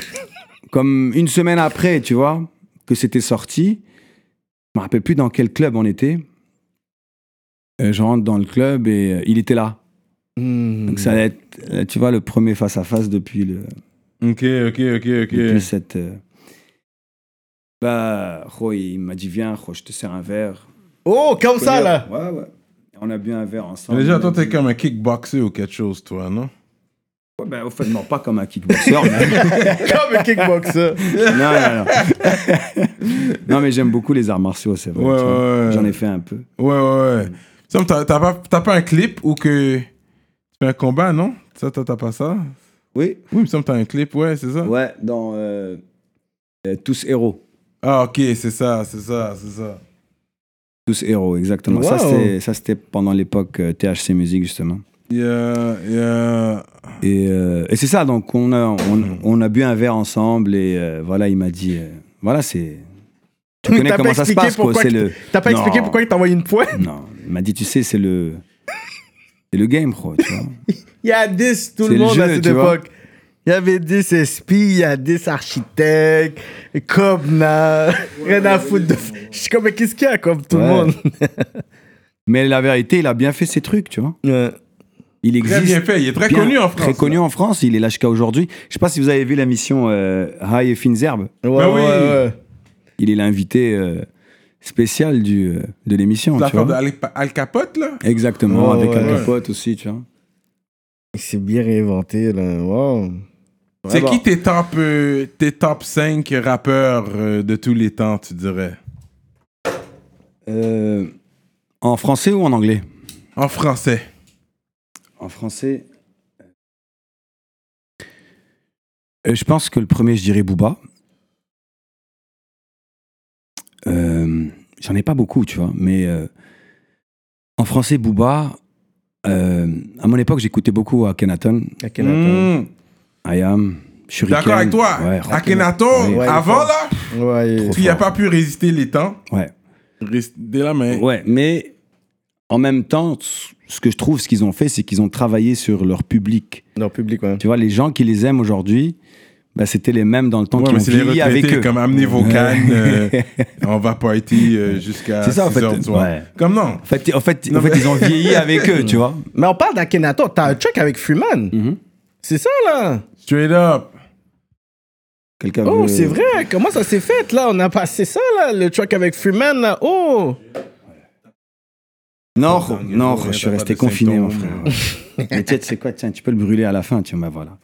comme une semaine après, tu vois, que c'était sorti, je me rappelle plus dans quel club on était. Euh, je rentre dans le club et euh, il était là.
Hmm.
Donc
Mm.
ça allait être, euh, tu vois, le premier face-à-face depuis le,
Ok, ok, ok, ok.
depuis cette. euh, Bah, Ro, il m'a dit Viens, Ro, je te sers un verre.
Oh, comme ça, là.
Ouais, ouais. On a bu un verre ensemble.
Mais déjà, toi,
attends,
t'es comme un kickboxer ou quelque chose, toi, non
Ouais, ben, au fait, non, pas comme un kickboxer, mais.
comme un kickboxer.
non, non, non. non, mais j'aime beaucoup les arts martiaux, c'est vrai.
Ouais,
tu vois.
ouais, ouais.
J'en ai fait un peu.
Ouais, ouais,
Mm.
ouais. Ça, mais T'as t'as pas, t'as pas un clip ou que. Tu fais un combat, non Ça, t'as t'as pas ça
Oui.
Oui, il me semble que t'as un clip, ouais, c'est ça
Ouais, dans euh, euh, Tous Héros.
Ah, ok, c'est ça, c'est ça, c'est ça.
Tous Héros, exactement. Ça,
Wow.
c'était- Ça, c'était pendant l'époque euh, THC Music, justement.
Yeah, yeah.
Et, euh, et c'est ça, donc on a, on, on a bu un verre ensemble et euh, voilà, il m'a dit euh, Voilà, c'est. Tu connais
T'as pas
comment ça se
expliqué
passe, quoi.
pourquoi
C'est
que-
le.
T'as pas
Non.
expliqué pourquoi il t'a envoyé une pointe?
Non, il m'a dit Tu sais, c'est le. C'est le game, quoi. Tu vois.
Il y a 10 tout
C'est
le
le
monde à
jeu,
cette
tu vois.
époque. Il y avait 10 espies, il y a 10 architectes, Cobna, rien à foutre de. Je suis comme, mais qu'est-ce qu'il y a comme tout le
Ouais.
monde?
Mais la vérité, il a bien fait ses trucs, tu vois.
Ouais.
Il
Très
existe.
bien fait, il est très
Bien,
connu en France.
Très connu en France, il est là jusqu'à aujourd'hui. Je sais pas si vous avez vu la mission euh, High et Fines Herbes.
Ouais,
Ben oui.
ouais,
Il est l'invité euh, spécial du, euh, de l'émission. tu
L'affaire de
vois.
Al, Al Capote, là
Exactement,
Oh,
avec
ouais.
un capote aussi, tu vois.
Il s'est bien réinventé, là. Wow.
C'est
Vraiment.
qui tes top, euh, tes top 5 rappeurs euh, de tous les temps, tu dirais
Euh, en français ou en anglais
En français.
En français. Euh, je pense que le premier, je dirais Booba. Euh, J'en ai pas beaucoup, tu vois, mais euh, en français, Booba. euh, à mon époque, j'écoutais beaucoup Akhenaton,
À quel
Hmm.
attente.
Ayam, Shuriken.
D'accord avec toi.
Ouais,
Akhenaton,
Ouais,
ouais,
avant
fort.
là,
Ouais.
Trop
il n'a
fort.
pas pu résister les temps.
Ouais.
Résister là, mais.
Ouais, mais en même temps, ce ce que je trouve, ce qu'ils ont fait, c'est qu'ils ont travaillé sur leur public.
Dans le public, ouais.
Tu vois, les gens qui les aiment aujourd'hui, bah, c'était les mêmes dans le temps
Ouais,
qu'ils
mais
ont
c'est les
vieilli
retraités
avec eux.
comme amenez vos cannes, euh, on va party euh, jusqu'à
C'est ça, en
6
fait.
heures du soir.
Ouais.
Comme non.
En fait, en fait, en fait, ils ont vieilli avec eux, tu vois.
Mais on parle d'Akenaton. T'as un check avec Freeman.
Mhm.
C'est ça, là.
Straight up.
Quelqu'un
Oh,
veut-
c'est vrai. Comment ça s'est fait, là? On a passé ça, là, le track avec Freeman, là. Oh!
Non,
Attends,
non,
t'as
je suis
pas de
resté confiné, mon frère.
symptômes.
Mais tiens, tu sais quoi, tiens, tu peux le brûler à la fin, tu vois, mais voilà.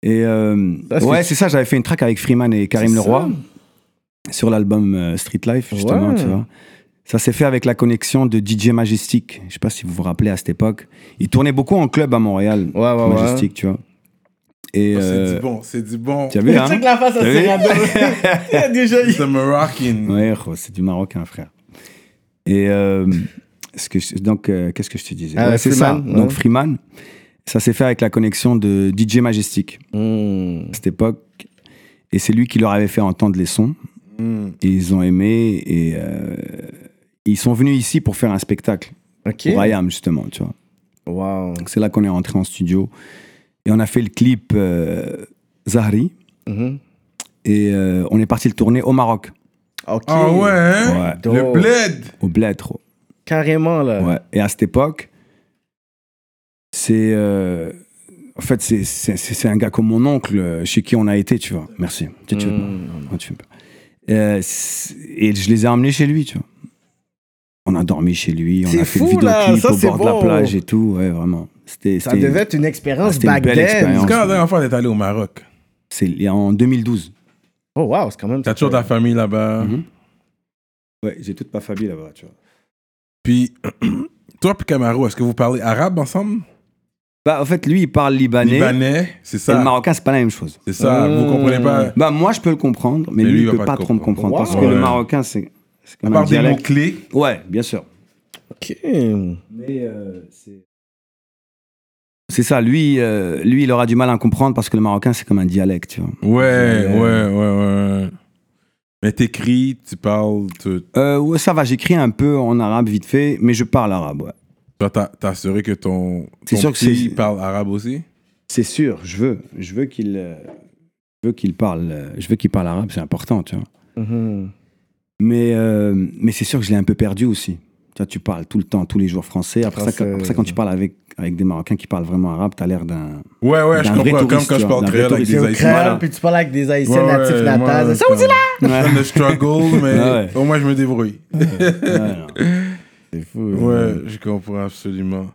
Et euh,
Ça, c'est-
ouais, c'est ça, j'avais fait une track avec Freeman et Karim
C'est
Leroy sur l'album euh, Street Life, justement,
Ouais.
tu vois. Ça s'est fait avec la connexion de DJ Majestic. Je sais pas si vous vous rappelez à cette époque. Il tournait beaucoup en club à Montréal,
Ouais, ouais, ouais.
Majestic, tu vois. Et
Oh, C'est
euh,
du bon, c'est du bon.
tu as vu,
Tu sais
hein
que la face, à
T'as vu
Il y a déjà eu.
C'est Moroccan.
Ouais, gros, c'est du marocain, frère. Et euh, ce que je- donc, euh, qu'est-ce que je te disais
Ah,
Ouais, C'est ça.
Freeman, ouais.
Donc, Freeman, ça s'est fait avec la connexion de DJ Majestic
Hmm.
à cette époque. Et c'est lui qui leur avait fait entendre les sons.
Hmm.
Et ils ont aimé. Et euh, ils sont venus ici pour faire un spectacle.
Ok.
Pour IAM, justement, tu vois.
Wow.
Donc, c'est là qu'on est rentré en studio. Et on a fait le clip euh, Zahri.
Mhm.
Et euh, on est parti le tourner au Maroc,
Ok.
Ah ouais, hein?
Ouais. Oh.
Le
Dope.
bled.
au Bled, gros.
Carrément, là.
Ouais. Et à cette époque, c'est. euh, en fait, c'est- c'est c'est- c'est un gars comme mon oncle euh, chez qui on a été, tu vois. Merci. Tu- tu-
Mm.
non, Oh, tu veux pas. Euh, c'est- et je les ai emmenés chez lui, tu vois. On a dormi chez lui, on
C'est
a fait le
fou, là.
vidéoclip
Ça,
au
c'est
bord de la
bon.
plage et tout. Ouais, vraiment. C'était.
Ça
c'était-
devait être une
Ah,
expérience
c'était une
back
belle
then.
expérience.
C'est quand la dernière fois d'être allé au Maroc?
C'est il y a en 2012.
Oh wow, c'est quand même.
T'as toujours ta famille là-bas.
Mhm. Ouais, j'ai toute ma famille là-bas, tu vois.
Puis, toi puis Camaro, est-ce que vous parlez arabe ensemble?
Bah, en fait, lui, il parle libanais.
Libanais, c'est
Et le
ça.
marocain, c'est pas la même chose.
C'est ça, vous comprenez pas.
Bah, moi, je peux le comprendre, mais,
Mais
lui,
lui, il
il
va
peut
pas
pas
te
trop me comprendre.
comprendre.
Wow.
Parce que le
Ouais.
marocain, c'est. c'est
À
comme un
part des
dialecte.
mots-clés.
Ouais, bien sûr.
Ok.
Mais euh, c'est. ça, lui, euh, lui, il aura du mal à comprendre parce que le marocain, c'est comme un dialecte, tu vois.
Ouais,
Ouais.
ouais, ouais, ouais. Mais t'écris, tu parles, tu
Euh, ouais, ça va, j'écris un peu en arabe vite fait, mais je parle arabe, ouais.
toi, t'as t'as assuré que ton,
C'est
ton
sûr que c'est-
petit parle arabe aussi?
C'est sûr, je veux. Je veux qu'il. euh, je veux qu'il parle. euh, je veux qu'il parle arabe, c'est important, tu vois.
Mhm.
Mais, euh, mais c'est sûr que je l'ai un peu perdu aussi. Tu vois, tu parles tout le temps, tous les jours français. Après, ça,
Français,
après ça, quand tu parles avec avec des Marocains qui parlent vraiment arabe, t'as l'air d'un.
Ouais, ouais, je
d'un vrai
comprends. Comme
touriste,
quand
tu
je
vois,
parle
d'un
très
vrai
avec
touriste.
des
C'est au
Haïtiens.
crâne, puis tu parles avec des Haïtiens natifs
moi,
natas. Ça aussi, là!
Je suis en train de struggle, mais
Ah Ouais.
au moins je me débrouille.
Ouais, non. C'est fou.
Ouais, je comprends absolument.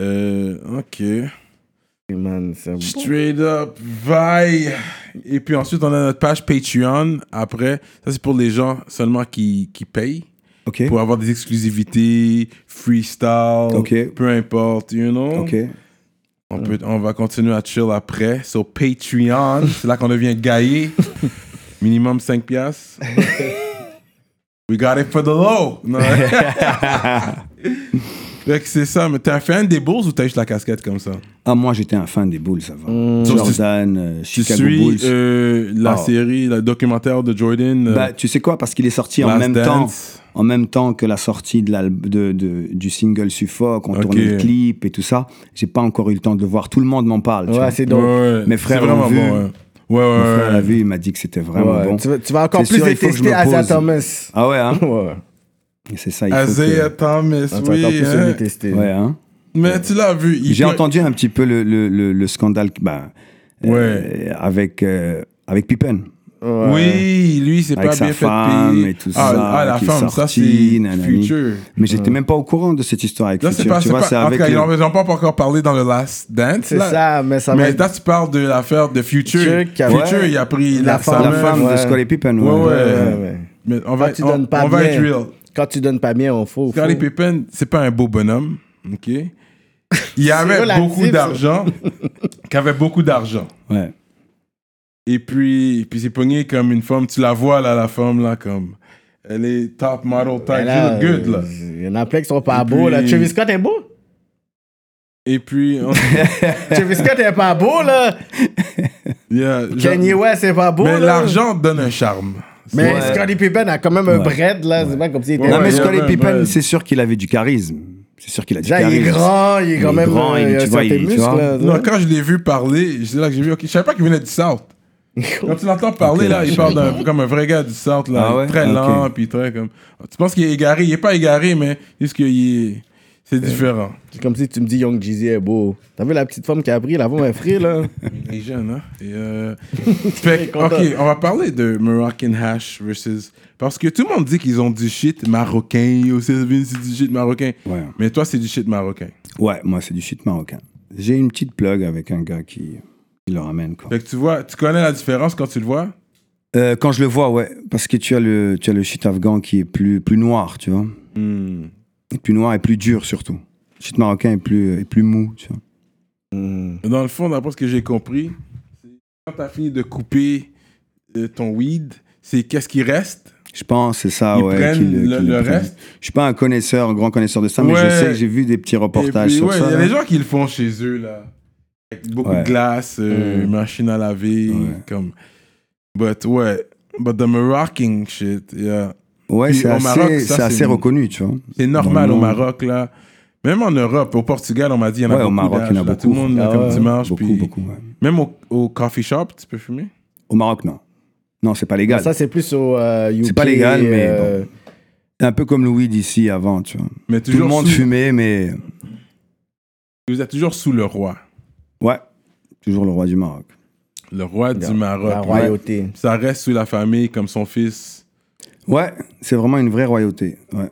Euh, ok.
Man, c'est bon.
Straight up, vaille. Et puis ensuite, on a notre page Patreon. Après, ça c'est pour les gens seulement qui, qui payent.
Ok.
Pour avoir des exclusivités, freestyle,
Ok.
peu importe, you know.
Ok.
On, peut, on va continuer à chill après. Sur Patreon, c'est là qu'on devient gaillé. Minimum 5 piastres. We got it for the low. Non. Fait que c'est ça, mais t'as fait un des bourses ou t'as juste la casquette comme ça?
Ah, moi, j'étais un fan des Bulls, ça va.
Donc, tu-
Jordan, euh,
Tu
Chicago
suis
Bulls.
euh, la
Ah.
série, le documentaire de Jordan. euh,
Bah, tu sais quoi Parce qu'il est sorti en
Last
même temps.
Dance.
en même temps que la sortie de l'al- de- de- du single Suffoc, on
Ok.
tournait le clip et tout ça. J'ai pas encore eu le temps de le voir. Tout le monde m'en parle. tu vois.
Ouais, c'est donc.
Ouais, ouais.
mes frères
C'est vraiment
l'ont vu.
bon, ouais. Ouais, ouais,
Mon frère
ouais.
l'a vu, il m'a dit que c'était vraiment
Ouais,
bon.
tu, vas, tu vas encore
C'est
plus
sûr, il faut que je me
détester
pose.
Asa Thomas.
Ah ouais, hein
Ouais.
C'est ça. Il faut
Isaiah
que...
Thomas,
Tu vas encore
oui.
plus
hein.
le détester.
Ouais, hein.
Mais tu l'as vu. il
J'ai
peut-
entendu un petit peu le, le, le, le scandale bah, euh,
Ouais.
avec, euh, avec Pippen.
Ouais.
Oui, lui, c'est
Avec
pas
sa
bien fait
femme
payer.
et tout
ah,
ça,
Ah, la
qui est
femme, ça, c'est
sortie, nanani.
future.
Mais j'étais même pas au courant de cette histoire avec
Là, c'est
Future.
pas.
tu
c'est
vois,
pas-
c'est
en tout
avec.
cas, ils
le-
n'en ils n'ont pas encore parlé dans le Last Dance.
C'est
là.
ça, mais ça va
Mais
être-
là, tu parles de l'affaire de Future.
Future qui a-
Future,
Ouais.
il a pris
La
la
femme-
la
Ouais,
femme
ouais.
de Scottie Pippen.
Ah Ouais, ouais.
Ouais, ouais.
Mais on
Quand
va,
tu
on,
donnes pas
on
bien.
va être real.
Quand tu donnes pas bien, on faut. faut.
Scottie Pippen, c'est pas un beau bonhomme, ok? Il y avait
relatif,
beaucoup
ça.
d'argent, qui avait beaucoup d'argent.
Ouais.
Et puis, puis c'est pogné comme une femme, tu la vois là, la femme là, comme, elle est top model type,
Ah,
Mais
she
là,
look good
euh,
là.
Il y en a plein qui sont pas
Et
beaux, là.
puis-
Travis Scott est beau.
Et puis, on-
Travis Scott est pas beau, là.
yeah, genre-
Kanye West est pas beau,
mais
là.
l'argent donne un charme.
Mais
Ouais.
Scottie Pippen a quand même un
Ouais.
bread, là. C'est pas comme s'il était.
Ouais,
Non, mais
il y a
Scottie
même,
Pippen,
ouais.
c'est sûr qu'il avait du charisme. C'est sûr qu'il a du
Genre, il
charisme.
est grand, il est
Il
quand
est
même.
grand,
euh,
il-
il a
tu vois, il-
certains
tu
muscles,
vois.
là.
Non, quand je l'ai vu parler, c'est là que j'ai vu, ok, je savais pas qu'il venait du South. Quand tu l'entends parler,
Ok,
là,
là,
il
je
parle d'un- comme un vrai gars du South, là,
Ah ouais?
très
Ok.
lent, puis très comme. Tu penses qu'il est égaré, il est pas égaré, mais juste qu'il est. C'est
Euh,
différent.
C'est comme si tu me dis Young Jeezy est beau. T'as vu la petite femme qui a pris, la femme est frère, là.
Il est jeune, hein? Et, euh, fait que,
content.
ok, on va parler de Moroccan Hash versus. Parce que tout le monde dit qu'ils ont du shit marocain, yo, c'est c'est du shit marocain.
Ouais.
Mais toi, c'est du shit marocain.
Ouais, moi, c'est du shit marocain. J'ai une petite plug avec un gars qui, qui le ramène. Quoi.
Fait que tu vois, tu connais la différence quand tu le vois?
Euh, quand je le vois, ouais, parce que tu as le, tu as le shit afghan qui est plus, plus noir, tu vois.
Hmm.
Et plus noir et plus dur, surtout. Le shit marocain est plus, est plus mou, tu vois.
Dans le fond, d'après ce que j'ai compris, c'est quand t'as fini de couper euh, ton weed, c'est qu'est-ce qui reste?
Je pense, c'est ça,
Ils
Ah ouais.
prennent
qu'ils
le-
qu'ils
le
prennent.
reste.
Je suis pas un connaisseur, un grand connaisseur de ça, mais je
Ouais.
sais que j'ai vu des petits reportages
Et puis,
sur
ouais,
ça.
Il y a
là.
des gens qui le font chez eux, là. Avec beaucoup
Ouais.
de glace, euh, machine à laver,
Ouais.
comme. But, ouais. But the Moroccan shit, yeah.
Ouais,
Puis
c'est
au
assez,
Maroc, ça,
c'est
c'est
assez
une-
reconnu, tu vois.
C'est normal
Dans
au
le monde.
Maroc, là. Même en Europe, au Portugal, on m'a dit, il y en a
Ouais, au
beaucoup.
Maroc,
d'âge,
il y en a
là.
beaucoup.
Tout le monde, là,
Ah
comme
ouais,
tu marches.
beaucoup,
puis-
beaucoup, ouais.
Même au, au coffee shop, tu peux fumer.
Au Maroc, non. Non, c'est pas légal.
Ça, c'est plus au euh, UK.
C'est pas légal, mais
euh,
C'est un peu comme le weed ici avant, tu vois.
Mais
Tout le
toujours
monde
sous-
fumait, mais
Vous êtes toujours sous le roi.
ouais, toujours le roi du Maroc.
Le roi du
La
Maroc. ouais.
royauté.
Ça reste sous la famille, comme son fils.
Ouais, c'est vraiment une vraie royauté. Ouais.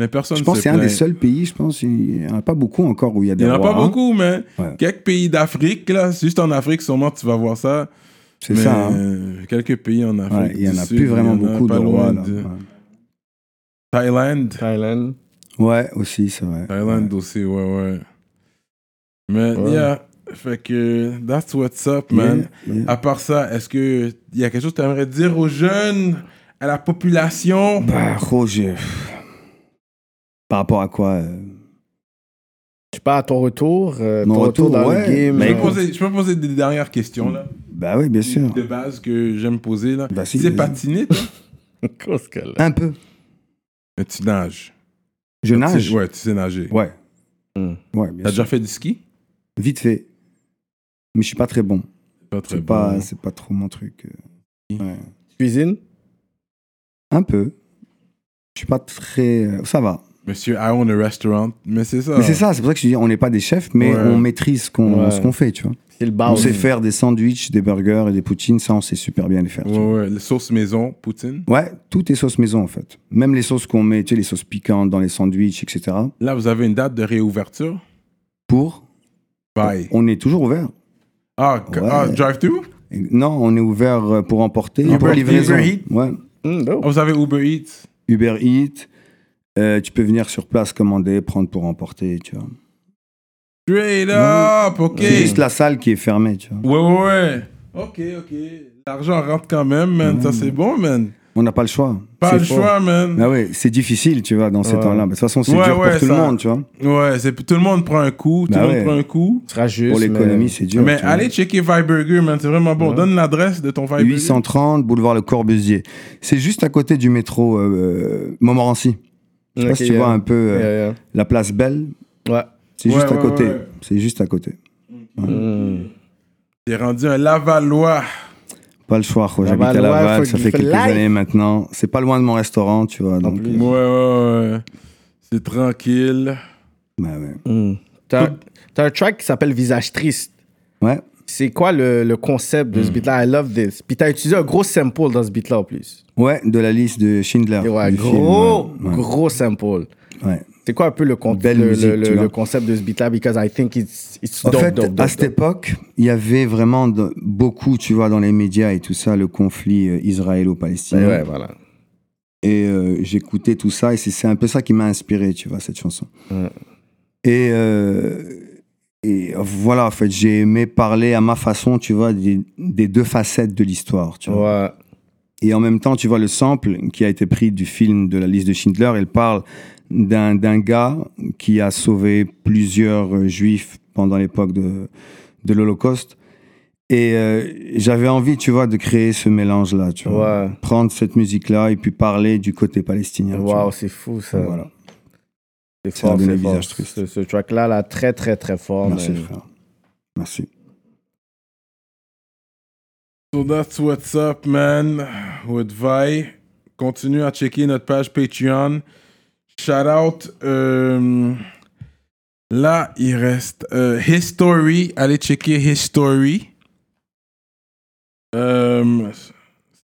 Mais personne
Je
ne
pense que
se
c'est un des
plaint.
seuls pays, je pense, il n'y en a pas beaucoup encore où il y a des
Il n'y en a
rois.
pas
hein.
beaucoup, mais
Ouais.
quelques pays d'Afrique, là, c'est juste en Afrique, sûrement tu vas voir ça.
C'est
mais,
ça. hein.
euh, Quelques pays en
Ouais,
Afrique.
il n'y en
du
a
Sud,
plus vraiment
il y en a
beaucoup de
pas
rois.
loin
là.
de-
Ouais.
Thaïlande.
Thailand.
Ouais, aussi, c'est vrai.
Thaïlande aussi, ouais, ouais. Mais,
Ouais.
yeah, fait que, that's what's up,
Ouais.
man.
Yeah, yeah.
À part ça, est-ce qu'il y a quelque chose que tu aimerais dire aux jeunes, à la population
Bah, gros, j'ai- Par rapport à quoi euh,
Je sais pas, à ton retour. euh,
Mon
ton retour,
retour,
dans
ouais.
le game. euh,
Mais
je,
genre.
peux poser, je peux poser des dernières questions, là,
Bah oui, bien sûr.
de base que j'aime poser, là.
Bah,
tu
si,
sais
vas-y.
patiner, toi
Qu'est-ce que là?
Un peu.
Mais tu nages.
Je
Tu sais-
nage.
Ouais, tu sais nager.
Ouais.
Hmm.
Ouais, bien
T'as
sûr.
déjà fait du ski
Vite fait. Mais je suis pas très bon.
Pas très
C'est pas, c'est pas trop mon truc. euh. Ouais.
Cuisine.
Un peu. Je suis pas très. euh, Ça va.
Monsieur, I own a restaurant. Mais c'est ça.
Mais c'est ça, c'est pour ça que je dis, on n'est pas des chefs, mais
Ouais.
on maîtrise ce qu'on
Ouais. Ah
ce qu'on fait, tu vois.
C'est le
on
bar.
sait faire des sandwichs, des burgers et des poutines, ça, on sait super bien les faire. tu
Ouais,
vois.
ouais. Les sauces maison, Poutine.
Ouais, toutes les sauces maison, en fait. Même les sauces qu'on met, tu sais, les sauces piquantes dans les sandwichs, etc.
Là, vous avez une date de réouverture.
Pour,
Bye.
on est toujours ouvert.
Ah, c-
Oh. Ouais.
ah, drive-thru
Et- Non, on est ouvert euh, pour emporter,
Uber-
pour livraison.
Uber Eats
ouais.
Mm,
Ah,
dope.
Vous avez Uber Eats
Uber Eats, euh, tu peux venir sur place commander, prendre pour emporter, tu vois.
Straight up, ok.
C'est juste la salle qui est fermée, tu vois.
Ouais, ouais, ouais. Ok, ok. L'argent rentre quand même, man. Ça, c'est bon, man.
On n'a pas le choix.
Pas
C'est
le
fort.
choix, man.
Ah ouais, c'est difficile, tu vois, dans ces
Ouais.
temps-là. De toute façon, c'est
Ouais,
dur
ouais,
pour tout
ça-
le monde, tu vois.
Ouais, c'est, tout le monde prend un coup. Tout
Bah
le monde
ouais.
prend un coup.
Ce sera juste.
Pour
mais-
l'économie, c'est dur.
Mais
tu vois.
allez checker Viburger, man. C'est vraiment bon.
Ouais.
Donne l'adresse de ton Viburger.
830 boulevard Le Corbusier. C'est juste à côté du métro euh, Montmorency. Je sais pas
Ok,
si tu
yeah.
vois un peu euh,
Yeah, yeah.
la place Belle.
Ouais.
C'est
Ouais,
juste à
ouais,
côté.
ouais.
C'est juste à côté.
Mm.
T'es rendu un Lavalois.
Pas le choix, quoi. J'habite à
Laval, ouais,
Laval,
bah, faut
ça
qu'il
fait
fait
quelques
live.
années maintenant. C'est pas loin de mon restaurant, tu vois. Donc,
plus.
Ouais, ouais, ouais. C'est tranquille.
bah ouais.
Mm. T'as t'as un track qui s'appelle Visage Triste.
Ouais.
C'est quoi le, le concept de ce beat-là? I love this. Puis t'as utilisé un gros sample dans ce beat-là en plus.
Ouais, de la liste de Schindler.
Et ouais,
du Ah, film,
gros,
ouais.
gros sample.
Ouais. Ouais.
C'est quoi un peu le, con-
Belle
le,
musique,
le- le-
tu vois.
le concept de ce beat-là? Because I think it's, it's
En
dope,
fait,
dope, dope,
à
dope.
cette époque, il y avait vraiment de- beaucoup, tu vois, dans les médias et tout ça, le conflit euh, israélo-palestinien.
Ouais, ouais, voilà.
Et euh, j'écoutais tout ça, et c'est- c'est un peu ça qui m'a inspiré, tu vois, cette chanson.
Ouais.
Et, euh, et voilà, en fait, j'ai aimé parler à ma façon, tu vois, des, des deux facettes de l'histoire, tu vois.
Ouais.
Et en même temps, tu vois, le sample qui a été pris du film de la liste de Schindler, il parle d'un d'un gars qui a sauvé plusieurs euh, juifs pendant l'époque de, de l'Holocauste. Et euh, j'avais envie, tu vois, de créer ce mélange-là, tu vois.
Ouais.
Prendre cette musique-là et puis parler du côté palestinien. tu
Wow,
vois.
c'est fou ça.
Voilà.
C'est
Ça
fort,
donne
c'est
le
fort.
visage triste.
Ce, ce track-là, là, très, très, très fort.
Merci,
man.
frère. Merci.
So that's what's up, man, with Vi. Continue à checker notre page Patreon. Shout out. euh, là, il reste euh, History. Allez checker History. Euh,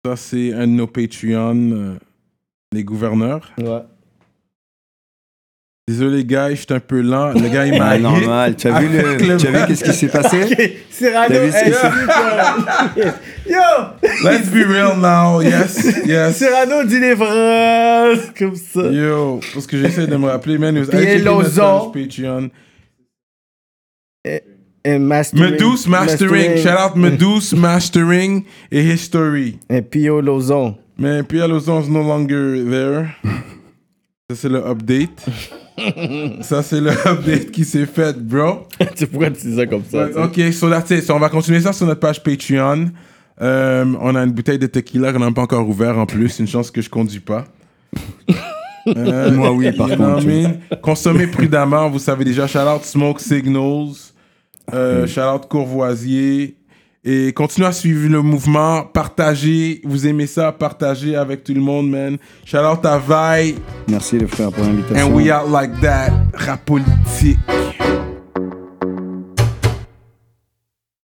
ça, c'est un de nos Patreon, euh, les gouverneurs.
Ouais.
Désolé, gars, je suis un peu lent. Le gars, Bah, il m'a
Ah,
hit.
normal. Tu as vu, le-
Avec le-
tu as vu qu'est-ce qui s'est passé
Cyrano,
T'as vu ce
hey,
que
c'est- Yo!
Let's be real now. Yes, yes.
Cyrano dit les phrases comme ça.
Yo, parce que j'essaie de me rappeler, man. Allez
Puis
checker notre
Lozon.
page Patreon.
Et mastering.
Medus Mastering. Shout out Medus Mastering et History.
Et Pio Lozon.
Mais Pierre Lozon is no longer there. Ça, c'est le update. Ça, c'est le update qui s'est fait, bro.
tu pourrais dire ça comme ça.
But, OK, so that's it. So, on va continuer ça sur notre page Patreon. Euh, on a une bouteille de tequila qu'on n'a pas encore ouvert en plus. Une chance que je conduis pas. Euh,
Moi, oui, par
You
contre.
know what I
tu vois.
mean? Consommez prudemment, vous savez déjà. Shout out Smoke Signals,
Mm.
euh, shout out Courvoisier. Et continuez à suivre le mouvement, partagez, vous aimez ça, partagez avec tout le monde, man. Shout out à Vi,
Merci, le frère, pour l'invitation.
and we out like that, rap politique.